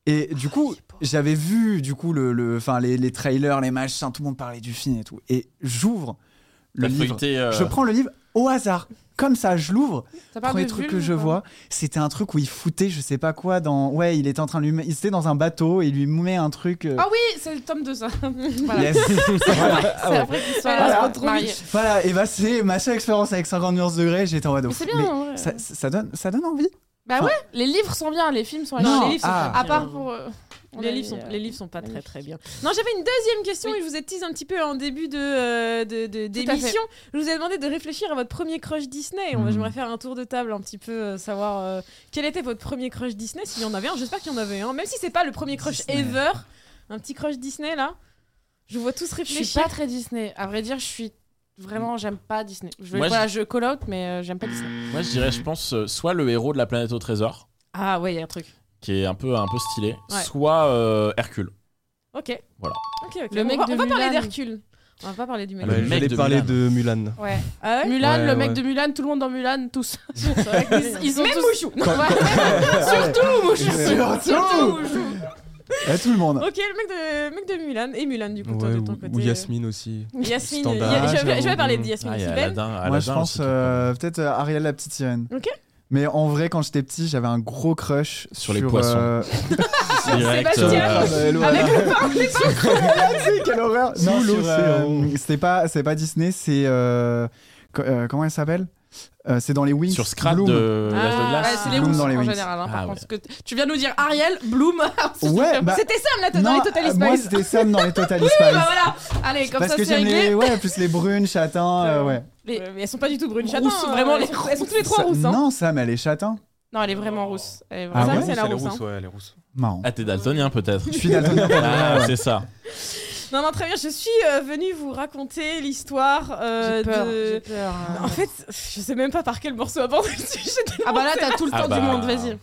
Et
Ah,
du coup, j'avais vu du coup le, le, enfin, les, les trailers, les machins, tout le monde parlait du film et tout. Et j'ouvre le
T'as
livre.
feuilleté, euh,
Je prends le livre au hasard, comme ça, je l'ouvre.
Ça parle
Premier
de
truc
vulve
que
ou
je
pas
vois, c'était un truc où il foutait, je sais pas quoi, dans. Ouais, il était en train de lui, il était dans un bateau et il lui met un truc. euh,
Ah oui, c'est le tome 2, ça. voilà.
yes. voilà.
C'est après qu'ils soient
Voilà.
euh,
Ah, Trop vite.
mariés.
Voilà, et bah c'est ma seule expérience avec 50 nuances degrés, j'étais en mode.
Mais
ouf.
c'est bien,
Mais
en vrai.
ça, ça donne, ça donne envie.
Bah ouais, les livres sont bien, les films sont
Non,
bien.
les livres sont ah.
À part pour. euh, on
Les
a
livres, sont,
dit, euh,
les livres sont pas très
magnifique.
très bien. Non, j'avais une deuxième question et je vous ai teasé un petit peu en début de, euh, de- de- d'émission. Je vous ai demandé de réfléchir à votre premier crush Disney. On va-
Hmm.
Mhm.
J'aimerais faire un tour de table un petit peu, euh, savoir euh, quel était votre premier crush Disney, s'il y en avait un. J'espère qu'il y en avait un, même si c'est pas le premier crush
Disney.
ever. Un petit crush Disney là. Je vous vois tous
Je suis
réfléchir.
pas très Disney. À vrai dire, je suis vraiment, j'aime pas Disney. Je,
Moi,
voilà, je call out, mais euh, j'aime pas Disney.
Moi, je dirais, je pense, euh, soit le héros de la planète au trésor,
Ah ouais, il y a un truc.
qui est un peu, un peu stylé,
Ouais.
soit euh, Hercule.
Ok.
Voilà.
Ok, ok.
Le
on
mec
va,
de
on va parler
Mulan.
d'Hercule. On va pas parler du mec.
Le
Ouais,
de-
mec
J'allais
de
parler
Mulan.
de Mulan.
Ouais.
Ah ouais
Mulan,
Ouais,
le mec
ouais.
de Mulan, tout le monde dans Mulan, tous.
C'est vrai que-
Ils, ils ont
Même
tous...
Mouchou.
Surtout Mouchou.
Surtout.
Mouchou.
À tout le monde.
Ok, le mec de, mec de Mulan et Mulan du coup, toi,
Ouais,
de ton
ou,
côté.
ou Yasmine aussi.
Yasmine.
Standard.
Ah,
Ya- je- je, vais- je vais
J'avoue.
parler de Yasmine
Ah, il y a
Sibel.
Aladdin,
Moi,
Aladdin
je pense
aussi, qui est
euh, peut-être euh, Ariel la petite sirène.
Ok.
Mais en vrai, quand j'étais petit, j'avais un gros crush
Sur les poissons.
euh,
pas mal. Direct,
Sébastien.
euh,
Ah, bah, elle, voilà.
Avec le pain,
C'est quelle horreur Non,
Sous
sur,
l'océan.
euh, c'était pas, c'est pas Disney, c'est euh, co- euh, comment elle s'appelle Euh, C'est dans les Wings.
sur Scrat
Bloom.
de l'âge de
Ah, ouais,
glace.
c'est les
Bloom
Wings
dans les
en
Wings.
général. hein, par
Ah,
contre, parce que t- tu viens de nous dire Ariel, Bloom.
Ouais, bah,
C'était Sam là, t'as
non,
dans les Total
euh, moi
Spies.
c'était Sam dans les Total Spies.
Bah voilà. Allez, comme
Parce
ça
que
c'est
j'aime les,
réglé.
ouais, plus les brunes, châtains, euh, ouais.
les-
Ouais, mais elles sont pas du tout brunes châtain.
Rousses,
hein,
vraiment,
elles
les
sont, elles sont tous les trois
Ça-
rousses. Hein.
Non, Sam, elle est châtain.
Non, elle est vraiment rousse. Elle est
Ah
vraiment-
ouais
Sam,
oui,
c'est la rousse. hein.
ouais, elle est rousse.
Marrant.
Ah, t'es daltonien peut-être
Je suis daltonien.
Ah, c'est ça.
Non, non, très bien, je suis euh, venue vous raconter l'histoire euh,
J'ai peur.
de.
j'ai peur, hein.
En fait, je sais même pas par quel morceau aborder le sujet.
Ah bah là, t'as tout le
Ah
temps
bah.
du monde, vas-y.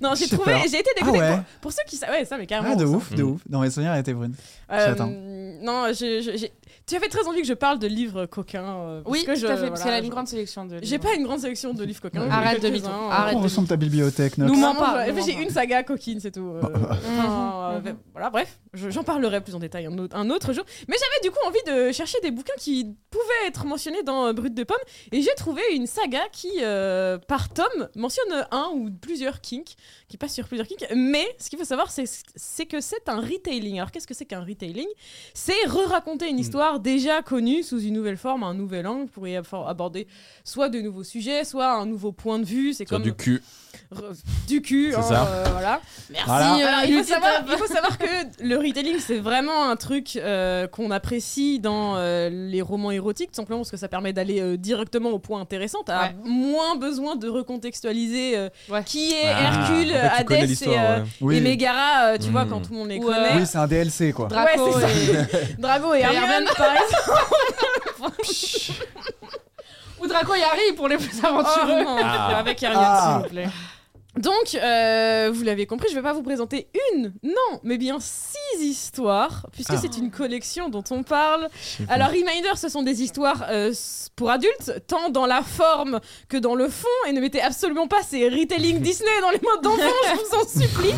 Non, j'ai
Je sais
trouvé,
pas.
j'ai été dégoûtée.
Ah ouais.
pour, pour ceux qui savent, ouais, ça, mais carrément.
Ah, de
ça.
ouf, de
Mm.
ouf. Dans mes souvenirs, elle était brune.
Euh,
J'attends.
non, je- je- j'ai- tu avais très envie que je parle de livres coquins. euh, parce
Oui,
que
tout
je,
à fait, parce
voilà,
qu'elle a une
je-
grande sélection de.
J'ai pas une grande sélection de livres coquins.
Arrête de
Quelques-uns,
mytho.
euh,
Arrête.
On
de
ressemble ta bibliothèque, Nox.
Nous
Vraiment,
mens pas,
je-
nous mens
Ah, J'ai
pas.
une saga coquine, c'est tout. euh, enfin, euh, voilà, bref, je- j'en parlerai plus en détail un autre, un autre jour. Mais j'avais du coup envie de chercher des bouquins qui pouvaient être mentionnés dans euh, Brut de Pomme. Et j'ai trouvé une saga qui, euh, par tome, mentionne un ou plusieurs kinks, qui passe sur plusieurs kinks. Mais ce qu'il faut savoir, c'est- c'est que c'est un retailing. Alors qu'est-ce que c'est qu'un retailing C'est re-raconter
Hmm.
une histoire déjà connue sous une nouvelle forme, un nouvel angle, pour y affo- aborder soit de nouveaux sujets, soit un nouveau point de vue. C'est
Sur
comme
du cul.
re- du cul.
C'est
hein,
ça.
euh, voilà.
Merci.
Voilà.
euh,
Alors, il, faut
Lucie
savoir,
Top.
il faut savoir que le retailing, c'est vraiment un truc euh, qu'on apprécie dans euh, les romans érotiques, tout simplement parce que ça permet d'aller euh, directement au point intéressant. T'as
Ouais.
moins besoin de recontextualiser euh,
Ouais.
qui est
Ah.
Hercule,
En fait, tu connais
Hadès et,
l'histoire,
euh,
ouais. Hmm.
et
Oui,
Mégara, euh, tu
Mm.
vois, quand tout le monde les
Ou, euh,
connaît.
oui, c'est un DLC, quoi.
Draco
Ouais, c'est
et.
Drago et
Et
Hermione,
Hermione.
par exemple.
Ou Draco et Harry pour les plus
Oh,
aventureux.
non,
Ah.
Avec euh, Hermione,
Ah.
s'il vous plaît. Donc, euh, vous l'avez compris, je vais pas vous présenter une, non, mais bien six histoires, puisque
Ah.
c'est une collection dont on parle. Alors, Reminder, ce sont des histoires euh, s- pour adultes, tant dans la forme que dans le fond, et ne mettez absolument pas ces retelling Disney dans les modes d'enfant, je vous en supplie.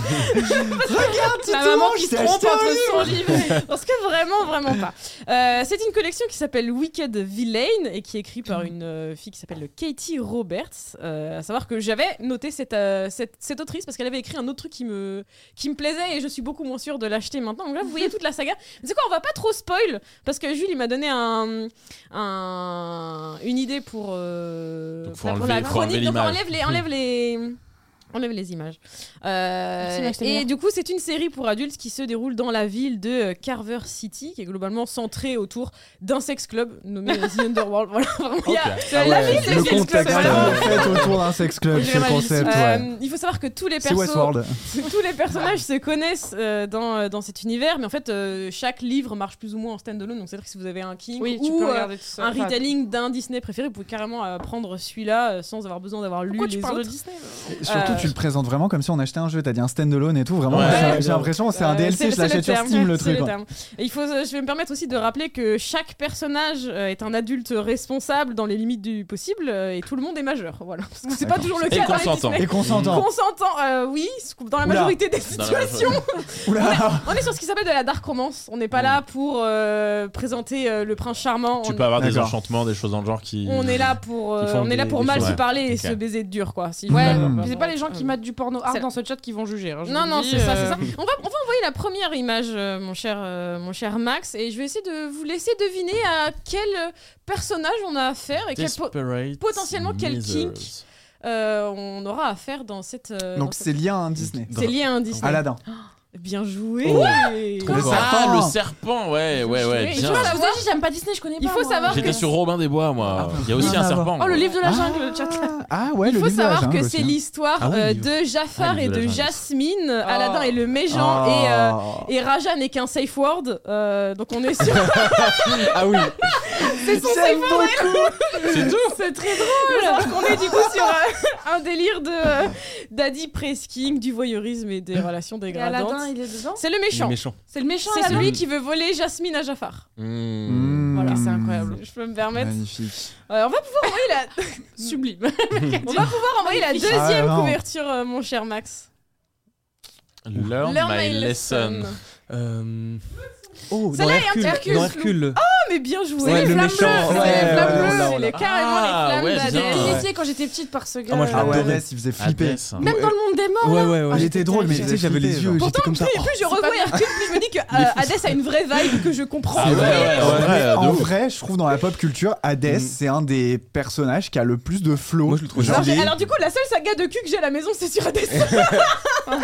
La maman qui
je
se
t'ai
trompe
acheté un
entre son livre.
Parce que vraiment, vraiment pas. Euh, c'est une collection qui s'appelle Wicked Villain et qui est écrite par une euh, fille qui s'appelle Katie Roberts. Euh, à savoir que j'avais noté cette, euh, cette, cette autrice parce qu'elle avait écrit un autre truc qui me, qui me plaisait et je suis beaucoup moins sûre de l'acheter maintenant. Donc là, vous voyez toute la saga. Mais c'est quoi, on va pas trop spoil parce que Jules, il m'a donné un, un- une idée pour, euh,
Donc, faut
pour
enlever-
la
faut
chronique.
enlever
Donc
l'image.
enlève les. Enlève les Enlève les images. Euh,
Merci, Max Tegner.
et du coup, c'est une série pour adultes qui se déroule dans la ville de euh, Carver City, qui est globalement centrée autour d'un sex club nommé The Underworld. Voilà, vraiment, il y a- la ville des
le
sex clubs,
contexte
voilà.
euh, fait autour d'un sex club,
Oui,
c'est le
vraiment,
concept.
euh,
ouais.
Il faut savoir que tous les
C'est
persos,
Westworld.
tous les personnages se connaissent euh, dans, euh, dans cet univers, mais en fait, euh, chaque livre marche plus ou moins en stand-alone. Donc, c'est-à-dire que si vous avez un king
Oui, tu
ou
peux
euh,
regarder tout ça.
un retelling d'un Disney préféré, vous pouvez carrément euh, prendre celui-là euh, sans avoir besoin d'avoir lu
Pourquoi
les
tu parles de
autres.
Disney
Et Surtout,
euh,
tu le présentes vraiment comme si on achetait un jeu. T'as dit un standalone et tout. Vraiment,
Ouais.
j'ai-
Ouais.
j'ai l'impression c'est un
Euh,
DLC.
c'est-
Je
c'est
l'achète sur
terme,
Steam le
c'est
truc. hein. quoi.
terme. Et il faut, euh, je vais me permettre aussi de rappeler que chaque personnage euh, est un adulte responsable dans les limites du possible euh, et tout le monde est majeur. Voilà. Parce que c'est pas
D'accord.
toujours le
Et
cas dans les
consentant.
Disney.
Et qu'on s'entend.
Qu'on s'entend, euh, oui, dans la
Oula.
majorité des
Dans la majorité.
situations.
Oula.
On est sur ce qui s'appelle de la dark romance. On n'est pas
Mm.
là pour euh, présenter euh, le prince charmant.
Tu
on...
peux avoir des
D'accord.
enchantements, des choses dans le genre qui.
on est là pour, euh,
Ils font
on est là
des-
pour
des
mal
choses,
se
ouais.
parler et
Ok.
se baiser dur, quoi. Si
Ouais,
Mm.
mais c'est pas les gens qui mettent du porno hard
C'est-
dans ce chat qui vont juger. hein, je
Non,
vous
non,
dis,
c'est ça,
euh,
c'est ça. On va, on va envoyer la première image, euh, mon, cher, euh, mon cher Max, et je vais essayer de vous laisser deviner à quel euh, personnage on a affaire et quel po-
Desperate
potentiellement quel
Misers.
kink. euh, on aura affaire dans cette. euh, dans
Donc
cette-
c'est lié à un Disney.
c'est lié à un Disney.
Aladdin.
Bien joué.
Oh.
Trop
Comme
fort.
ça.
Ah, le serpent, ouais, ouais,
joué.
ouais.
Et tu
bien.
vois,
Je vous ai dit, j'aime pas Disney, je connais pas.
Il faut
moi.
savoir
J'étais
que-
sur Robin des Bois, moi. Il y a aussi
rien
un
à
serpent.
Oh, le livre de la
Ah.
jungle, le chat.
Ah ouais,
Il
le
faut
livre de la
savoir que
jungle
c'est
aussi, hein.
l'histoire
Ah oui,
euh,
le
de Jafar
Ah,
et
le livre de
de
la jungle.
Jasmine.
Oh.
Aladdin est le méchant et, euh,
Ah.
et Raja n'est qu'un safe word. euh, donc on est sur.
Ah oui.
C'est son safe
J'aime beaucoup.
C'est tout
C'est très drôle On est du coup sur euh, un délire de euh, daddy presking, du voyeurisme et des relations
Et Aladdin,
dégradantes.
il est dedans.
C'est le
euh,
méchant.
méchant.
C'est le méchant.
C'est
Aladdin.
celui qui veut voler Jasmine à Jafar.
Mmh.
euh, Voilà,
c'est incroyable.
Je peux me permettre.
Magnifique.
Euh, on va pouvoir envoyer la
Sublime.
on va pouvoir envoyer la
Magnifique.
deuxième
Ah, non.
couverture, euh, mon cher Max.
Learn, Oh, my lesson.
Euh... Oh,
Celle-là
dans
est un
Hercule,
petit Hercule,
dans
Lou.
Hercule.
Oh mais bien joué.
Ouais,
les
le
flammes
méchant,
bleues,
ouais,
c'est les flammes
ouais,
bleues,
on l'a, on
c'est les-
l'a.
carrément
Ah,
les
ouais,
flammes
bien.
d'Adèle.
Initié quand j'étais petite par ce gars.
Ah, moi, je
Ah ouais,
Adoré.
Hades, il faisait flipper.
Adès.
Même dans le monde des morts.
Ouais, ouais, ouais.
Ah,
Il était drôle, mais
j'étais
tu sais,
Tu sais,
j'avais
j'avais
flipper,
les yeux,
genre.
j'étais
Pourtant,
comme
plus
ça.
et plus je
pas
revois
bien.
Hercule, plus je me dis que euh, Hadès a une vraie vibe que je comprends.
Ah ouais, ouais, en vrai,
en
de ouf.
vrai, je trouve dans la pop culture, Hades,
Mm.
c'est un des personnages qui a le plus de flow.
Moi, je le trouve
Genre,
Alors, j'ai-
il est-
alors du coup, la seule saga de cul que j'ai à la maison, c'est sur Hades.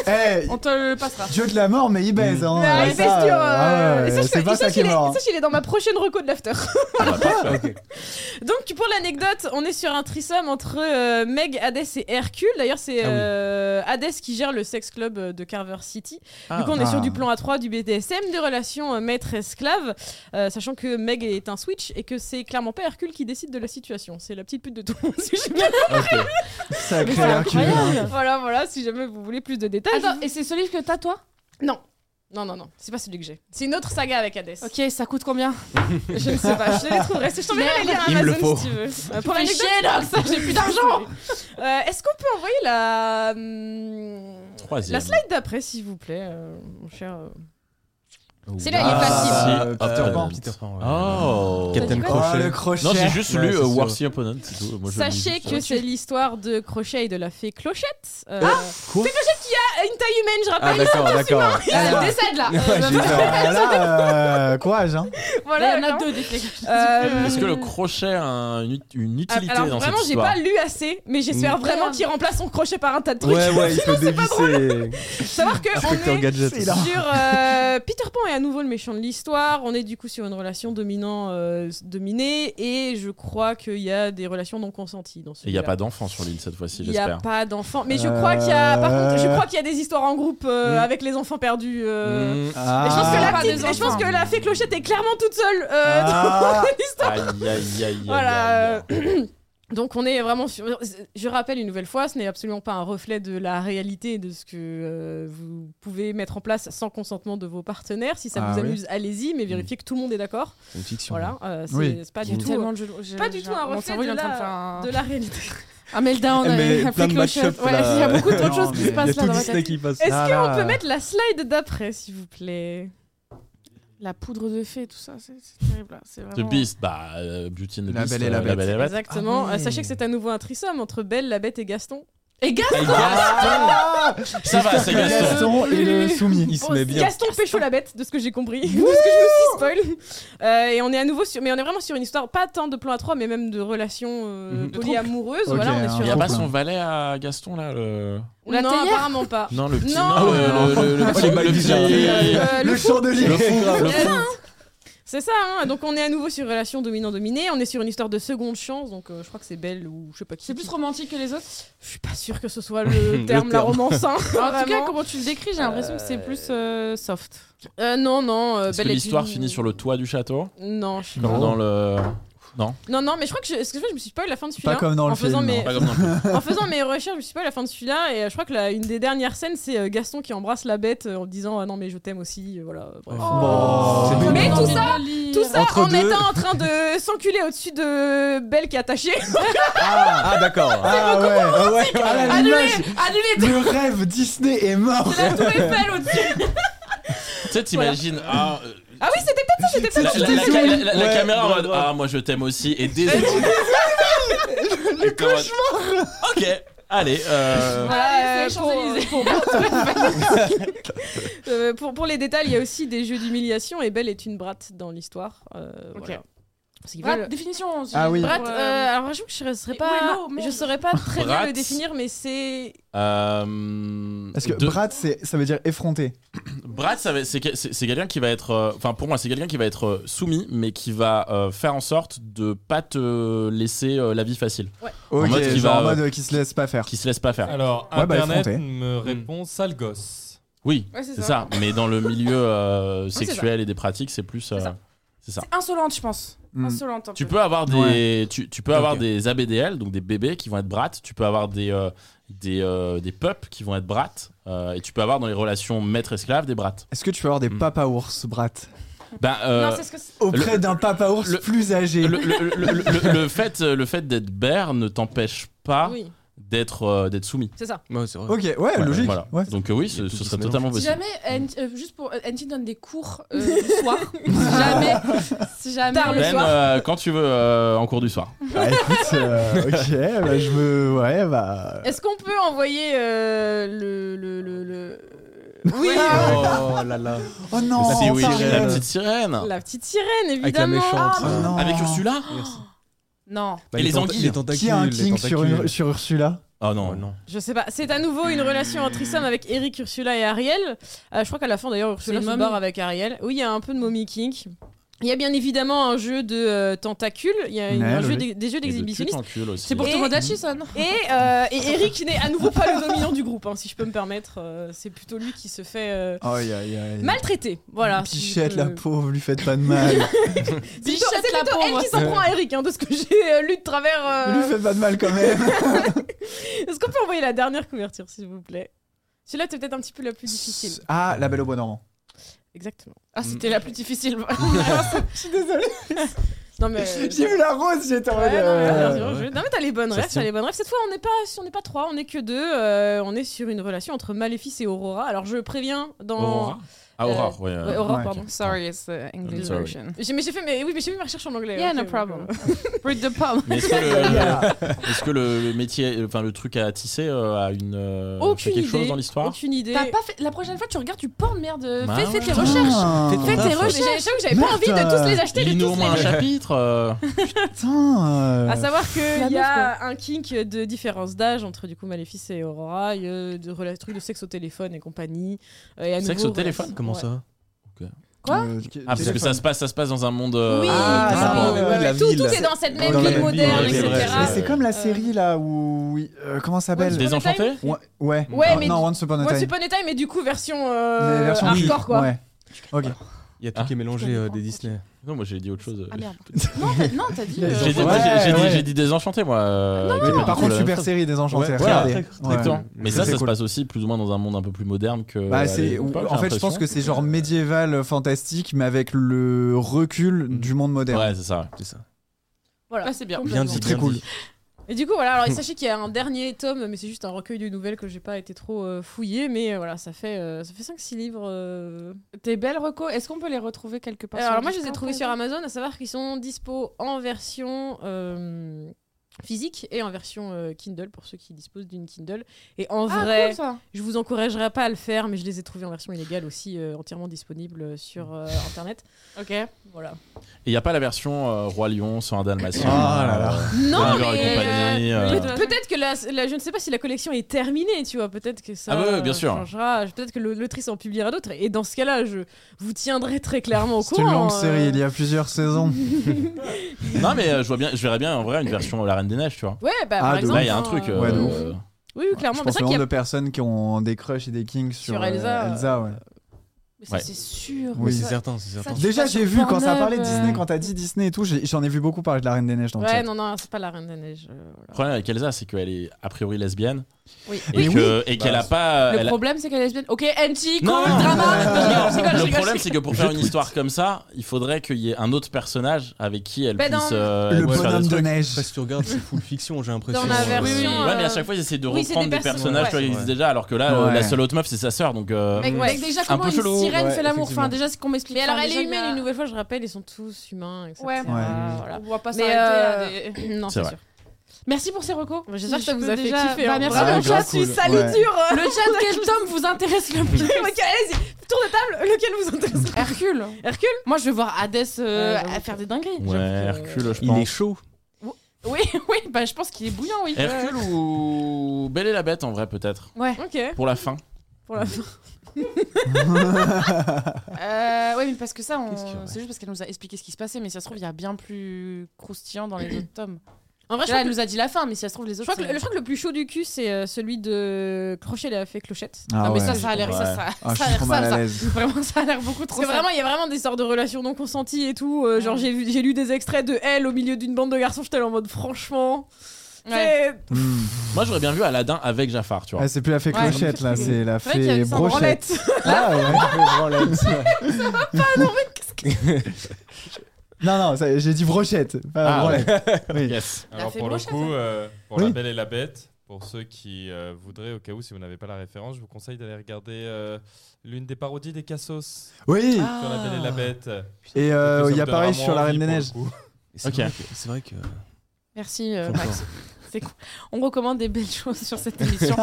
Eh,
On te le passera.
Dieu de la mort, mais il baise. Hein,
Ah,
euh,
il
ça,
pèse dur,
euh, ah
euh,
ouais,
et ça, je
C'est
fais-
pas
et ça,
ça qui
je
est
l'ai-
mort. hein. Ah, bah,
ça, je l'ai dans ma prochaine reco de l'after.
Ok.
Donc, pour l'anecdote, on est sur un threesome entre euh, Meg, Hades et Hercule. D'ailleurs, c'est
Ah oui.
euh, Hades qui gère le sex club euh, de Carver City.
Ah.
du coup, on est
Ah.
sur du plan A3, du BDSM, des relations euh, maître-esclave, euh, sachant que Meg est un switch et que c'est clairement pas Hercule qui décide de la situation. C'est la petite pute de tout le monde. si jamais-
Sacré
c'est
Hercule.
incroyable.
voilà, voilà, si jamais vous voulez plus de détails.
Attends, et c'est ce livre que t'as toi
Non. Non, non, non, c'est pas celui que j'ai. C'est une autre saga avec Hades.
Ok, ça coûte combien
Je ne sais pas, je te les trouverai. Je t'enverrai les liens
Il me le
Amazon
faut.
si tu veux. Euh,
fais
l'anecdote,
chier, là, ça, j'ai plus d'argent.
Euh, Est-ce qu'on peut envoyer la. hum,
Troisième.
La slide d'après, s'il vous plaît, euh, mon cher. euh. Celle-là,
elle est
Ah,
facile.
si,
Peter
euh,
Pan,
Peter Pan, ouais.
Oh
Captain
quoi
Oh, le
Crochet.
crochet.
Non, j'ai juste
Ouais,
lu
c'est
euh,
sûr.
Worthy Opponent. c'est tout. Moi, je
Sachez
lis
que
juste ça.
c'est l'histoire de Crochet et de la fée Clochette. Euh, ah, Une taille humaine, je
Ah,
rappelle.
d'accord, d'accord.
Elle
Ah.
décède là.
Ouais, j'ai dit, ah, là, euh, courage, hein.
voilà,
il y en a
alors.
deux des flics.
Euh,
Est-ce que le crochet a un- une, une utilité
Ah, Alors
dans
vraiment,
cette
j'ai
histoire
pas lu assez, mais j'espère
Mm.
vraiment qu'il remplace son crochet par un tas de trucs.
Ouais, ouais, il peut dévisser.
Savoir que on
Inspecteur
est-
Gadget.
C'est
sur
là.
euh, Peter Pan est à nouveau le méchant de l'histoire. On est du coup sur une relation dominant euh, dominée et je crois qu'il y a des relations non consenties dans ce.
Et il n'y a pas d'enfant sur l'île cette fois-ci,
il n'y a
j'espère. Euh.
pas d'enfants, mais je crois qu'il y a. Par contre, je crois qu'il y a des histoires en groupe euh,
Mm.
avec les enfants perdus. euh.
Hmm.
Et
Mm.
je pense que
Ah.
la
Pas
petite-
des
et je pense
enfants.
que la fée clochette est clairement toute seule euh,
Ah.
dans l'histoire.
Aïe, aïe, aïe, aïe.
Voilà, euh,
aïe, aïe.
Donc on est vraiment sur. Je rappelle une nouvelle fois, ce n'est absolument pas un reflet de la réalité et de ce que euh, vous pouvez mettre en place sans consentement de vos partenaires. Si ça
Ah
vous
oui. Mm.
amuse, allez-y, mais vérifiez que tout le monde est d'accord.
C'est une fiction.
Voilà, euh, c'est
Oui.
c'est pas
J'ai
du tout.
tellement de jeux- j'ai-
pas du
j'ai-
tout un
mon
reflet
cerveau, il est en
de
train de
la-
faire un-
de la réalité.
un meltdown. euh,
Mais
avec la
plein de
clochette.
match-up,
Ouais,
là.
il y a beaucoup d'autres
Non,
choses qui
mais
se
il y a
passent
Il y
là
a tout
dans ma
Disney
tête.
qui passe.
Est-ce
Ah
qu'on
là.
peut mettre la slide d'après, s'il vous plaît
La poudre de fée, tout ça, c'est c'est terrible. là, C'est
The
vraiment.
Beast, bah, euh, Beauty and the
La
Beast.
Belle et la
euh,
Bête.
Belle et la Bête.
Exactement.
Ah ouais.
Euh, Sachez que c'est à nouveau un trisome entre Belle, la Bête et Gaston. Et Gaston,
Et
Ah.
Gaston Ça va, c'est
J'espère que
Gaston.
et le soumis.
Il se met bien.
Gaston pécho la bête, de ce que j'ai compris, de ce que je me suis spoil. Euh, et on est à nouveau sur, mais on est vraiment sur une histoire pas tant de plan à trois, mais même de relations euh,
Mhm. De
polyamoureuses.
couple.
Voilà,
Ok,
on est
un
sur.
Il hein. y a
Trop
pas
plein.
son valet à Gaston là le...
Non,
La théière
apparemment pas.
Non, le petit.
Non.
euh,
Ah
le, le, le,
Ah, le
petit- le petit-
chandelier.
Euh,
Le
le fou-
chandelier.
le fou, le
C'est
fou.
ça, C'est ça, hein. donc on est à nouveau sur relation dominant-dominé, on est sur une histoire de seconde chance, donc euh, je crois que c'est belle ou je sais pas qui.
C'est plus romantique que les autres.
Je suis pas sûre que ce soit le
Le
terme, la
terme.
romance. hein.
En tout cas,
Vraiment.
comment tu le décris, j'ai l'impression que c'est plus euh, soft.
Euh, non, non. euh,
Est-ce que
Belle et
l'histoire
Dune-
finit sur le toit du château
Non, je suis
Non.
pas.
Dans le.
Non, non, mais je crois que je, est-ce que je me suis spoil la fin de celui-là.
Pas comme dans
en
le
faisant
film.
mes-
Pas comme dans le-
en faisant mes recherches, je me suis pas à la fin de celui-là et euh, je crois que la, une des dernières scènes c'est euh, Gaston qui embrasse la bête euh, en disant ah non mais je t'aime aussi euh, voilà bref.
Oh.
C'est
Mais
J'ai
tout
envie
ça,
de le lire.
tout ça
Entre
en
deux.
étant en train de s'enculer au-dessus de Belle qui est attachée.
Ah, ah, d'accord.
Ah ouais, ah ouais, ah là,
annulé,
l'image.
annulé
Le rêve Disney est mort.
de la tour Eiffel au-dessus.
Tu sais, t'imagines. Ah, euh,
Ah oui, c'était peut-être ça, c'était
la,
peut-être ça.
la- la- la- la- la
Ouais,
caméra en
ouais,
mode
ouais.
Ah, moi je t'aime aussi. Et désolé. Le cauchemar Ok, allez. euh,
Voilà,
Allez, c'est
euh,
les Champs-Élysées.
pour, Euh, pour- pour les détails, il y a aussi des jeux d'humiliation et Belle est une brate dans l'histoire. euh,
Ok.
voilà. Parce qu'ils
Brad,
veulent-
définition. si
Ah
j'ai-
oui.
Brad,
Brate,
euh,
euh, alors j'avoue que je serais
Et
pas,
Willow, merde.
je saurais pas très bien
Brate.
le définir, mais c'est
euh,
Parce que
de-
brat, c'est- ça veut dire effronté.
Brad, ça va- c'est que- c'est c'est quelqu'un qui va être, euh, enfin pour moi, c'est quelqu'un qui va être euh, soumis, mais qui va euh, faire en sorte de pas te laisser euh, la vie facile,
Ok,
mode qui
genre
va,
en
euh,
mode euh, qui se laisse pas faire.
qui se laisse pas faire.
Alors,
Ouais, bah,
Internet
effronté.
Hmm.
me répond sale gosse.
Oui,
Ouais, c'est
c'est ça. Mais dans le milieu euh,
c'est
sexuel et des pratiques, c'est plus. euh,
ça.
c'est ça.
c'est insolente, je pense.
Mm.
Insolente. un
Tu
peu.
peux avoir des,
Ouais.
tu, tu peux avoir
Ok.
des ABDL, donc des bébés qui vont être brats. Tu peux avoir des euh, des euh, des pups qui vont être brats. euh, et tu peux avoir dans les relations maître-esclave des brats.
Est-ce que tu peux avoir des
Hmm.
Mm.
papa ours, brat
Ben, euh,
Non, c'est ce que c'est.
Auprès
Le-
d'un papa ours
le-
plus âgé.
le, le- le- le- le- le fait euh, le fait d'être bear ne t'empêche
Ah.
pas
Oui, d'être
d'être euh, d'être soumis.
c'est ça.
Ouais, c'est vrai.
Ok, ouais, logique.
Voilà.
Ouais.
Donc euh, oui,
Il y
ce,
a
ce
tout qui
serait
se
totalement
Si
possible.
jamais, Ent- euh, juste pour, euh, Enty donne des cours euh, du soir. si jamais, si jamais.
Tard le
Ben,
soir.
euh, quand tu veux, euh, en cours du soir.
Bah écoute, euh, ok, bah, je me. Ouais, bah.
Est-ce qu'on peut envoyer euh, le, le, le, le- Oui, euh,
Oh là là.
Oh non
C'est oui,
pardon.
la petite sirène.
la petite sirène,
Avec la
évidemment. Ah.
méchante.
Oh non.
Avec Ursula
Non.
Et les
tenta-
anguilles.
Les tentacules.
Qui a un
les
king sur,
tentacules.
Ur- sur Ursula
Oh
Oh,
non.
non.
Je sais pas, c'est à nouveau une relation en trisome avec Eric, Ursula et Ariel. Euh, je crois qu'à la fin d'ailleurs,
C'est
Ursula
une
se
momie.
barre avec Ariel. Oui, il y a un peu de mommy kink. Il y a bien évidemment un jeu de euh, tentacules, il y a une-
Ouais,
un jeu
logique.
d'ex- des jeux
Et de
d'exhibitionnisme.
tue-t'encule aussi.
C'est pour
Et-
Tomodachi, ça, non
Et, euh, et Eric n'est à nouveau pas le dominant du groupe, hein, si je peux me permettre. Euh, c'est plutôt lui qui se fait euh,
Aïe aïe aïe.
maltraiter. Voilà. Euh. si je
Pichette,
peux-
la pauvre, lui faites pas de mal.
C'est plutôt-
Bichette,
c'est
la
plutôt
pauvre.
elle qui s'en prend à Eric, hein, de ce que j'ai euh, lu de travers. euh,
Lui faites pas de mal quand même.
Est-ce qu'on peut envoyer la dernière couverture, s'il vous plaît Celui-là, c'est peut-être un petit peu la plus difficile.
Ah, la belle au bois normand.
Exactement.
Ah, c'était la plus difficile.
Je suis désolé.
Non mais. euh,
J'ai vu la rose, j'étais en
Ouais,
mode.
non, mais là,
euh,
bien sûr, je- non, mais t'as les bonnes
Ça
rêves,
se
t'as
tient.
les bonnes rêves. Cette fois on n'est pas, on n'est pas trois, on est que deux. euh, on est sur une relation entre Maléfice et Aurora. Alors je préviens dans
Aurora Ah, Aurore, oui.
Euh, Ouais, Aurora,
Ouais.
pardon.
Sorry, it's the English
Sorry.
version.
J'ai, mais j'ai fait, mes, oui, mais j'ai fait mes recherches en anglais.
Yeah,
ok,
no
donc,
problem.
euh,
Read the poem.
Mais est-ce que, le,
yeah.
est-ce que le, le métier, enfin le truc à tisser euh, a une, euh,
Aucune
fait quelque chose
idée.
dans l'histoire
Aucune idée.
T'as pas fait... La prochaine fois, tu regardes du porn, merde.
Bah
Fais,
ouais.
fais tes
Putain.
recherches.
Ah, Putain,
Fais tes
Mais
recherches.
j'ai- j'avoue que j'avais pas envie de tous les acheter, de
Lis-nous au
tous les
moins un chapitre. euh.
putain, euh,
À savoir
la
qu'il y
meuf,
a un kink de différence d'âge entre du coup Maléfice et Aurora, il y a de rela- trucs de sexe au téléphone et compagnie. Euh, et à
Sexe
nouveau,
au téléphone,
relation-
Comment
ouais.
ça
Quoi
euh,
Ah, parce que ça se passe, ça se passe dans un monde. euh,
Oui,
Ah,
par
ça,
rapport-
ouais, ouais.
la
tout,
ville.
tout est dans cette même
Dans la
ville
même ville,
moderne,
ouais, c'est
etc. Euh.
vrai,
Mais Ah, C'est comme la série là où. oui, euh, comment ça s'appelle
Ouais,
Désenchanté
Ouais. Ouais, Ah,
Ouais, mais
non,
du-
Once Upon a
Once
Time.
Upon a Time, mais du coup version, euh,
Mais version cul.
hardcore quoi.
Ouais. Ok.
Il y a tout
Ah.
qui est mélangé euh, des Disney.
Non, moi j'ai dit autre chose.
Ah, merde. Non, t'as- Non, t'as dit.
Il a
euh,
J'ai dit,
Ouais,
moi, j'ai- j'ai dit-
ouais.
j'ai dit désenchanté, moi. euh,
Mais
qui est
par
pas du tout
contre,
la même
super
chose.
série Désenchantée.
Ouais,
regardez.
voilà, très- très
Ouais.
Exactement. Mais ça,
c'est
ça se
cool.
passe aussi plus ou moins dans un monde un peu plus moderne que.
Bah,
à
c'est,
l'époque,
en
j'ai
fait, je pense
l'impression.
que c'est genre médiéval euh, fantastique, mais avec le recul
Mm.
du monde moderne.
Ouais, c'est ça.
C'est ça.
Voilà.
Ah, c'est bien.
Bien dit,
C'est très
bien
cool.
dit.
Et du coup, voilà, alors et sachez qu'il y a un dernier tome, mais c'est juste un recueil de nouvelles que j'ai pas été trop euh, fouillé, mais euh, voilà, ça fait, euh, ça fait 5-6 livres. euh.
Tes belles recos, est-ce qu'on peut les retrouver quelque part
Alors, moi, je les ai
Discord,
trouvés
par
sur
exemple
Amazon, à savoir qu'ils sont dispo en version. euh, physique et en version euh, Kindle pour ceux qui disposent d'une Kindle. Et en
Ah,
vrai,
cool, ça.
je vous encouragerais pas à le faire, mais je les ai trouvés en version illégale aussi, euh, entièrement disponibles sur euh, Internet.
Ok.
Voilà.
Et il n'y a pas la version euh, Roi Lion, sans un Dalmatien.
Ah
euh,
là là.
Non,
Oliver et
mais
compagnie,
euh,
euh.
peut- peut-être que la, la- je ne sais pas si la collection est terminée, tu vois, peut-être que ça
Ah ouais, ouais, bien
euh,
sûr.
changera, peut-être que le- l'autrice en publiera d'autres, et dans ce cas-là, je vous tiendrai très clairement au
C'est
courant.
une longue
euh.
série, il y a plusieurs saisons.
Non, mais euh, je, vois bien, je verrais bien en vrai une version euh, La Reine des Neiges, tu vois.
Ouais, bah,
Ah,
par
de ouf.
exemple.
Là, il y a un truc.
euh,
Ouais, de ouf.
euh,
Oui, oui, clairement.
Je
mais
pense
c'est
le
vrai qu'il
nombre
y a-
de personnes qui ont des crushs et des kings sur,
Sur
euh,
Elsa,
Elsa, ouais.
Mais ça,
Ouais.
c'est sûr.
Oui.
mais
C'est
ça-
certain, c'est certain.
tu
Déjà,
vas sur
j'ai vu quand ça
Pornhub,
parlait de
euh,
Disney, quand t'as dit Disney et tout, j'ai- j'en ai vu beaucoup parler de la Reine des Neiges dans le
Ouais,
chat.
non, non, c'est pas la Reine des Neiges. euh,
Le
voilà.
problème avec Elsa, c'est qu'elle est a priori lesbienne.
Oui.
Et
Oui, Bah,
que- et qu'elle a pas.
Le
elle a-
problème, c'est qu'elle est lesbienne. Ok, anti, cool,
Non, non,
drama. Je rigole, je rigole, je
Le
rigole,
problème,
je
c'est que pour faire une histoire comme ça, il faudrait qu'il y ait un autre personnage avec qui elle
Ben, dans-
puisse. euh,
Le
elle puisse faire
bonhomme
des
de
trucs.
neige.
Après, si tu regardes, c'est full fiction, j'ai l'impression.
Dans la
Euh,
version,
Oui, oui, oui.
euh,
Ouais, mais à chaque fois, ils essaient de
oui, c'est
reprendre
des
des
personnages,
personnages qui
ouais.
existent déjà, alors que là, euh,
Ouais.
la seule autre meuf, c'est sa sœur. Donc, euh,
Mec,
rigole.
ouais.
Mec, déjà,
peu
comment une
chelou,
sirène
ouais,
fait l'amour Enfin,
effectivement.
déjà, c'est qu'on m'explique.
Mais alors,
Enfin,
elle est
déjà, euh,
humaine
il y a-
une nouvelle fois, je rappelle, ils sont tous humains, etc.
Ouais. Ouais.
Voilà.
On va pas
Mais
s'arrêter à
euh,
des-
non,
C'est
c'est
vrai.
sûr.
Merci pour ces recos.
J'espère que
Je
ça vous
peux
a fait
déjà-
kiffer.
Bah,
hein.
merci
Ouais,
Vraiment,
mon
Ah, grave
chat.
je suis
cool.
salée
Ouais.
dure.
Le chat, quel tome vous intéresse le plus
Ok, allez-y, tour de table, lequel vous intéresse
Hercule.
Hercule
Moi, je veux voir Hadès euh,
Ouais, j'avoue.
à faire des dingueries.
Ouais, Hercule, je
Il est
pense.
chaud.
Oui, oui, bah je pense qu'il est bouillant, oui.
Hercule ou Belle et la Bête, en vrai, peut-être.
Ouais.
Ok,
Pour la fin.
pour la fin.
Euh, ouais, mais parce que ça, on-
Qu'est-ce qu'il y aurait
c'est juste parce qu'elle nous a expliqué ce qui se passait, mais si ça se trouve, il y a bien plus croustillant dans les autres tomes.
En vrai, je
Là,
crois,
elle
que,
nous a dit la fin, mais si ça se trouve, les
je
autres.
crois que le, je crois que le plus chaud du cul, c'est euh, celui de Crochet la fée Clochette.
Ah
non, mais
ouais.
ça, ça a l'air. Ça, ça,
Ah, je
ça a
suis
l'air
trop mal
sale,
à
ça.
l'aise.
Vraiment, ça a l'air beaucoup trop
Parce que
sale.
vraiment, il y a vraiment des sortes de relations non consenties et tout. euh, genre, j'ai vu- j'ai lu des extraits de elle au milieu d'une bande de garçons, j'étais là en mode franchement.
Ouais.
c'est-
Hmm.
Moi, j'aurais bien vu Aladdin avec Jafar, tu vois.
Ah, c'est plus la fée
Ouais.
clochette là, c'est la
vrai qu'il y a
fée
eu ça en
brochette. Ah ouais, la fée branlette. non, non, ça- j'ai dit brochette, pas
Ah,
branlette. Oui.
Yes.
La
Alors
fée
pour le
brochette,
coup, euh, pour
Oui.
La Belle et la Bête, pour ceux qui euh, voudraient, au cas où si vous n'avez pas la référence, je vous conseille d'aller regarder euh, l'une des parodies des Cassos
Oui,
sur La Belle et la Bête.
et Ah. euh,
Donc, ça
il y a
vous donnera
pareil
moins
sur la Reine
envie,
des
pour le
Neiges.
coup.
Et C'est
Ok.
vrai que- c'est vrai
Euh,
que.
Merci, euh,
Encore.
Max. C'est cool. On recommande des belles choses sur cette émission.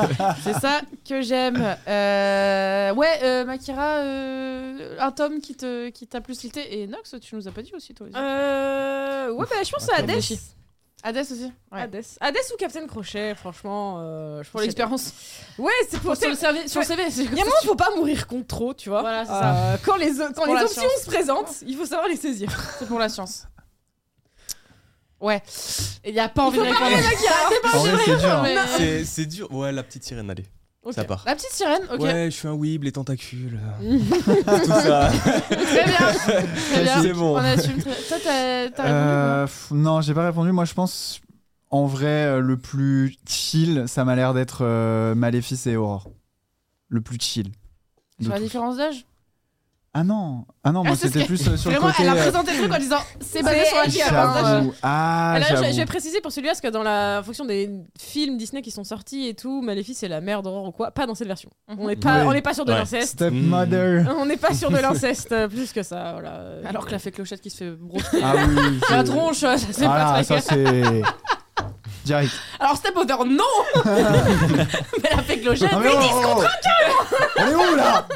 C'est ça que j'aime. Euh, Ouais, euh, Makira, euh, un tome qui te qui t'a plus tilté. Et Nox, tu nous as pas dit aussi, toi. les autres.
Euh, ouais, bah, je pense à
Attends,
Hades.
Michi. Hades aussi. Ouais.
Hades. Hades ou Captain Crochet, franchement. euh, je
Pour
pense
l'expérience.
que- Ouais, c'est pour
Sur le CV, sur le CV, c'est
Il y a un moment, faut pas mourir contre trop, tu vois.
Voilà, c'est
Euh, Quand les, o- quand
Pour
les
la
options
science.
se présentent, il faut savoir les saisir.
C'est pour la science. Ouais. Il n'y a pas envie de répondre.
En vrai, c'est dur. hein.
Mais-
C'est- C'est dur. Ouais, la petite sirène, allez.
Ok.
Ça part.
La petite sirène, ok.
Ouais, je suis un weeb, les tentacules.
Mm.
Tout ça.
Très bien. Très bien.
C'est
On
bon.
assume. très- Toi, t'as t'as répondu.
Euh, pff, non, j'ai pas répondu. Moi, je pense en vrai euh, le plus chill, ça m'a l'air d'être euh, Maléfice et Aurore. Le plus chill. de
Sur la
tous.
différence d'âge
Ah non, ah non,
Ah,
moi
c'est ce
c'était
que-
plus euh, sur le
Vraiment,
côté.
elle a
euh,
présenté le truc en disant c'est basé
C'est
sur la
elle qui a
différence d'âge.
J'avoue. Ah,
Alors, je, je vais
j'avoue.
préciser pour celui-là, parce que dans la en fonction des films Disney qui sont sortis et tout, Maléfice c'est la mère d'Aurore ou quoi, pas dans cette version.
Mhm.
On n'est pas,
Ouais.
on n'est pas sûr de
Ouais.
l'inceste.
Hmm.
Stepmother.
On n'est pas sûr de l'inceste euh, plus que ça. Voilà.
Alors que la fée clochette qui se fait brocher
Ah oui.
la
c'est-
tronche, ça c'est
Ah
pas
là, ça
très
c'est. Direct.
Alors Step Over, non Mais la fée clochette,
Non, mais oh, oh, oh. On est où là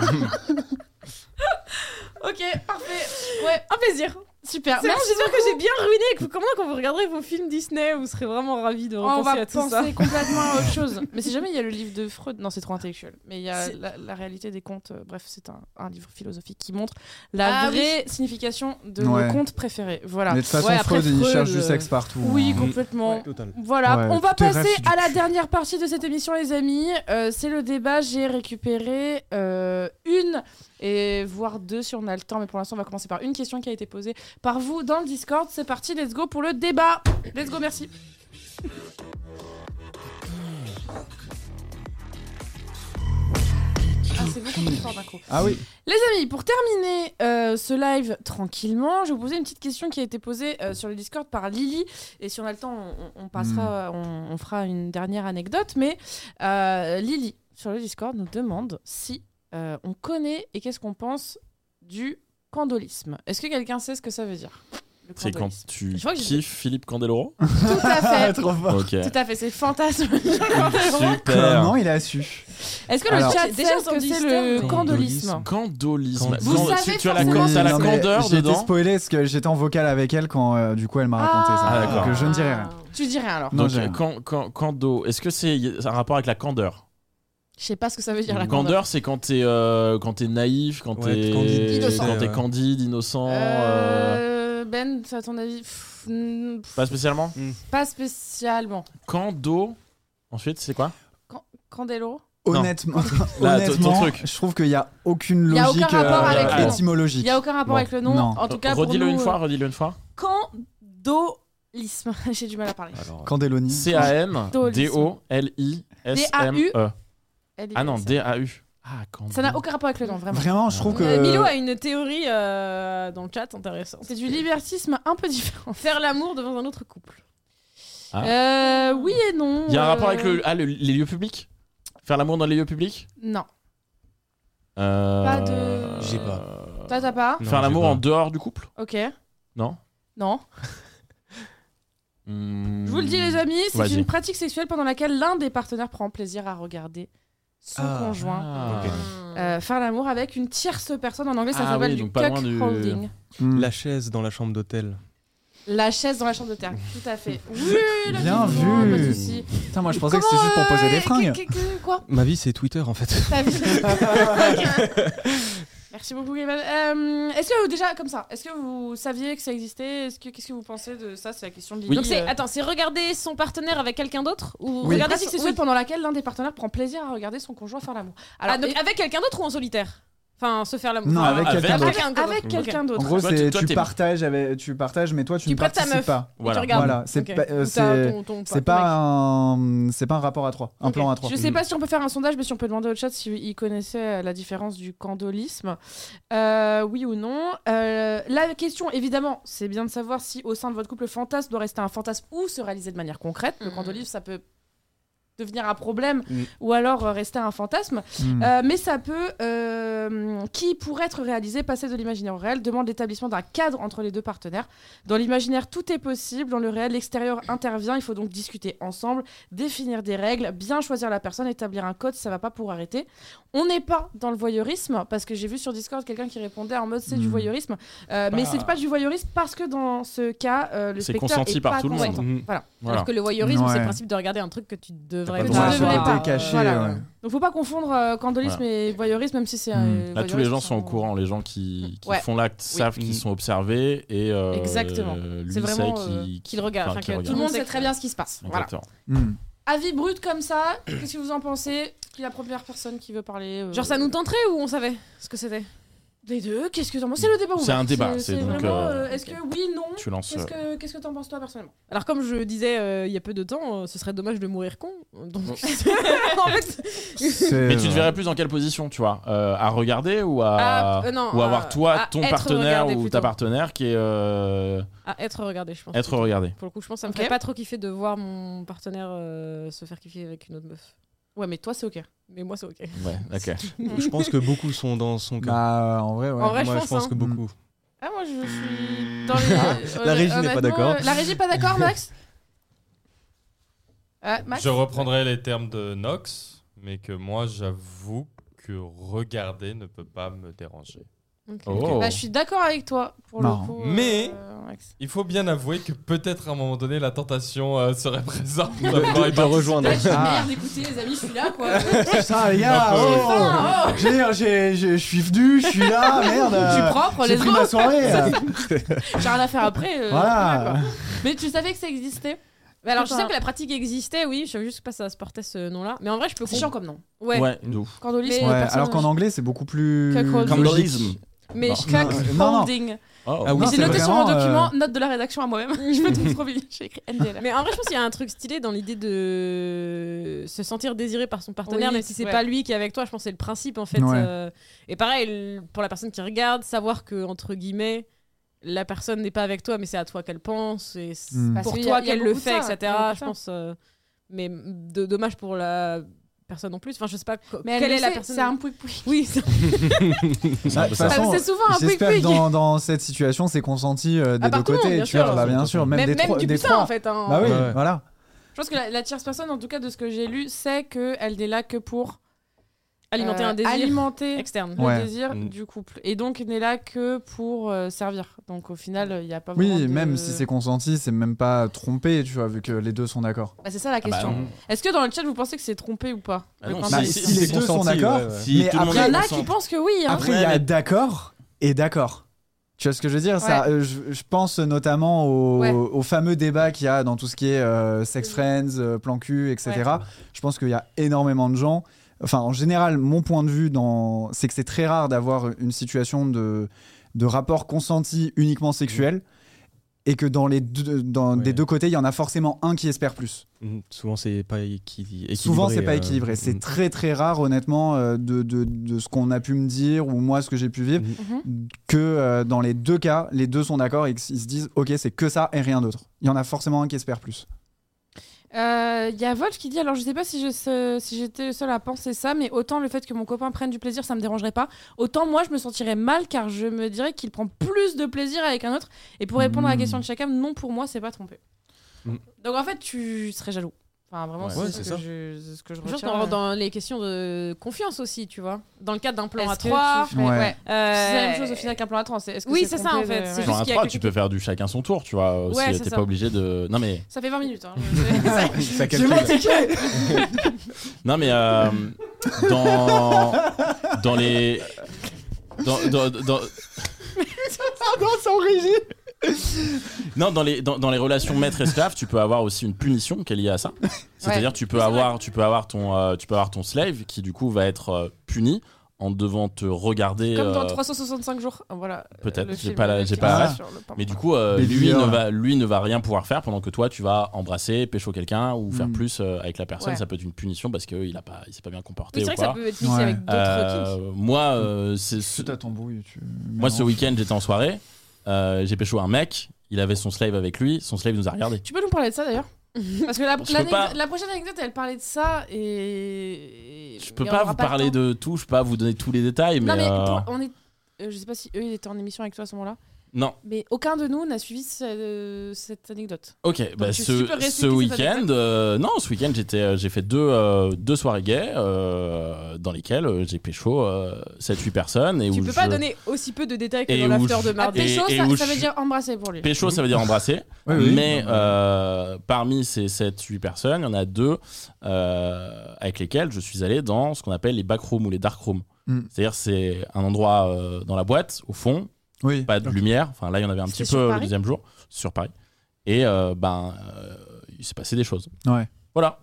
ok, parfait. Ouais,
un plaisir.
super.
C'est bon,
Ah, Merci
J'espère que j'ai bien ruiné. et que vous- Comment quand vous regarderez vos films Disney, vous serez vraiment ravis de repenser
on va
à tout
penser
ça.
complètement à autre chose. Mais si jamais il y a le livre de Freud, non, c'est trop intellectuel. Mais il y a
C'est-
la, la réalité des contes. euh, bref, c'est un, un livre philosophique qui montre la
Ah oui.
vraie signification de
Ouais.
nos contes préférés. Voilà.
Mais de toute façon,
Ouais, après
Freud, il
Freud,
cherche
euh,
du sexe partout.
Oui,
hein.
complètement.
Total.
Voilà,
Ouais,
on va
tout est
passer
rêve, c'est
à
du
la
cul.
dernière partie de cette émission, les amis. Euh, c'est le débat. J'ai récupéré euh, une et voire deux si on a le temps, mais pour l'instant, on va commencer par une question qui a été posée par vous dans le Discord. C'est parti, let's go pour le débat. Let's go, merci. Ah, c'est beaucoup plus fort d'un coup.
Ah oui.
Les amis, pour terminer euh, ce live tranquillement, je vais vous poser une petite question qui a été posée euh, sur le Discord par Lily. Et si on a le temps, on, on passera, on, on fera une dernière anecdote. Mais euh, Lily, sur le Discord, nous demande si euh, on connaît et qu'est-ce qu'on pense du candolisme. Est-ce que quelqu'un sait ce que ça veut dire Le
C'est quand
Candolis.
tu
Je crois que j'ai-
kiffes Philippe Candeloro
Tout à fait.
Ah, Trop fort.
Ok.
Tout à fait, c'est fantasme.
Super.
Comment il a su
Est-ce que
Alors-
le chat sait
Déjà,
ce que c'est
candolisme.
le candolisme
Candolisme.
Vous
Cand-
savez
tu- tu as la,
forcément
can- t'as la
non, mais
candeur
J'ai été
dedans.
spoilé parce que j'étais en vocal avec elle quand euh, du coup elle m'a raconté ça.
Ah, d'accord.
Donc, euh, je ne dirai rien.
Tu dirais alors
Non,
Donc,
j'ai rien.
can- can- cando, est-ce que c'est y a un rapport avec la candeur
Je sais pas ce que ça veut dire la
Candeur,
candeur.
c'est quand t'es euh, quand t'es naïf, quand
Ouais,
t'es
candide.
Innocent.
quand t'es
Ouais.
candide, innocent. euh,
Euh, Ben, à ton avis Pff, mm, pff,
Pas spécialement.
Pas spécialement.
Cando. Ensuite, c'est quoi
Candelo
Non.
Honnêtement,
Là, ton- ton
honnêtement
truc.
je trouve qu'il n'y a aucune
Il y a aucun
logique euh,
rapport
avec le nom.
Il
étymologique.
y a aucun rapport
Non.
avec le nom.
Non.
En tout cas, pour
redis-le
nous,
une
euh,
fois, redis-le une fois.
Candolisme. J'ai du mal à parler.
Candeloni.
C A N D O L I S M
D
E.
Elle est
Ah non,
comme ça.
D A U. Ah Cando.
Ça n'a aucun rapport avec le nom, vraiment.
Vraiment, je trouve que.
Euh, Milo a une théorie euh, dans le chat intéressante.
C'est du libertisme un peu différent.
Faire l'amour devant un autre couple.
Euh, oui et non.
Ah. Il y a un
euh,
rapport avec le, ah, le- les lieux publics Faire l'amour dans les lieux publics
Non.
Euh,
Pas de- J'ai Toi, t'as pas
Faire
Non,
l'amour
j'ai
en
pas.
dehors du couple
Ok.
Non
Non. Je vous le dis, les amis, c'est
Vas-y.
une pratique sexuelle pendant laquelle l'un des partenaires prend plaisir à regarder son
Ah.
conjoint
Ah.
euh, faire l'amour avec une tierce personne. En anglais, ça
Ah
s'appelle
oui,
du
donc pas loin du-
cuckolding.
Hmm.
La chaise dans la chambre d'hôtel.
La chaise dans la chambre de terre, tout à fait. Oui, là,
Bien
tu
vu.
vois, pas de souci.
Putain, moi je pensais que
Comment,
c'était juste pour poser
euh,
des fringues.
que- que- que- Quoi
Ma vie, c'est Twitter en fait.
Ta vie. Ok. Merci beaucoup, Gabal. Euh, est-ce que, déjà, comme ça, est-ce que vous saviez que ça existait Est-ce que, Qu'est-ce que vous pensez de ça C'est la question de Lily.
Donc c'est
Euh,
attends, c'est regarder son partenaire avec quelqu'un d'autre ou
oui.
regarder
Regardez
si
si
c'est
c'est
solitaire
pendant laquelle l'un des partenaires prend plaisir à regarder son conjoint faire l'amour. Alors,
Ah, donc
et-
avec quelqu'un d'autre ou en solitaire Enfin, se faire l'amour.
Non,
Enfin,
avec
Ah, avec-
quelqu'un
avec
d'autre.
quelqu'un d'autre.
avec
Ok.
quelqu'un
En
d'autre.
gros,
Toi, tu-
c'est
toi,
tu
t'es-
partages, avec, tu partages, mais toi tu,
Tu
ne
prêtes ta
participes
meuf.
pas.
Et Tu
Voilà.
regardes.
Voilà, c'est
Ok.
pas- euh,
Ou t'as
c'est-
ton- ton-
C'est
ton mec.
pas un, c'est pas un rapport à trois, un
Ok.
plan à trois. Mm.
Je sais pas si on peut faire un sondage, mais si on peut demander au chat s'ils connaissaient euh, la différence du candolisme. Euh, oui ou non. Euh, la question, évidemment, c'est bien de savoir si au sein de votre couple, le fantasme doit rester un fantasme ou se réaliser de manière concrète. Le
Mm.
candolisme, ça peut devenir un problème
Mm.
ou alors euh, rester un fantasme.
Mm.
Hmm.
Euh, mais ça peut, euh, qui pour être réalisé, passer de l'imaginaire au réel, demande l'établissement d'un cadre entre les deux partenaires. Dans l'imaginaire, tout est possible, dans le réel, l'extérieur intervient, il faut donc discuter ensemble, définir des règles, bien choisir la personne, établir un code, ça va pas pour arrêter. On n'est pas dans le voyeurisme, parce que j'ai vu sur Discord quelqu'un qui répondait en mode c'est du
Mm.
voyeurisme, Euh, mais c'est pas du voyeurisme parce que dans ce cas, euh, le
Bah. C'est
spectateur
consenti
est
par
pas
tout le monde.
consentant.
Mhm.
Voilà.
Alors que le voyeurisme, c'est
Ouais.
le principe de regarder un truc que tu devrais
T'as
pas le
pas le droit
Ouais,
de
sur
voir.
des
devrais
côtés
pas,
cachés,
voilà.
ouais.
Donc faut pas confondre euh, candolisme et voyeurisme, même si c'est. euh,
Là, Mm. Bah, tous les
voyeurisme,
gens
ça
sont au
rend-
courant. Les gens qui, qui
Ouais.
font l'acte savent qu'ils sont observés et euh,
Exactement.
lui
C'est vraiment,
sait
euh,
qu'il-
qu'il regarde,
enfin,
enfin,
qu'il
que
Tout le
regarde.
monde sait très bien ce qui se passe. Voilà.
Exactement.
Hmm.
Avis brut comme ça, qu'est-ce que vous en pensez Qui est la première personne qui veut parler euh,
Genre ça nous tenterait ou on savait ce que c'était
Des deux, qu'est-ce que t'en penses C'est le débat
C'est
ouvert.
un débat, c'est donc,
vraiment,
euh,
euh, Est-ce que oui, non
Tu lances.
Qu'est-ce
euh,
que qu'est-ce que t'en penses toi personnellement
Alors comme je disais euh, il y a peu de temps, euh, ce serait dommage de mourir con. euh, Donc en fait,
C'est- euh,
Mais tu te verrais plus dans quelle position, tu vois Euh, À regarder ou à.
Ah, euh, non,
ou
à-
avoir toi,
à
ton
être
partenaire
regardé
ou
plutôt.
ta partenaire qui est euh,
à être regardé, je pense.
être regardé.
Pour le coup, je pense que ça me
Ok.
ferait pas trop kiffer de voir mon partenaire euh, se faire kiffer avec une autre meuf.
Ouais, mais toi c'est ok.
Mais moi, c'est ok.
Ouais, ok.
Je pense que beaucoup sont dans son cas.
Bah, en vrai, ouais.
En vrai,
Moi,
je
je
Mm. pense,
pense,
hein.
que beaucoup.
Ah moi je suis
Hmm.
dans
Ah.
les.
La régie n'est pas
honnêtement,
d'accord.
euh, La régie pas d'accord, Max Ah, Max
Je reprendrai les termes de Nox, mais que moi, j'avoue que regarder ne peut pas me déranger.
Oh.
Bah, je suis d'accord avec toi pour
Marrant.
le coup. euh,
Mais-
Max.
Il faut bien avouer que peut-être à un moment donné, la tentation euh, serait présente.
De, de rejoindre.
Ah.
Merde, écoutez les amis, je suis là quoi.
Putain, les gars,
Un peu.
oh J'ai- j'ai- j'ai- Je suis venu, je suis là, merde
Je suis
euh,
propre,
J'ai
les
pris ma
autres.
soirée euh.
J'ai rien à faire après. euh, voilà,
Voilà
quoi. Mais tu savais que ça existait
Mais alors, je
Putain.
sais que la pratique existait, oui. Je savais juste pas ça se portait ce nom-là. Mais en vrai, je peux
C'est
comprendre.
chiant comme nom.
Ouais.
Ouais, de ouf.
Candolisme.
Ouais,
Mais-
euh, personne-
euh, alors qu'en anglais, c'est beaucoup plus.
Cuckold.
logique.
Candolisme.
Mais
Non.
je-
Bah, Non, non, non.
Cuckolding.
Oh.
Ah oui,
Non,
J'ai
c'est
noté sur mon
vraiment, euh,
document, note de la rédaction à moi-même. je peux tout trouver. J'ai écrit NDL.
Mais en vrai, je pense qu'il y a un truc stylé dans l'idée de se sentir désiré par son partenaire,
Oui,
même si c'est
ouais.
pas lui qui est avec toi. Je pense que c'est le principe en fait.
Ouais.
euh, Et pareil, le- pour la personne qui regarde, savoir que, entre guillemets, la personne n'est pas avec toi, mais c'est à toi qu'elle pense, et c'est
Hmm.
Parce
pour
qu'il y a-
toi
il y a
qu'elle le
beaucoup de
fait,
ça, il y a
etc.
beaucoup de
Je
ça.
pense. euh, Mais de- dommage pour la personne en plus. Enfin, je sais pas co-
Mais elle
quelle
le
est la
sait,
personne.
C'est un pouic-pouic.
Oui, c'est
C'est un
Ah,
peu ça.
Bah, façon,
Enfin, C'est souvent un
J'espère que
pouic-pouic.
dans, dans cette situation, c'est consenti euh, des
Ah, par
deux
tout le monde,
côtés.
bien
tu vois,
sûr.
bah, bien sûr, même,
même,
des
même
trois.
du
des
poussin
trois.
en fait. hein.
Bah oui,
Ouais.
voilà.
Je pense que la, la tierce personne, en tout cas de ce que j'ai lu, c'est qu'elle n'est là que pour
Alimenter
euh,
un désir
alimenter
externe.
le
Ouais.
désir
Mm.
du couple. Et donc n'est là que pour euh, servir. Donc au final, il n'y a pas vraiment
Oui,
de-
même si c'est consenti, c'est même pas trompé, tu vois, vu que les deux sont d'accord.
Bah, c'est ça la
Ah bah
question.
non.
Est-ce que dans le chat, vous pensez que c'est trompé ou pas
Ah
Le
non,
principe.
si-
Il
si les deux sont d'accord,
Si
Mais
tout le monde
y en
est
a
consent-
qui pensent que oui. hein.
Après,
Ouais,
il y a
mais-
d'accord et d'accord. Tu vois ce que je veux dire ça, euh, je, je pense notamment au,
Ouais.
au fameux débat qu'il y a dans tout ce qui est euh, sex friends, euh, plan cul, etc. Je pense qu'il y a énormément de gens. Enfin, en général, mon point de vue, dans... c'est que c'est très rare d'avoir une situation de, de rapport consenti uniquement sexuel. Et que dans les deux, dans
Ouais.
des deux côtés, il y en a forcément un qui espère plus.
Mm, Souvent, c'est pas équi- équilibré.
Souvent, c'est pas
euh,
équilibré.
mm.
C'est très très rare, honnêtement, euh, de, de- de ce qu'on a pu me dire ou moi ce que j'ai pu vivre,
Mm.
que euh, dans les deux cas, les deux sont d'accord et qu'ils se disent ok, c'est que ça et rien d'autre. Il y en a forcément un qui espère plus.
Euh, Il y a Wolf qui dit alors je sais pas si je se- si j'étais le seul à penser ça mais autant le fait que mon copain prenne du plaisir ça me dérangerait pas autant moi je me sentirais mal car je me dirais qu'il prend plus de plaisir avec un autre et pour répondre à la
Mm.
question de chacun non pour moi c'est pas trompé
Mm.
donc en fait tu serais jaloux enfin vraiment
Ouais.
c'est
Ouais,
ce,
c'est
que
ça.
je, c'est ce que je
Genre
retiens
dans, dans les questions de confiance aussi, tu vois. Dans le cadre d'un plan Euh,
Est-ce
à
que tu
3.
fais-
Ouais.
c'est la même chose au final qu'un plan à 3 est-ce que
Oui,
Euh, c'est
c'est ça,
trompé
en fait.
de-
C'est
ouais.
juste-
Genre, à
qu'il y a
trois,
quelqu'un
tu peux faire du chacun son tour, tu vois. aussi,
Ouais, c'est
t'es
ça.
pas obligé de. Non, mais.
ça fait 20 minutes hein, je-
J'ai
Ça calcule.
Non mais euh, dans dans les dans, dans, dans- non dans les dans, dans les relations maître esclave tu peux avoir aussi une punition qui est liée à ça c'est-à-dire tu peux avoir tu peux avoir ton euh, tu peux avoir ton slave qui du coup va être euh, puni en devant te regarder
comme dans
euh,
365 jours voilà euh,
peut-être
le
j'ai
film
pas la-
avec
j'ai
qui
pas
on est sur le
mais du coup euh,
Les
lui ne
vieurs.
va lui ne va rien pouvoir faire pendant que toi tu vas embrasser pécho quelqu'un ou faire
Mm.
plus euh, avec la personne
Ouais.
ça peut être une punition parce qu'il a pas il s'est pas bien comporté
Oui, c'est
ou
vrai que
quoi
ça peut être mixé
Ouais.
avec d'autres
euh,
kinks.
moi, euh, c'est ce-
Tout à ton brouille. Tu...
moi ce week-end, j'étais en soirée. euh, j'ai pécho un mec. Il avait son slave avec lui. Son slave nous a regardé.
Tu peux nous parler de ça d'ailleurs Parce que la,
Je peux
l'anecdote-
pas.
la prochaine anecdote, elle parlait de ça et.
Je peux
et on
pas
aura
vous
le
parler
temps.
de tout. Je peux pas vous donner tous les détails, mais,
Non, mais
euh,
pour- on est. euh, je sais pas si eux ils étaient en émission avec toi à ce moment-là,
non.
mais aucun de nous n'a suivi ce- euh, cette anecdote.
Ok. Bah,
tu- tu peux
ce
réexpliquer
ce
cette
week-end,
anecdote.
euh, non, ce week-end, j'étais, euh, j'ai fait deux euh, deux soirées gays euh, dans lesquelles euh, j'ai pécho 7-8 personnes et
Tu
où
peux pas
je-
donner aussi peu de détails que
Et
dans
où
l'after
je-
de
Ah,
mardi.
Et-
pécho,
et
ça,
où
ça
je-
veut dire embrasser pour lui.
Pécho, ça veut dire embrasser.
Oui, oui.
mais
Non, mais-
euh, parmi ces 7-8 personnes, il y en a deux euh, avec lesquelles je suis allé dans ce qu'on appelle les backrooms ou les darkrooms.
Mm.
C'est-à-dire, c'est un endroit euh, dans la boîte, au fond,
Oui.
pas de lumière. Enfin, là, il y en avait un
C'était
petit
sur
peu le
Paris
deuxième jour, sur Paris. Et euh, ben, euh, il s'est passé des choses.
Ouais.
Voilà.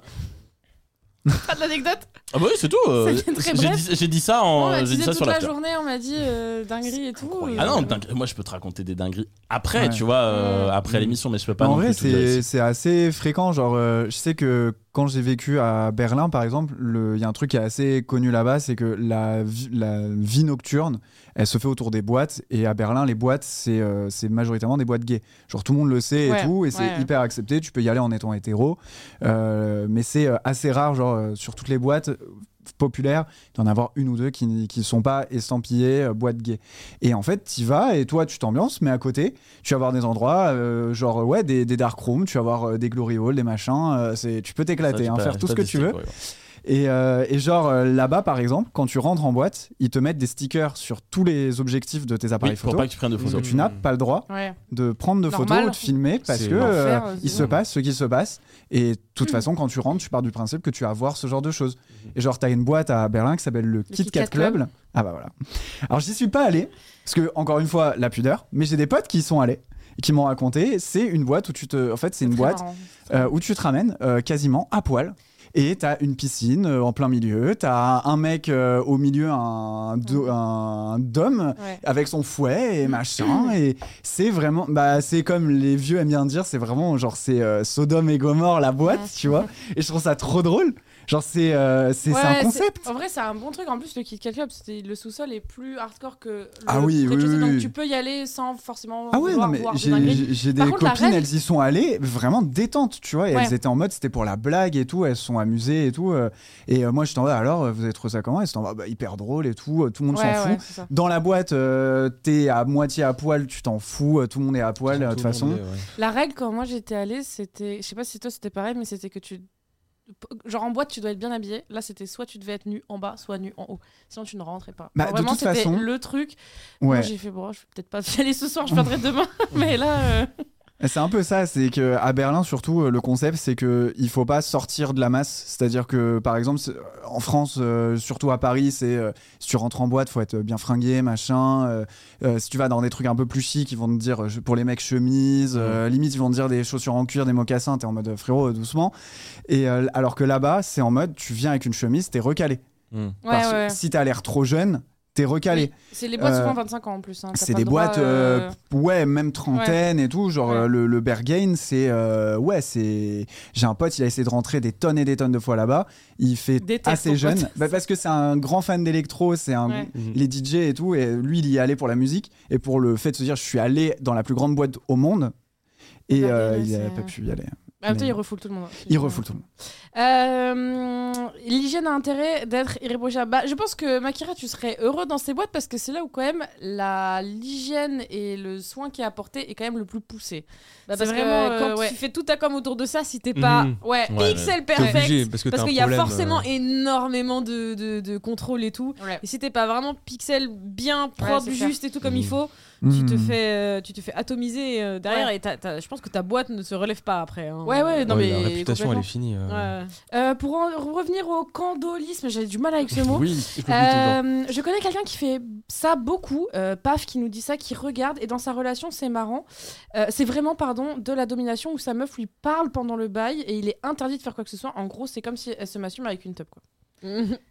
Pas de l'anecdote
Ah bah oui, c'est tout. euh,
Ça vient très
j'ai,
bref.
dit, j'ai dit ça,
On
en,
m'a
euh, j'ai dit
teasé
ça
toute
sur
la
l'after.
journée, on m'a dit euh, dinguerie et tout.
Ah non,
Euh,
dingue- moi, je peux te raconter des dingueries après,
Ouais.
tu vois, euh, après
Mm.
l'émission, mais je peux pas.
en
non
vrai,
plus tout dire
c'est
ici.
c'est assez fréquent. Genre, euh, je sais que quand j'ai vécu à Berlin, par exemple, le- il y a un truc qui est assez connu là-bas, c'est que la, vi- la vie nocturne, elle se fait autour des boîtes. Et à Berlin, les boîtes, c'est euh, c'est majoritairement des boîtes gays. Genre, tout le monde le sait
Ouais,
et tout, et c'est
ouais.
hyper accepté. Tu peux y aller en étant hétéro. Euh, mais c'est euh, assez rare, genre, euh, sur toutes les boîtes euh, populaires, d'en avoir une ou deux qui ne sont pas estampillées euh, boîtes gays. Et en fait, tu vas et toi, tu t'ambiances, mais à côté, tu vas avoir des endroits, euh, genre, ouais, des, des dark rooms, tu vas avoir euh, des glory halls, des machins. euh, c'est- tu peux
Ça,
t'éclater,
j'ai
hein,
pas-
faire
j'ai
tout ce
pas
que tu
testé,
veux.
quoi, ouais.
Et, euh, et genre, euh, là-bas, par exemple, quand tu rentres en boîte, ils te mettent des stickers sur tous les objectifs de tes
Oui,
appareils
pour
photo.
pas que tu prennes de
Parce que
photos.
tu n'as pas le droit
Ouais.
de prendre de
Normal.
photos ou de filmer parce
C'est
que
l'enfer,
euh,
c'est
il se
bon.
passe ce qui se passe et de toute façon quand tu rentres tu pars du principe que tu vas voir ce genre de choses et genre t'as une boîte à Berlin qui s'appelle le, Kit Kat Club. ah bah voilà alors j'y suis pas allé parce que encore une fois la pudeur mais j'ai des potes qui y sont allés et qui m'ont raconté c'est une boîte où tu te en fait c'est une
très
boîte
marrant.
euh, où tu te ramènes euh, quasiment à poil. Et t'as une piscine euh, en plein milieu, t'as un mec euh, au milieu, un, do- un dôme
Ouais.
avec son fouet
Mm.
et machin. Et c'est vraiment, bah, c'est comme les vieux aiment bien dire, c'est vraiment genre c'est euh, Sodome et Gomorre la boîte, tu vois. Et je trouve ça trop drôle Genre, c'est euh, c'est c'est
Ouais,
un concept.
En vrai, c'est un bon truc. En plus, le Kit Kat Club, c'était- le sous-sol est plus hardcore que le
Ah oui,
truc
oui,
chez toi.
oui,
Donc
oui.
tu peux y aller sans forcément
Ah ouais, non,
vouloir
mais
Oh, voir de
j'ai-
dinguerie.
j'ai j'ai des
Par contre, la
copines,
règle-
elles y sont allées vraiment détentes, tu vois. Et
Ouais.
Elles étaient en mode, c'était pour la blague et tout, elles se sont amusées et tout. euh, et euh, moi, je t'en alors, euh, vous avez trouvé ça comment Elles sont en mode, bah, hyper drôle et tout, euh, tout le monde
Ouais,
s'en
ouais,
fout.
c'est ça.
Dans la boîte, euh, t'es à moitié à poil, tu t'en fous, euh, tout le monde est à poil euh, de toute façon.
La règle, quand moi j'étais allée, c'était. Je sais pas si toi c'était pareil, mais c'était que tu. Genre en boîte, tu dois être bien habillé. Là, c'était soit tu devais être nu en bas, soit nu en haut. Sinon, tu ne rentrais pas.
Bah,
Genre,
de
vraiment,
toute
c'était
façon-
le truc. Moi,
Ouais.
j'ai fait, bon, je vais peut-être pas y aller ce soir, je viendrai demain. mais là. euh,
C'est un peu ça, c'est que à Berlin surtout euh, le concept c'est que il faut pas sortir de la masse, c'est-à-dire que par exemple c'est- en France euh, surtout à Paris c'est euh, si tu rentres en boîte faut être bien fringué machin, euh, euh, si tu vas dans des trucs un peu plus chic ils vont te dire euh, je- pour les mecs chemise, euh, limite ils vont te dire des chaussures en cuir, des mocassins, t'es en mode frérot euh, doucement et euh, alors que là-bas c'est en mode tu viens avec une chemise t'es recalé
Ouais,
parce que
ouais.
si t'as l'air trop jeune t'es recalé.
C'est les boîtes
Euh,
souvent 25 ans en plus. hein. T'as
C'est
pas
des
le droit,
boîtes,
euh,
euh, ouais, même trentaine et tout. Genre,
Ouais.
euh, le, le Berghain, c'est. euh, ouais, c'est. J'ai un pote, il a essayé de rentrer des tonnes et des tonnes de fois là-bas. Il fait
Déteste ton
assez jeune.
pote.
Bah, parce que c'est un grand fan d'électro, c'est un.
Ouais.
Mhm.
Il est DJ et tout, et lui, il y est allé pour la musique. Et pour le fait de se dire, je suis allé dans la plus grande boîte au monde. Et
Berghain,
euh, il
Ah bah, c'est-
n'a pas pu y aller.
En même temps,
Mais-
il refoule tout le monde. hein.
Il refoule tout le monde.
Euh, L'hygiène a intérêt d'être irréprochable. Bah, je pense que Makira, tu serais heureux dans ces boîtes parce que c'est là où quand même la l'hygiène et le soin qui est apporté est quand même le plus poussé.
Bah,
C'est
parce
vraiment,
que
euh,
quand
ouais.
tu fais tout ta com autour de ça, si t'es
Mhm.
pas
Ouais.
Ouais,
pixel
T'es
perfect,
obligé, parce que
parce
t'as un
qu'il y a
problème,
forcément
euh,
énormément de, de, de contrôle et tout.
Ouais.
Et si t'es pas vraiment pixel bien propre,
c'est clair.
juste et tout comme il
Mhm.
faut, tu te
Mhm.
fais euh, tu te fais atomiser euh, derrière et t'as- t'as- je pense que ta boîte ne se relève pas après. hein.
Ouais, ouais, non mais.
ouais, la réputation, elle
complètement.
est finie. euh.
Ouais.
Euh, pour en revenir au candolisme, j'ai du mal avec ce mot.
Oui, je l'oublie toujours.
Euh, je connais quelqu'un qui fait ça beaucoup, euh, Paf, qui nous dit ça, qui regarde, et dans sa relation, c'est marrant. Euh, c'est vraiment, pardon, de la domination où sa meuf lui parle pendant le bail et il est interdit de faire quoi que ce soit. En gros, c'est comme si elle se masturbe avec une top, quoi.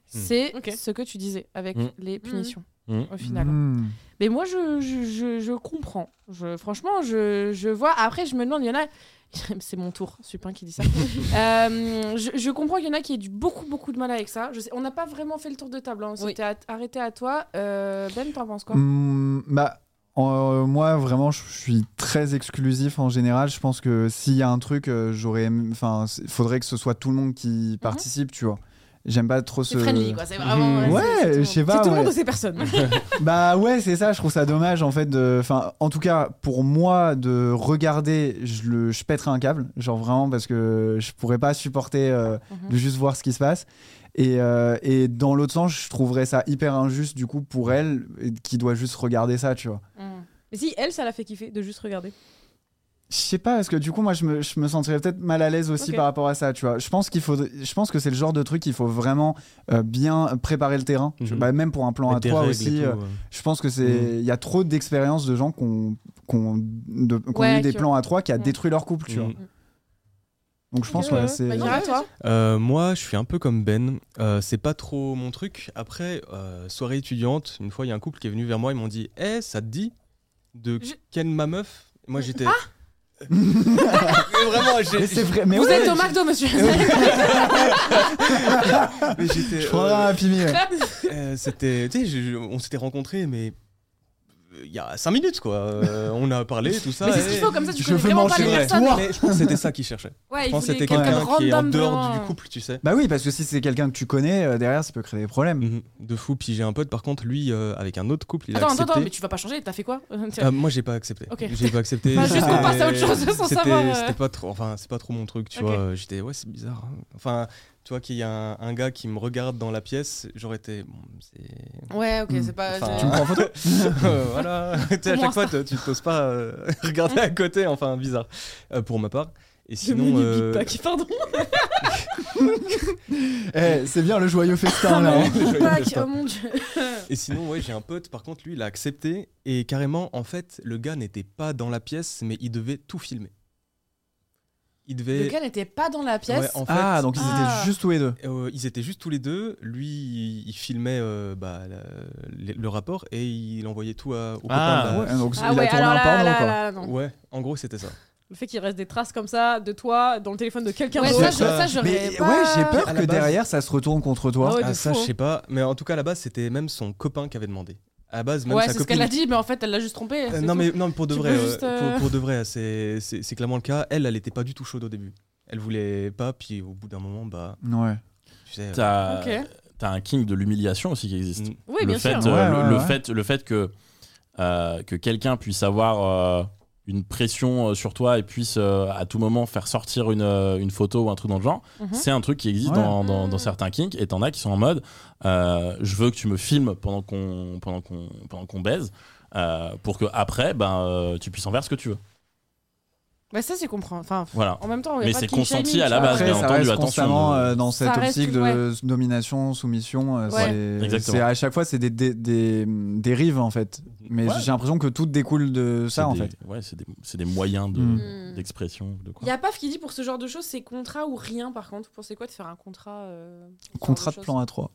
C'est
Ok.
ce que tu disais avec
Mm.
les punitions,
Mm.
au final.
Mhm.
Mais moi, je, je, je, je comprends. Je, franchement, je, je vois. Après, je me demande, il y en a. C'est mon tour, Supin qui dit ça. Euh, je, je comprends qu'il y en a qui aient du beaucoup, beaucoup de mal avec ça. Je sais, on n'a pas vraiment fait le tour de table. hein. On
Oui.
s'était at- arrêté à toi. Euh, ben, t'en penses quoi
Hmm, bah, euh, moi, vraiment, je suis très exclusif en général. Je pense que s'il y a un truc, euh, j'aurais. aimé- Enfin, il faudrait que ce soit tout le monde qui participe, tu vois. J'aime pas trop ce.
Mhm. C'est friendly, quoi. C'est
Mhm.
vraiment.
Ouais,
c'est- c'est
euh, Ouais, je
tout.
sais
C'est
pas.
tout le
ouais.
monde ou c'est personne
Bah ouais, c'est ça, je trouve ça dommage en fait. de- Enfin, en tout cas, pour moi, de regarder, je, le, je pèterais un câble, genre vraiment, parce que je pourrais pas supporter euh,
Mhm.
de juste voir ce qui se passe. Et, euh, et dans l'autre sens, je trouverais ça hyper injuste du coup pour elle, et- qui doit juste regarder ça, tu vois.
Mhm.
Mais si elle ça l'a fait kiffer de juste regarder.
Je sais pas, parce que du coup, moi, je me, je me sentirais peut-être mal à l'aise aussi
Ok.
par rapport à ça, tu vois. Je pense, qu'il faut, je pense que c'est le genre de truc qu'il faut vraiment euh, bien préparer le terrain. Tu
Mhm.
vois, bah, même pour un plan à
Des
trois
règles et
aussi.
tout, Mhm.
euh,
ouais.
Je pense que c'est. Il y a trop d'expériences de gens qui ont, qui ont de- qui ont
Ouais,
eu des
qui ont-
plans à trois qui a
Mm.
détruit leur couple, tu vois.
Mm.
Donc je pense,
Ouais,
ouais,
ouais.
c'est.
Bah, Kira, toi
Euh, moi, je suis un peu comme Ben. Euh, c'est pas trop mon truc. Après, euh, soirée étudiante, une fois, il y a un couple qui est venu vers moi. Ils m'ont dit Eh, ça te dit de
Je- Ah
ken ma meuf Moi, j'étais. mais vraiment, j'ai-
Mais c'est vrai, mais
Vous
ouais,
êtes au McDo, monsieur.
mais j'étais.
je
euh,
prendrais un Happy Meal.
euh, C'était. Tu sais, je- je- on s'était rencontrés, mais. euh, Il y a 5 minutes, quoi. Euh, on a parlé, tout ça.
Mais c'est ce qu'il
et-
faut, comme ça, tu
Je
connais
veux
vraiment pas les
manger
personnes.
toi.
Mais je pense que c'était ça qu'ils cherchaient.
Ouais,
Je
il
pense que
voulait
c'était quelqu'un qui est en
random
dehors
vraiment.
du couple, tu sais.
Bah oui, parce que si c'est quelqu'un que tu connais, euh, derrière, ça peut créer des problèmes.
Mhm, De fou. Puis j'ai un pote, par contre, lui, euh, avec un autre couple, il a
Attends,
accepté.
attends, attends, mais tu vas pas changer, t'as fait quoi
Euh, moi j'ai pas accepté.
Ok.
J'ai pas accepté.
Enfin, juste
qu'on
C'était-
passe à autre chose sans
c'était-
savoir, euh.
C'était pas trop. Enfin c'est pas trop mon truc. Tu
Ok.
vois, euh, j'étais ouais c'est bizarre. hein. Enfin tu vois qu'il y a un, un gars qui me regarde dans la pièce, j'aurais été bon c'est.
Ouais, ok,
Mm.
c'est pas.
Hmm. Enfin,
Tu me prends en photo
Euh, voilà. tu sais à
Comment
chaque fois te- tu t'oses pas euh, regarder à côté. Enfin bizarre euh, pour ma part. Et
le
sinon.
mini
euh,
big pack, pardon.
Eh, c'est bien le joyeux festin là. hein.
je- je-
Pac,
je-
oh mon dieu.
Et sinon, ouais, j'ai un pote, par contre, lui, il a accepté. Et carrément, en fait, le gars n'était pas dans la pièce, mais il devait tout filmer. Il devait.
Le gars n'était pas dans la
Ouais,
pièce.
en fait,
Ah, donc ils
Ah.
étaient juste tous les deux.
euh, ils étaient juste tous les deux. Lui, il, il filmait euh, bah, la- le, le rapport et il envoyait tout à, au copain
Ah,
de la-
Ouais, donc
Ah
il
ouais,
a tourné
alors
un
là,
porno
là,
quoi.
là, non.
Ouais, en gros, c'était ça.
Le fait qu'il reste des traces comme ça de toi dans le téléphone de quelqu'un
Ouais,
d'autre.
ça,
Ouais,
je-
ça-
ça, j'aurais
Mais
pas-
ouais, j'ai peur
À la
que
base-
derrière ça se retourne contre
Ah
Oh,
toi.
ouais, de
ah, ça,
fou,
je
hein.
sais pas. Mais en tout cas, à la base, c'était même son copain qui avait demandé. À la base, même
Ouais,
sa
c'est ce
copine.
qu'elle a dit, mais en fait, elle l'a juste trompé.
Euh,
c'est
non,
tout.
mais, non, mais pour de
Tu
vrai,
peux
euh,
juste, euh,
pour, pour de vrai, c'est c'est- c'est clairement le cas. Elle, elle était pas du tout chaude au début. Elle voulait pas, puis au bout d'un moment, bah,
Ouais.
tu sais. euh,
T'as
Ok.
t'as un king de l'humiliation aussi qui existe.
mm.
Oui,
le
bien
fait, euh,
sûr.
Ouais,
le,
ouais,
le
ouais.
fait, le fait que euh, que quelqu'un puisse avoir euh, une pression euh, sur toi et puisse euh, à tout moment faire sortir une, euh, une photo ou un truc dans le genre,
Mhm.
c'est un truc qui existe
Ouais.
dans, dans-
Mhm.
dans certains kinks. Et t'en as qui sont en mode, euh, je veux que tu me filmes pendant qu'on pendant qu'on pendant qu'on baise. euh, pour que après, ben, euh, tu puisses en faire ce que tu veux.
Bah, ça, c'est comprendre. Enfin,
Voilà.
en même temps, on est
Mais
pas
c'est
de king
consenti
shaming,
à
tu
la
vois.
base,
Après,
Ah bah, bien
ça
entendu,
reste
attention,
constamment
euh,
euh, dans cette
reste
optique
une-
de
ouais.
domination, soumission. euh,
Ouais.
c'est-
Exactement.
C'est à chaque fois, c'est des, des, des- des dérives en fait. Mais
Ouais.
j'ai l'impression que tout découle de ça
C'est
en
des-
fait.
Ouais, c'est des, c'est des moyens de-
Mhm.
Hmm.
d'expression. de
Il
quoi.
y a Paf qui dit pour ce genre de choses, c'est contrat ou rien par contre. Vous pensez quoi de faire un contrat euh, ce genre
Contrat de
choses
plan à 3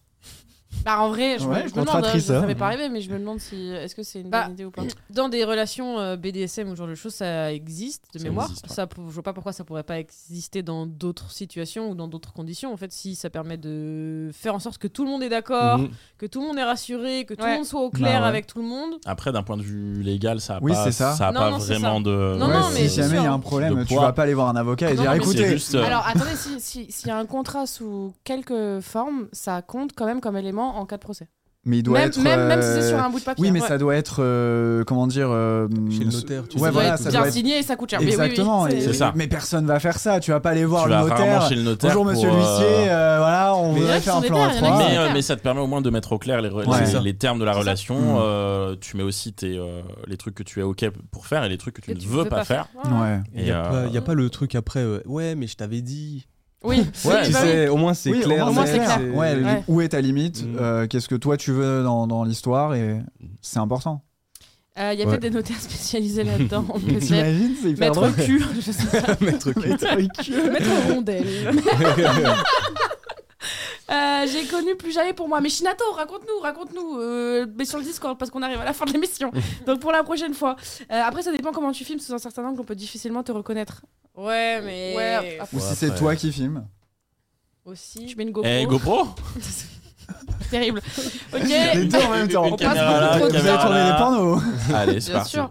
Bah, en vrai, je, me-
Ouais,
je me
contrat
demande, hein, je- ça
triceur.
m'est pas arrivé, mais je me demande si. Est-ce que c'est une
Bah,
bonne idée ou pas
Dans des relations euh, BDSM ou ce genre de choses, ça existe de
Ça
mémoire.
existe, ouais.
ça, pour- je vois pas pourquoi ça pourrait pas exister dans d'autres situations ou dans d'autres conditions. En fait, si ça permet de faire en sorte que tout le monde est d'accord,
Oh.
Mhm.
que tout le monde est rassuré, que tout le
Ouais.
monde soit au clair
Mm. Bah ouais.
avec tout le monde.
Après, d'un point de vue légal, ça n'a
Oui,
pas,
c'est ça.
a
Non,
pas
non, c'est
vraiment de.
Non,
Ouais,
non, mais
si
c'est
jamais il y
sûr.
a un problème,
De
tu
poids.
vas pas aller voir un avocat et
Non,
dire
mais c'est
écoutez,
C'est juste. euh,
Alors attendez, si- si- s'il y a un contrat sous quelque forme, ça compte quand même comme élément en cas de procès.
mais il doit
même,
être.
même, même si
euh,
c'est sur un bout de papier. hein.
Oui, mais
Ouais.
ça doit être. euh, comment dire euh,
Chez le notaire, tu
ouais,
sais,
voilà,
tout
ça
bien
doit
Mm. ça.
être.
signé et ça coûte cher. Mais oui, oui, oui,
Exactement, et-
C'est ça.
mais personne va faire ça. Tu vas pas aller voir
tu
le
vas rarement
notaire.
chez le notaire.
Bonjour
pour,
monsieur
euh,
l'huissier, euh, voilà, on
mais-
voudrait
Ouais,
faire un
ce sont
plan à
des terres, il y en a
trois.
qui
Mais,
Ah.
euh, mais ça te permet au moins de mettre au clair les, re-
Ouais.
les-
C'est ça.
les termes de la
C'est ça.
relation.
Mm.
euh, tu mets aussi tes, euh, les trucs que tu es OK pour faire et les trucs que tu
que
ne veux, pas, faire.
Voilà.
Ouais.
Il n'y a,
Et,
pas-
euh,
y a pas le truc après, euh, ouais, mais je t'avais dit.
Oui,
Ouais,
tu
bah
sais, au moins c'est
Oui,
clair.
au moins,
net,
c'est clair.
c'est-
Ouais,
Ouais.
Où est ta limite
Mm.
euh, Qu'est-ce que toi tu veux dans, dans l'histoire Et c'est important.
il Euh, y a
Ouais.
peut-être des notaires spécialisés là-dedans. peut-être.
T'imagines, c'est hyper
Mettre
drôle.
le cul, je sais pas.
Maître Clé.
Mettre rondelle.
Euh, J'ai connu plus jamais pour moi. Mais Shinato, raconte-nous, raconte-nous. euh, mais sur le Discord, parce qu'on arrive à la fin de l'émission. Donc pour la prochaine fois. Euh, après, ça dépend comment tu filmes. Sous un certain angle, on peut difficilement te reconnaître.
Ouais, mais
Ouais, ah, après,
Ou si
Ouais,
c'est
après.
toi qui filmes.
aussi.
je mets une GoPro.
Eh, GoPro
Terrible. Ok.
Les deux en même temps.
Une
passe
caméra
beaucoup
là,
trop
Vous
de
une
avez
caméra
tourné
là.
les pornos.
Allez, c'est
Bien
parti.
sûr.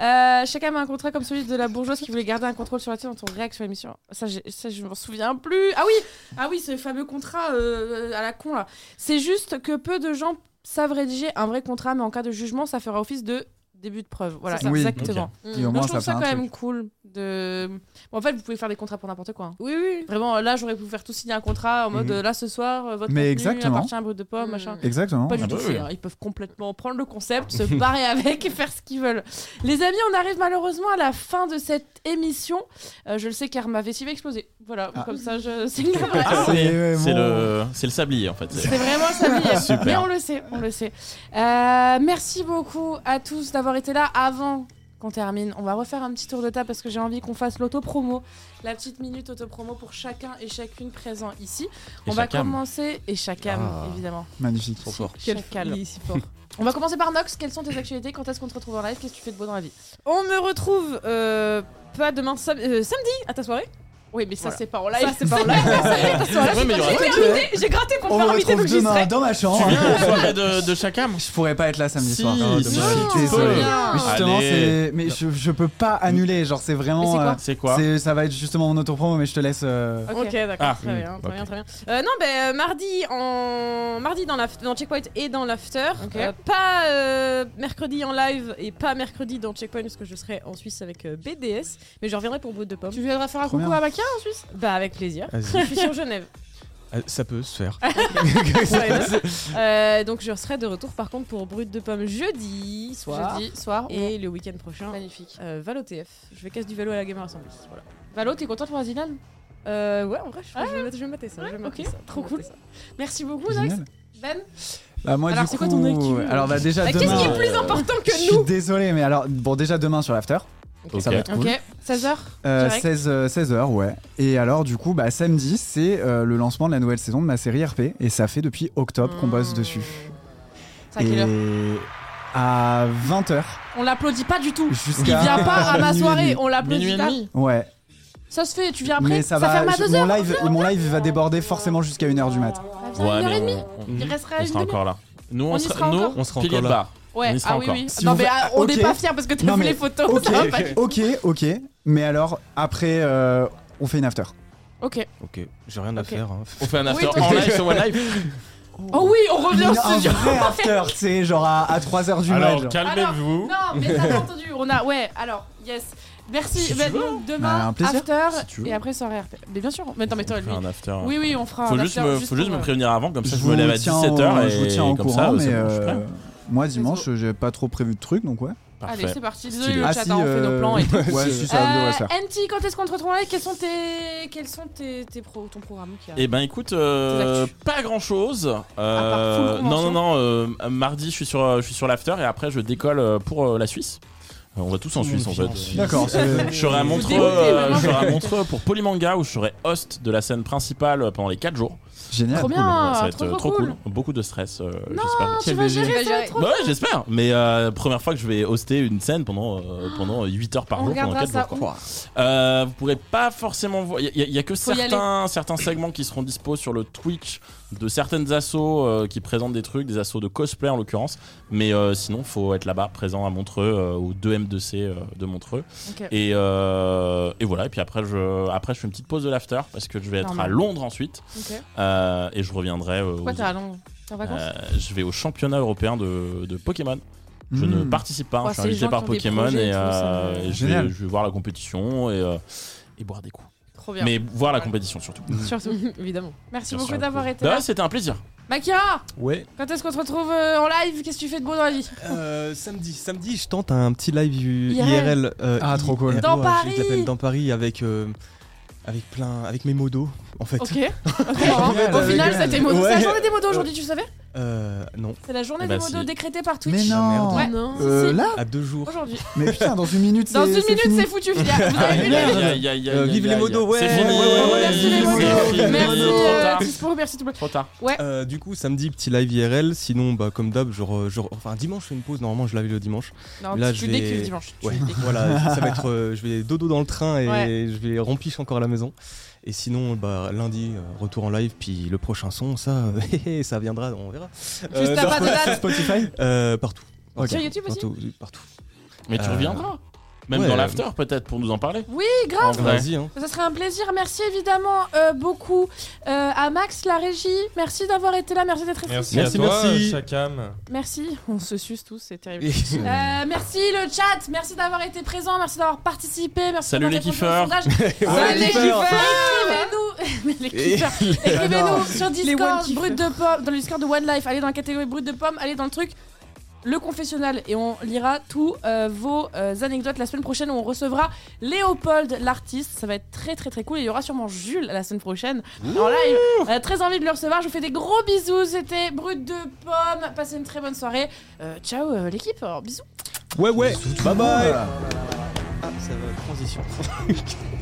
Euh, chacun met un contrat comme celui de la bourgeoise qui voulait garder un contrôle sur la tête dans ton réaction à l'émission. Ça, j'ai- ça, je m'en souviens plus. Ah oui, ah oui, ce fameux contrat euh, à la con là. C'est juste que peu de gens savent rédiger un vrai contrat, mais en cas de jugement, ça fera office de début de preuve. Voilà,
C'est ça.
Oui.
exactement.
Ok.
Et au
Donc,
moins,
je trouve ça,
fait un
quand
truc.
même cool de. Bon, en fait, vous pouvez faire des contrats pour n'importe quoi. hein.
Oui, oui.
Vraiment, là, j'aurais pu vous faire tout signer un contrat en mode
Mhm.
euh, là ce soir, euh, votre
Mais
contenu
exactement. Mm.
appartient à Brut de Pomme, machin.
Exactement.
Pas du
Ah
tout
bah
fait,
oui.
hein. Ils peuvent complètement prendre le concept, se barrer avec et faire ce qu'ils veulent. Les amis, on arrive malheureusement à la fin de cette émission. Euh, je le sais car ma vessie va exploser. Voilà,
Ah.
comme ça, je... c'est la vraie.
Ah,
C'est-
mais
ouais,
C'est
bon.
le, c'est le sablier en fait. C'est-
C'est vraiment ça, Mia.
Super.
Mais on le sait, on le sait. Euh, merci beaucoup à tous d'avoir été là avant qu'on termine. On va refaire un petit tour de table parce que j'ai envie qu'on fasse l'auto-promo, la petite minute auto-promo pour chacun et chacune présent ici.
Et
on va
chacun.
commencer, et chacun,
Ah.
évidemment.
Magnifique.
Quel
Chacal.
il est si fort.
On va commencer par Nox. Quelles sont tes actualités Quand est-ce qu'on te retrouve en live Qu'est-ce que tu fais de beau dans la vie
On me retrouve euh, pas demain, sam- euh, samedi à ta soirée.
Oui, mais ça,
Voilà.
c'est pas en live.
Ça, c'est pas en live.
Ouais, mais il y aura-
J'ai gratté, j'ai gratté pour
On
faire
me
inviter,
retrouve
donc j'y
demain
serai.
dans ma chambre.
Tu viens aux soirées de, de Chacam
Je pourrais pas être là samedi
Si,
soir.
si,
Je
si,
suis
tu peux.
désolé.
Bien.
Mais justement,
Allez.
c'est. Mais je, je peux pas annuler. Genre, c'est
Mais c'est
vraiment.
quoi
euh,
C'est quoi
c'est- ça va être justement mon auto-promo, mais je te laisse. euh,
Ok.
Ok, d'accord,
Ah,
très,
mm,
bien, très
ok.
bien, très bien. Euh, non, ben mardi en mardi dans, l'af- dans Checkpoint et dans l'after,
Ok.
Euh, pas euh, mercredi en live et pas mercredi dans Checkpoint parce que je serai en Suisse avec euh, BDS, mais je reviendrai pour Bout de Pomme.
Tu viendras faire un
Trop
coucou
bien.
à Makia en Suisse
Bah avec plaisir.
Vas-y.
je suis sur Genève.
Euh, Ça peut se faire.
Ah.
Euh, donc je serai de retour par contre pour Brut de Pomme jeudi soir
Jeudi soir.
et le week-end prochain.
bon. Magnifique.
Euh, Valo TF, je vais casser du vélo à la Gamer Assembly. Voilà.
Valo, t'es contente pour Azilan
Euh, ouais, en vrai, je, je vais, mater- je vais mater ça. je vais mater
ok,
ça, je
trop
vais
cool.
mater ça.
Merci beaucoup, Nox.
génial.
Ben
Bah, moi,
Alors,
du
c'est
coup.
quoi ton actu, euh
Alors, bah, déjà
Bah,
demain.
Qu'est-ce qui est
euh,
plus important
Je
que
suis
nous
désolé, mais alors, bon, déjà demain sur l'after,
Ok.
ça va être cool.
Ok, 16h.
Euh,
direct.
16, euh, 16 heures, ouais. Et alors, du coup, bah, samedi, c'est euh, le lancement de la nouvelle saison de ma série RP. Et ça fait depuis octobre qu'on bosse dessus.
Euh,
C'est à Mmh, quelle heure
Et- à 20h
On l'applaudit pas du tout.
jusqu'à.
Il vient pas à ma
minuit et
soirée,
demi.
on
Minuit
l'applaudit
et
pas.
demi.
Ouais.
Ça se fait, tu viens après,
Mais
ça,
ça, va.
ferme à
je-
2
mon
heures.
live, mon live il va déborder forcément jusqu'à 1h du mat.
Ça faisait
Ouais,
une heure et
mais
demie.
on-
Il resterait à
on
une
sera
demi.
encore là. Nous, on,
On y
sera,
sera
nous,
encore
On sera
pilier
encore
de
là.
bar.
Ouais,
On y sera
ah oui,
encore.
oui.
Si
non,
vous
mais
fa-
ah, on n'est
Ok.
pas fiers parce que t'as
Non,
vu
mais-
les photos.
Ok,
Oh, ça va pas du-
ok, ok. Mais alors, après, euh, on fait une after.
ok.
Ok, j'ai rien à
Ok.
faire. hein.
On fait un after
tout
en
à
live sur One Live.
Oh oui, on revient au
Une- un
studio.
vrai after, tu sais, genre à, 3h du mat.
Alors
genre.
calmez-vous.
Non, mais t'as pas entendu. On a, ouais, alors, yes. Merci.
Si tu
Ben,
veux.
donc,
Bah,
demain,
un plaisir.
after
Si tu veux.
et après soirée RP. Mais bien sûr. Mais attends, mais toi,
On fait
lui.
un after.
Oui, oui, on fera
Faut
un
juste,
after
me, faut juste
pour,
me
euh,
prévenir avant, comme ça je, me
vous
lève à
tiens
17h.
au-
Et
je vous tiens au
comme
courant,
ça,
mais
c'est bon, je suis prêt.
euh, moi dimanche j'ai pas trop prévu de trucs donc ouais.
Parfait.
Allez, c'est parti. Désolé,
Stylé.
le
Ah,
chat,
si,
hein, on fait nos
euh,
plans et tout.
Ouais, si, ça devrait se
Euh,
faire.
NT, quand est-ce qu'on te retrouve en live Quels sont tes, quels sont tes, tes pro- ton programme qui arrive
Eh ben écoute, euh,
Tes
pas grand chose.
part full
non, non,
convention.
non. euh, mardi, je suis sur, euh, je suis sur l'after et après je décolle euh, pour euh, la Suisse. Euh, on va tous en Suisse en fait.
D'accord, c'est-
Je serai à
Vous
Montreux,
déroulez,
euh,
vraiment.
je serai à Montreux pour Polymanga où je serai host de la scène principale pendant les 4 jours.
génial.
Trop bien,
Ouais, ça va
Ah, trop,
être euh,
trop
trop
cool.
cool. Beaucoup de stress, euh,
Non,
j'espère.
tu vas gérer ça, trop
Bah ouais, j'espère. Mais euh, première fois que je vais hoster une scène pendant, euh, pendant 8 heures par
On
jour, pendant
regardera
4
ça
jours. quoi. Euh, vous pourrez pas forcément voir. Il y, a- y a que
Faut y
certains, certains segments qui seront dispo sur le Twitch de certaines assos euh, qui présentent des trucs, des assos de cosplay en l'occurrence. Mais euh, sinon, faut être là-bas, présent à Montreux, euh, au 2M2C euh, de Montreux.
Ok.
Et, euh, et voilà. Et puis après, je, après, je fais une petite pause de l'after parce que je vais être
Normal.
à Londres ensuite
Ok.
Euh, et je reviendrai. euh,
Pourquoi
aux-
t'es à Londres T'es en vacances
euh, je vais au championnat européen de, de Pokémon. Je ne
Hmm.
Mm.
participe pas, hein,
Oh,
je suis
ces
invité
gens
par
qui ont des
Pokémon
projets
et,
et tout, ça
euh,
me-
et je,
Génial.
vais, je vais voir la compétition et, euh, et boire des coups.
Trop bien.
Mais voir la compétition surtout.
Surtout.
Évidemment.
Merci
Bien
beaucoup
sûr,
d'avoir
cool.
été
Bah,
là.
C'était un plaisir.
Makira,
Ouais.
quand est-ce qu'on te retrouve euh, en live Qu'est-ce que tu fais de beau dans la vie
Euh, samedi, samedi, je tente un petit live U-
IRL.
IRL. euh,
Ah, trop cool.
IRL,
Dans
j'ai
Paris.
de la peine dans Paris avec euh, avec plein avec mes modos en fait.
Ok. Au final,
Génial.
c'était modo.
Ouais.
C'est la journée des modos aujourd'hui, tu savais
Euh, non.
C'est la journée
Eh ben,
des modos
si.
décrétée par
Mais
Twitch.
non.
Ah,
Ouais.
non.
Euh,
Si.
là
À deux jours.
Aujourd'hui.
Mais putain, dans une minute.
Dans une minute,
fini.
c'est foutu, Julia. Vous avez vu les
merde. Euh,
Vive
vive les modos, ouais.
C'est fini.
Ouais, ouais, ouais,
Merci les
vive
modos.
les
C'est
modos.
fini.
Merci
Trop
euh,
tard.
Tispo, merci tout le monde.
Trop tard.
Euh, du coup, samedi, petit live IRL. Sinon, bah, comme d'hab, je, re- je re- enfin, dimanche, je fais une pause. Normalement, je live le dimanche.
Non,
Là,
tu
je
tu
vais-
déclives dimanche. Tu
Ouais,
déclives.
voilà, ça va être. euh, je vais dodo dans le train et
Ouais.
je vais rempiche encore à la maison. Et sinon, bah, lundi, euh, retour en live. Puis le prochain son, ça, euh, hé, hé, ça viendra, on verra. Euh,
Juste t'as
dans-
pas de date.
Spotify
euh, partout.
Ok.
Sur YouTube aussi
Partout. partout.
Mais tu
Euh,
reviendras. Même
ouais.
dans l'after peut-être pour nous en parler.
Oui, grave.
En vrai.
Vas-y, hein.
Ça serait un plaisir. Merci évidemment euh, beaucoup euh, à Max, la régie. Merci d'avoir été là. Merci d'être resté.
Merci,
Merci,
à toi,
merci.
Chakam.
Merci. On se suce tous, c'est terrible.
Et-
Euh, merci le chat, merci d'avoir été présent, merci d'avoir participé, merci d'avoir
Salut les
répondu au
kiffeurs.
sondage.
Ouais,
Salut les
kiffeurs.
kiffeurs. Écrivez-nous, les kiffeurs. écrivez-nous sur
one
Discord,
kiffeurs.
brut de pomme, dans le Discord de One Life, allez dans la catégorie brut de pomme, allez dans le truc. Le confessionnal et on lira tous euh, vos euh, anecdotes la semaine prochaine où on recevra Léopold l'artiste ça va être très très très cool et il y aura sûrement Jules la semaine prochaine en live Euh, très envie de le recevoir je vous fais des gros bisous c'était brut de pomme passez une très bonne soirée Euh, ciao euh, l'équipe Alors, bisous
Ouais, ouais. Bye bye.
Voilà.
Ah, ça va, transition.